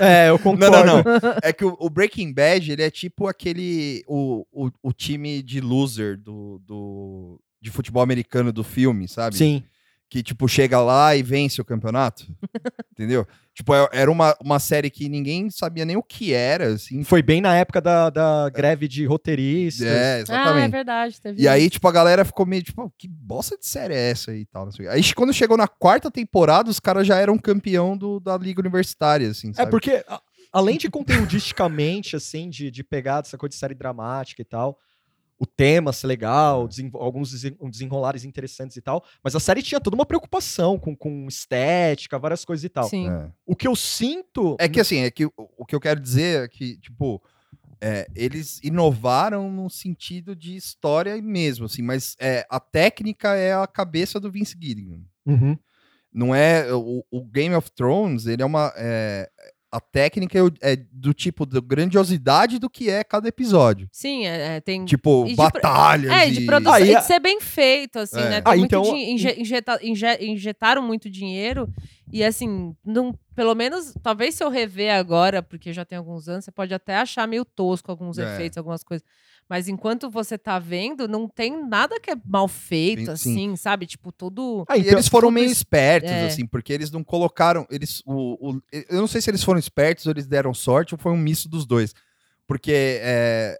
S2: É, eu
S1: não,
S2: concordo.
S1: não, não. É que o, o Breaking Bad, ele é tipo aquele o, o, o time de loser do, do de futebol americano do filme, sabe?
S2: Sim.
S1: Que tipo chega lá e vence o campeonato, entendeu? Tipo é- era uma, uma série que ninguém sabia nem o que era, assim.
S2: Foi bem na época da, da greve de roteiristas.
S1: É,
S3: Ah, é
S1: exatamente.
S3: verdade. Teve
S1: E aí, tipo, a galera ficou meio tipo, que bosta de série é essa aí e tal. Não sei o quê. Aí, quando chegou na quarta temporada, os caras já eram campeão do, da Liga Universitária, assim,
S2: É
S1: sabe?
S2: porque, a- além de conteudisticamente, assim, de, de pegar essa coisa de série dramática e tal, o tema ser
S1: É.
S2: legal, desenvol- alguns desen- um desenrolares interessantes e tal, mas a série tinha toda uma preocupação com, com estética, várias coisas e tal.
S3: Sim.
S1: É.
S2: O que eu sinto.
S1: É que, assim, é que o, o que eu quero dizer é que, tipo, é, eles inovaram no sentido de história mesmo, assim, mas é, a técnica é a cabeça do Vince Gilligan.
S2: Uhum.
S1: Não é... O, o Game of Thrones, ele é uma... é, a técnica é o- é do tipo, da grandiosidade do que é cada episódio.
S3: Sim, é, é, tem.
S1: Tipo,
S3: E de pro-
S1: batalhas
S3: É, de
S1: e-
S3: produção
S2: Aí
S3: e
S2: a-
S3: de ser bem feito, assim,
S1: É.
S3: né?
S2: Ah,
S3: Tem muito
S2: então-
S3: din- inje- injeta- inje- injetaram muito dinheiro e, assim, não, pelo menos, talvez se eu rever agora, porque já tem alguns anos, você pode até achar meio tosco alguns
S1: É.
S3: efeitos, algumas coisas. Mas enquanto você tá vendo, não tem nada que é mal feito,
S1: Sim,
S3: assim,
S1: sim.
S3: sabe? Tipo, todo...
S2: Ah,
S1: E
S2: então,
S1: eles foram
S3: tudo
S1: meio
S3: es-
S1: espertos,
S3: é.
S1: assim, porque eles não colocaram. Eles, o, o- eu não sei se eles foram espertos ou eles deram sorte ou foi um misto dos dois. Porque é,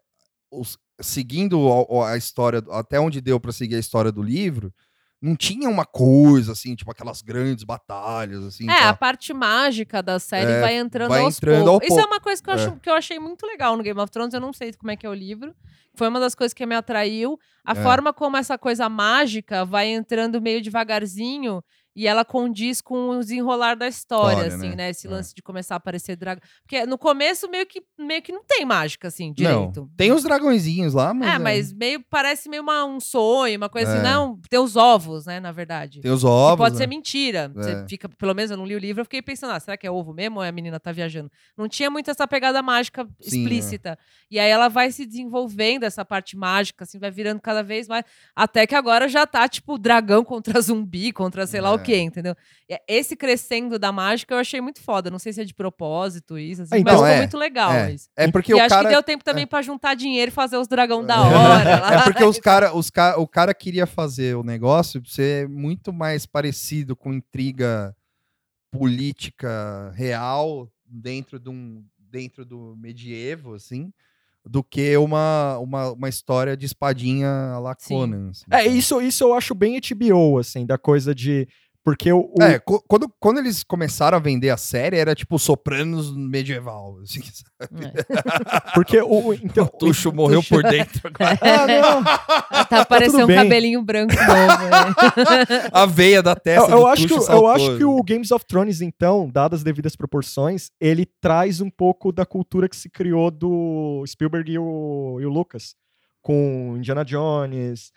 S1: os- seguindo a, a- a história, até onde deu pra seguir a história do livro, não tinha uma coisa, assim, tipo aquelas grandes batalhas, assim.
S3: É, a
S1: tá?
S3: parte mágica da série
S1: É,
S3: vai entrando,
S1: vai
S3: aos
S1: entrando
S3: poucos.
S1: ao
S3: Isso é
S1: pouco.
S3: uma coisa que eu,
S1: É.
S3: acho, que eu achei muito legal no Game of Thrones. Eu não sei como é que é o livro. Foi uma das coisas que me atraiu. A
S1: É.
S3: forma como essa coisa mágica vai entrando meio devagarzinho e ela condiz com o desenrolar da história,
S1: História,
S3: assim,
S1: né?
S3: né? Esse
S1: É.
S3: lance de começar a aparecer dragão. Porque no começo meio que, meio que não tem mágica, assim, direito.
S1: Não, tem os dragõezinhos lá, mas.
S3: é, mas meio parece meio uma- um sonho, uma coisa
S1: É.
S3: assim, não, tem os ovos, né, na verdade.
S1: Tem os
S3: Que
S1: ovos.
S3: pode ser
S1: né?
S3: mentira. Você
S1: É.
S3: fica, pelo menos eu não li o livro, eu fiquei pensando, ah, será que é ovo mesmo ou a menina tá viajando? Não tinha muito essa pegada mágica
S1: Sim, é.
S3: explícita. E aí ela vai se desenvolvendo essa parte mágica, assim, vai virando cada vez mais, até que agora já tá tipo dragão contra zumbi, contra sei lá o
S1: É.
S3: quê, entendeu? E Esse crescendo da mágica eu achei muito foda, não sei se é de propósito isso, assim,
S2: Ah,
S3: mas
S1: então,
S3: ficou
S1: é,
S3: muito legal
S1: é.
S3: isso.
S1: É porque
S3: e
S1: o
S3: acho
S1: cara.
S3: que deu tempo também pra juntar dinheiro e fazer os dragão da
S1: É.
S3: hora. lá.
S1: É porque os cara, os ca- o cara queria fazer o negócio ser muito mais parecido com intriga política real dentro, de um, dentro do medievo, assim, do que uma, uma, uma história de espadinha lá
S3: Sim.
S1: Conan. assim,
S2: é
S1: sabe?
S2: isso, isso eu acho bem HBO, assim, da coisa de. Porque o. o-
S1: É, co- quando, quando eles começaram a vender a série, era tipo Sopranos medieval. Assim, sabe?
S3: É.
S2: Porque o. o- Então,
S1: Tuxo morreu por dentro.
S3: É.
S1: agora.
S2: Ah, não.
S3: Tá aparecendo um
S2: bem.
S3: cabelinho branco novo. né?
S1: a veia da
S2: É, Eu,
S1: testa
S2: eu
S1: do
S2: acho que,
S1: Tuxo
S2: o- eu
S1: saltou,
S2: acho que
S1: assim.
S2: o Games of Thrones, então, dadas as devidas proporções, ele traz um pouco da cultura que se criou do Spielberg e o, e o Lucas. Com Indiana Jones,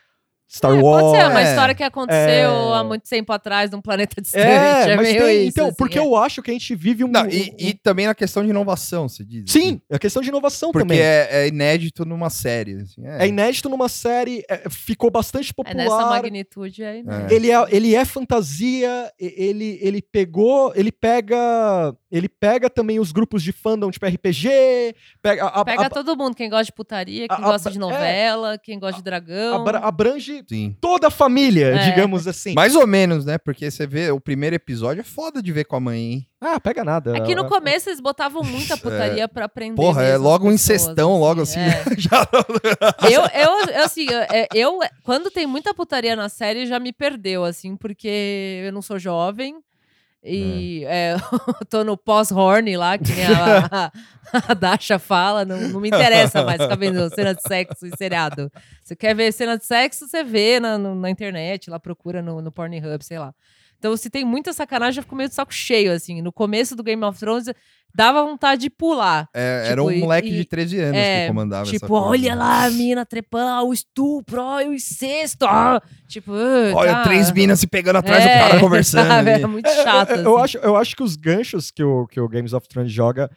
S2: Star
S3: É,
S2: Wars.
S3: Pode ser uma
S1: É.
S3: história que aconteceu
S2: É.
S3: há muito tempo atrás, num planeta distante.
S2: É,
S3: É,
S2: mas
S3: meio
S2: tem,
S3: isso,
S2: então,
S3: assim,
S2: porque
S3: é.
S2: eu acho que a gente vive um.
S1: Não, e, e também na questão de inovação, se diz. assim.
S2: Sim, é questão de inovação
S1: Porque
S2: também.
S1: é, é inédito numa série. assim, é.
S2: É inédito numa série, é- ficou bastante
S3: É nessa
S2: popular.
S3: magnitude aí, né?
S1: É.
S2: ele, é, ele é fantasia, e- ele, ele pegou, ele pega Ele pega também os grupos de fandom, tipo RPG, pega, a- a-
S3: Pega
S2: a-
S3: todo mundo, quem gosta de putaria,
S2: A-
S3: quem
S2: a-
S3: gosta de
S2: é.
S3: novela, quem gosta de dragão.
S2: abra- abrange
S1: Sim.
S2: toda a família,
S3: É.
S2: digamos assim.
S1: Mais ou menos, né? Porque você vê o primeiro episódio é foda de ver com a mãe, hein?
S2: Ah, pega nada.
S3: Aqui É no começo eles botavam
S2: É.
S3: muita putaria pra aprender.
S1: Porra, é
S3: mesmo
S1: logo
S3: as
S1: um
S3: pessoas,
S1: incestão, logo assim.
S3: é.
S1: Já
S3: Eu, eu, eu, assim, eu- é, eu, quando tem muita putaria na série, já me perdeu, assim, porque eu não sou jovem. E é, eu tô no pós-horny lá, que nem a, a, a Dasha fala. Não, não me interessa mais ficar vendo cena de sexo e seriado. Você quer ver cena de sexo, você vê na, no- na internet, lá procura no, no Pornhub, sei lá. Então, se tem muita sacanagem, eu fico meio de saco cheio, assim. No começo do Game of Thrones, dava vontade de pular.
S1: É,
S3: Tipo,
S1: era um
S3: e-
S1: moleque
S3: e-
S1: de 13 anos
S3: é,
S1: que comandava essa né."
S3: Tipo,
S1: coisa.
S3: olha lá a mina trepando, ah, o estupro, olha o incesto. ah. Tipo, ah,
S1: Olha,
S3: tá. É.
S1: três minas se pegando atrás do cara conversando.
S3: sabe?
S1: ali.
S3: É muito chato.
S2: É, é, Eu
S3: assim.
S2: acho, eu acho que os ganchos que o, que o Games of Thrones joga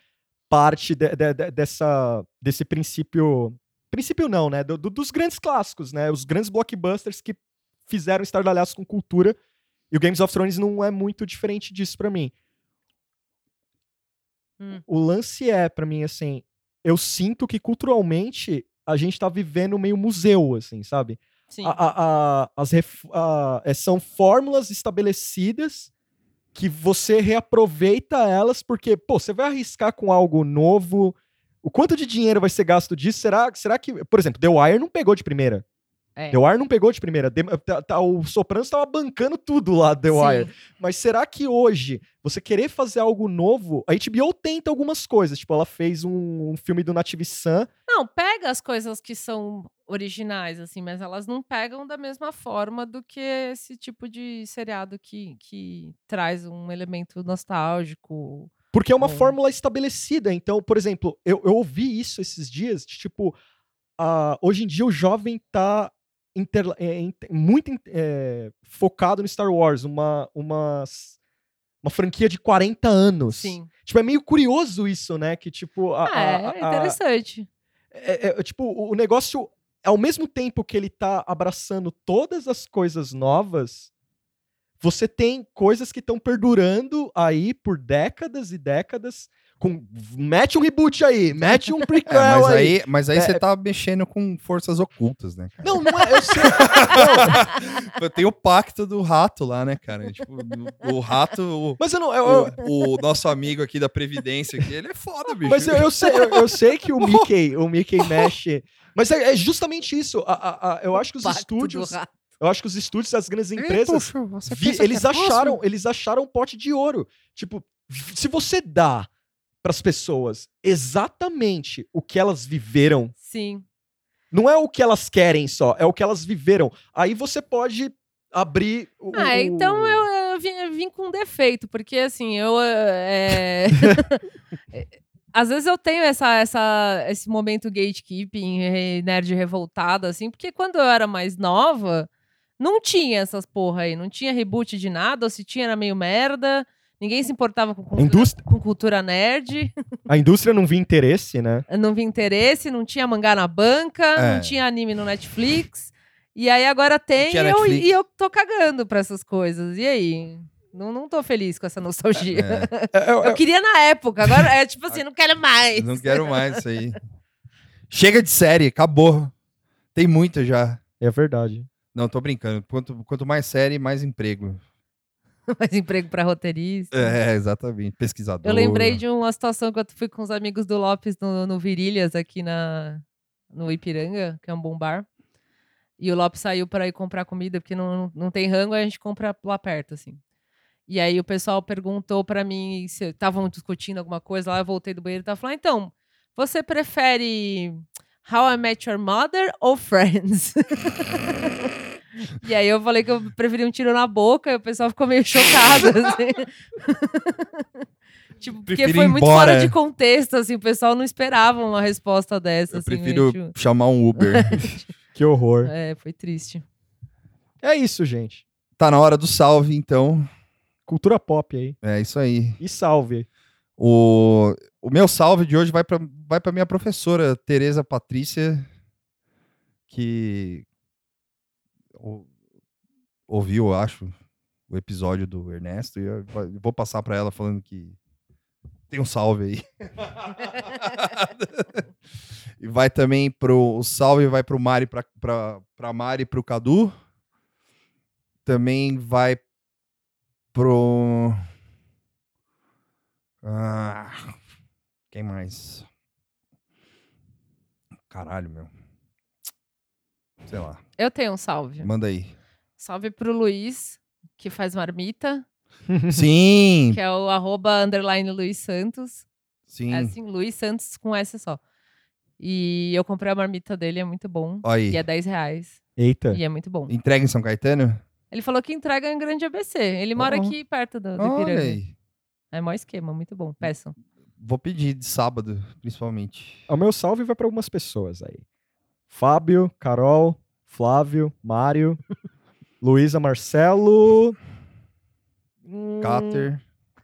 S2: parte de- de- de- dessa, desse princípio. Princípio não, né? do- do- dos grandes clássicos, né? Os grandes blockbusters que fizeram estardalhaços com cultura. E o Games of Thrones não é muito diferente disso pra mim.
S3: Hum.
S2: O lance é, pra mim, assim, eu sinto que culturalmente a gente tá vivendo meio museu, assim, sabe?
S3: Sim.
S2: a- a- a- as ref- a- é, são fórmulas estabelecidas que você reaproveita elas, porque, pô, você vai arriscar com algo novo. O quanto de dinheiro vai ser gasto disso? Será, será que, por exemplo, The Wire não pegou de primeira.
S3: É.
S2: The Wire não pegou de primeira. Dem- tá- tá- o Sopranos tava bancando tudo lá, The Wire.
S3: Sim.
S2: Mas será que hoje você querer fazer algo novo? A HBO tenta algumas coisas. Tipo, ela fez um, um filme do Native Sun.
S3: Não, pega as coisas que são originais, assim, mas elas não pegam da mesma forma do que esse tipo de seriado que, que traz um elemento nostálgico.
S2: Porque é uma
S3: É.
S2: fórmula estabelecida. Então, por exemplo, eu, eu ouvi isso esses dias, de, tipo, ah, hoje em dia o jovem tá interla- é, in- muito in- é, focado no Star Wars, uma, uma, s- uma franquia de 40 anos.
S3: Sim.
S2: Tipo, é meio curioso isso, né? Que, tipo, a-
S3: Ah,
S2: a-
S3: é
S2: a- a-
S3: interessante.
S2: é, é, é, tipo, o o negócio, ao mesmo tempo que ele tá abraçando todas as coisas novas, você tem coisas que estão perdurando aí por décadas e décadas. Com, mete um reboot aí, mete um
S1: É,
S2: prequel
S1: mas
S2: aí.
S1: aí, mas aí
S2: É.
S1: você tá mexendo com forças ocultas, né, cara?
S2: Não, não é, eu sei.
S1: Tem o pacto do rato lá, né, cara? Tipo, o- o rato, o,
S2: Mas eu não. eu- eu-
S1: o, o nosso amigo aqui da Previdência, aqui, ele é foda, bicho.
S2: Mas eu, eu sei, eu, eu sei que o Mickey, o Mickey mexe. Mas é, é justamente isso. a- a- a- eu acho que os
S3: Pacto do
S2: estúdios.
S3: rato.
S2: Eu acho que os estúdios, as grandes
S1: Ei,
S2: empresas.
S1: poxa, você
S2: Vi-
S1: pensa que
S2: eles
S1: é fácil?
S2: acharam, eles acharam um pote de ouro. Tipo, se você dá pras pessoas exatamente o que elas viveram,
S3: Sim.
S2: não é o que elas querem só, é o que elas viveram. Aí você pode abrir o
S3: Ah,
S2: o-
S3: então eu, eu vim, eu vim com defeito, porque assim, eu. eh, é, Às vezes eu tenho essa, essa, esse momento gatekeeping, eh, nerd revoltada, assim, porque quando eu era mais nova, não tinha essas porra aí, não tinha reboot de nada, ou se tinha era meio merda, ninguém se importava com cultura,
S2: Indústria.
S3: com cultura nerd,
S2: a indústria não via interesse, né?
S3: não vi interesse, não tinha mangá na banca,
S1: É.
S3: não tinha anime no Netflix. E aí agora tem e
S1: tinha
S3: eu,
S1: Netflix.
S3: e eu tô cagando pra essas coisas. E aí? Não, não tô feliz com essa nostalgia.
S1: É,
S2: É, eu-
S3: Eu queria na época, agora é tipo assim, não quero mais.
S1: não quero mais isso aí. Chega de série, acabou. Tem muita já.
S2: é verdade.
S1: Não, tô brincando. Quanto, quanto mais série, mais emprego.
S3: mais emprego pra roteirista.
S1: É, exatamente. Pesquisador.
S3: Eu lembrei de uma situação que eu fui com os amigos do Lopes no, no Virilhas, aqui na, no Ipiranga, que é um bom bar. E o Lopes saiu para ir comprar comida, porque não, não tem rango, aí a gente compra lá perto, assim. E aí o pessoal perguntou para mim se estavam discutindo alguma coisa lá, eu voltei do banheiro e tava falando, "Ah, então, você prefere How I Met Your Mother ou Friends? e aí eu falei que eu preferi um tiro na boca, e o pessoal ficou meio chocado, assim. Tipo, porque
S1: Prefiro
S3: foi
S1: ir
S3: muito fora
S1: embora.
S3: de contexto, assim, o pessoal não esperava uma resposta dessa,
S1: Eu
S3: assim.
S1: prefiro
S3: meio tipo-
S1: chamar um Uber.
S2: Que horror.
S3: É, foi triste.
S2: É isso, gente.
S1: tá na hora do salve, então.
S2: Cultura pop aí.
S1: É isso aí.
S2: E salve.
S1: O, o meu salve de hoje vai para vai pra minha professora, Tereza Patrícia, que ou- ouviu, eu acho, o episódio do Ernesto. E eu va- vou passar para ela falando que Tem um salve aí. e vai também pro. O salve vai pro Mari, pra, pra, pra Mari e pro Cadu. Também vai pro. Ah, quem mais? Caralho, meu. Sei lá.
S3: Eu tenho um salve.
S1: Manda aí.
S3: Salve pro Luiz, que faz marmita,
S1: Sim!
S3: que é o arroba underline Luiz Santos.
S1: Sim.
S3: É assim, Luiz Santos com S só. E eu comprei a marmita dele, é muito bom.
S1: Olha aí.
S3: E é 10 reais.
S2: Eita.
S3: E é muito bom.
S1: Entrega em São Caetano?
S3: Ele falou que entrega em grande ABC. Ele mora
S1: Ó.
S3: aqui perto do, do
S1: Olha
S3: Piranga.
S1: aí. Hum.
S3: É mó esquema, muito bom. Peçam.
S1: Vou pedir de sábado,
S3: Ah,
S1: principalmente.
S2: O meu salve vai pra algumas pessoas aí. Fábio, Carol, Flávio, Mário, Luísa, Marcelo... hum,
S1: Cáter.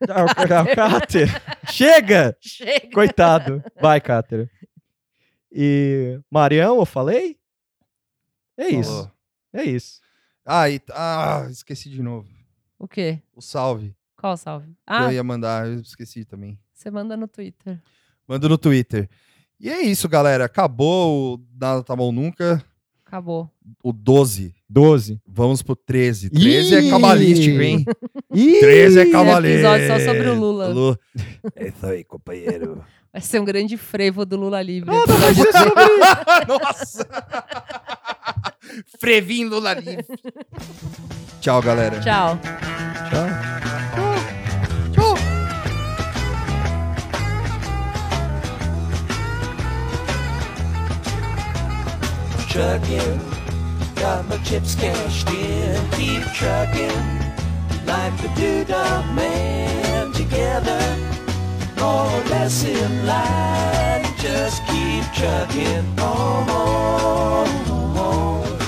S2: Ah, o Ca- o Cáter. Chega!
S3: Chega!
S2: Coitado. Vai, Cáter. E Marião, eu falei? É isso.
S1: falou.
S2: É isso.
S1: Ah, e- ah, esqueci de novo.
S3: O quê?
S1: O salve.
S3: Qual salve?
S1: que
S3: Ah,
S1: Eu ia mandar, eu esqueci também.
S3: você manda no Twitter.
S1: Manda no Twitter. E é isso, galera. Acabou o Nada Tá Bom Nunca.
S3: Acabou.
S1: O 12.
S2: 12.
S1: Vamos pro 13. 13 é
S2: Ih!
S1: cabalístico, hein?
S2: Ih,
S1: 13 é
S3: Esse
S1: cabalístico.
S3: episódio só sobre o Lula.
S1: Lu... É isso aí, companheiro.
S3: Vai ser um grande frevo do Lula Livre.
S2: vai ser sobre-
S1: Nossa! Frevinho Lula livre. Tchau, galera.
S3: Tchau.
S5: trucking. Got my chips cashed in. Keep trucking. Like the dude of man. Together. More or less in line. Just keep trucking on. home.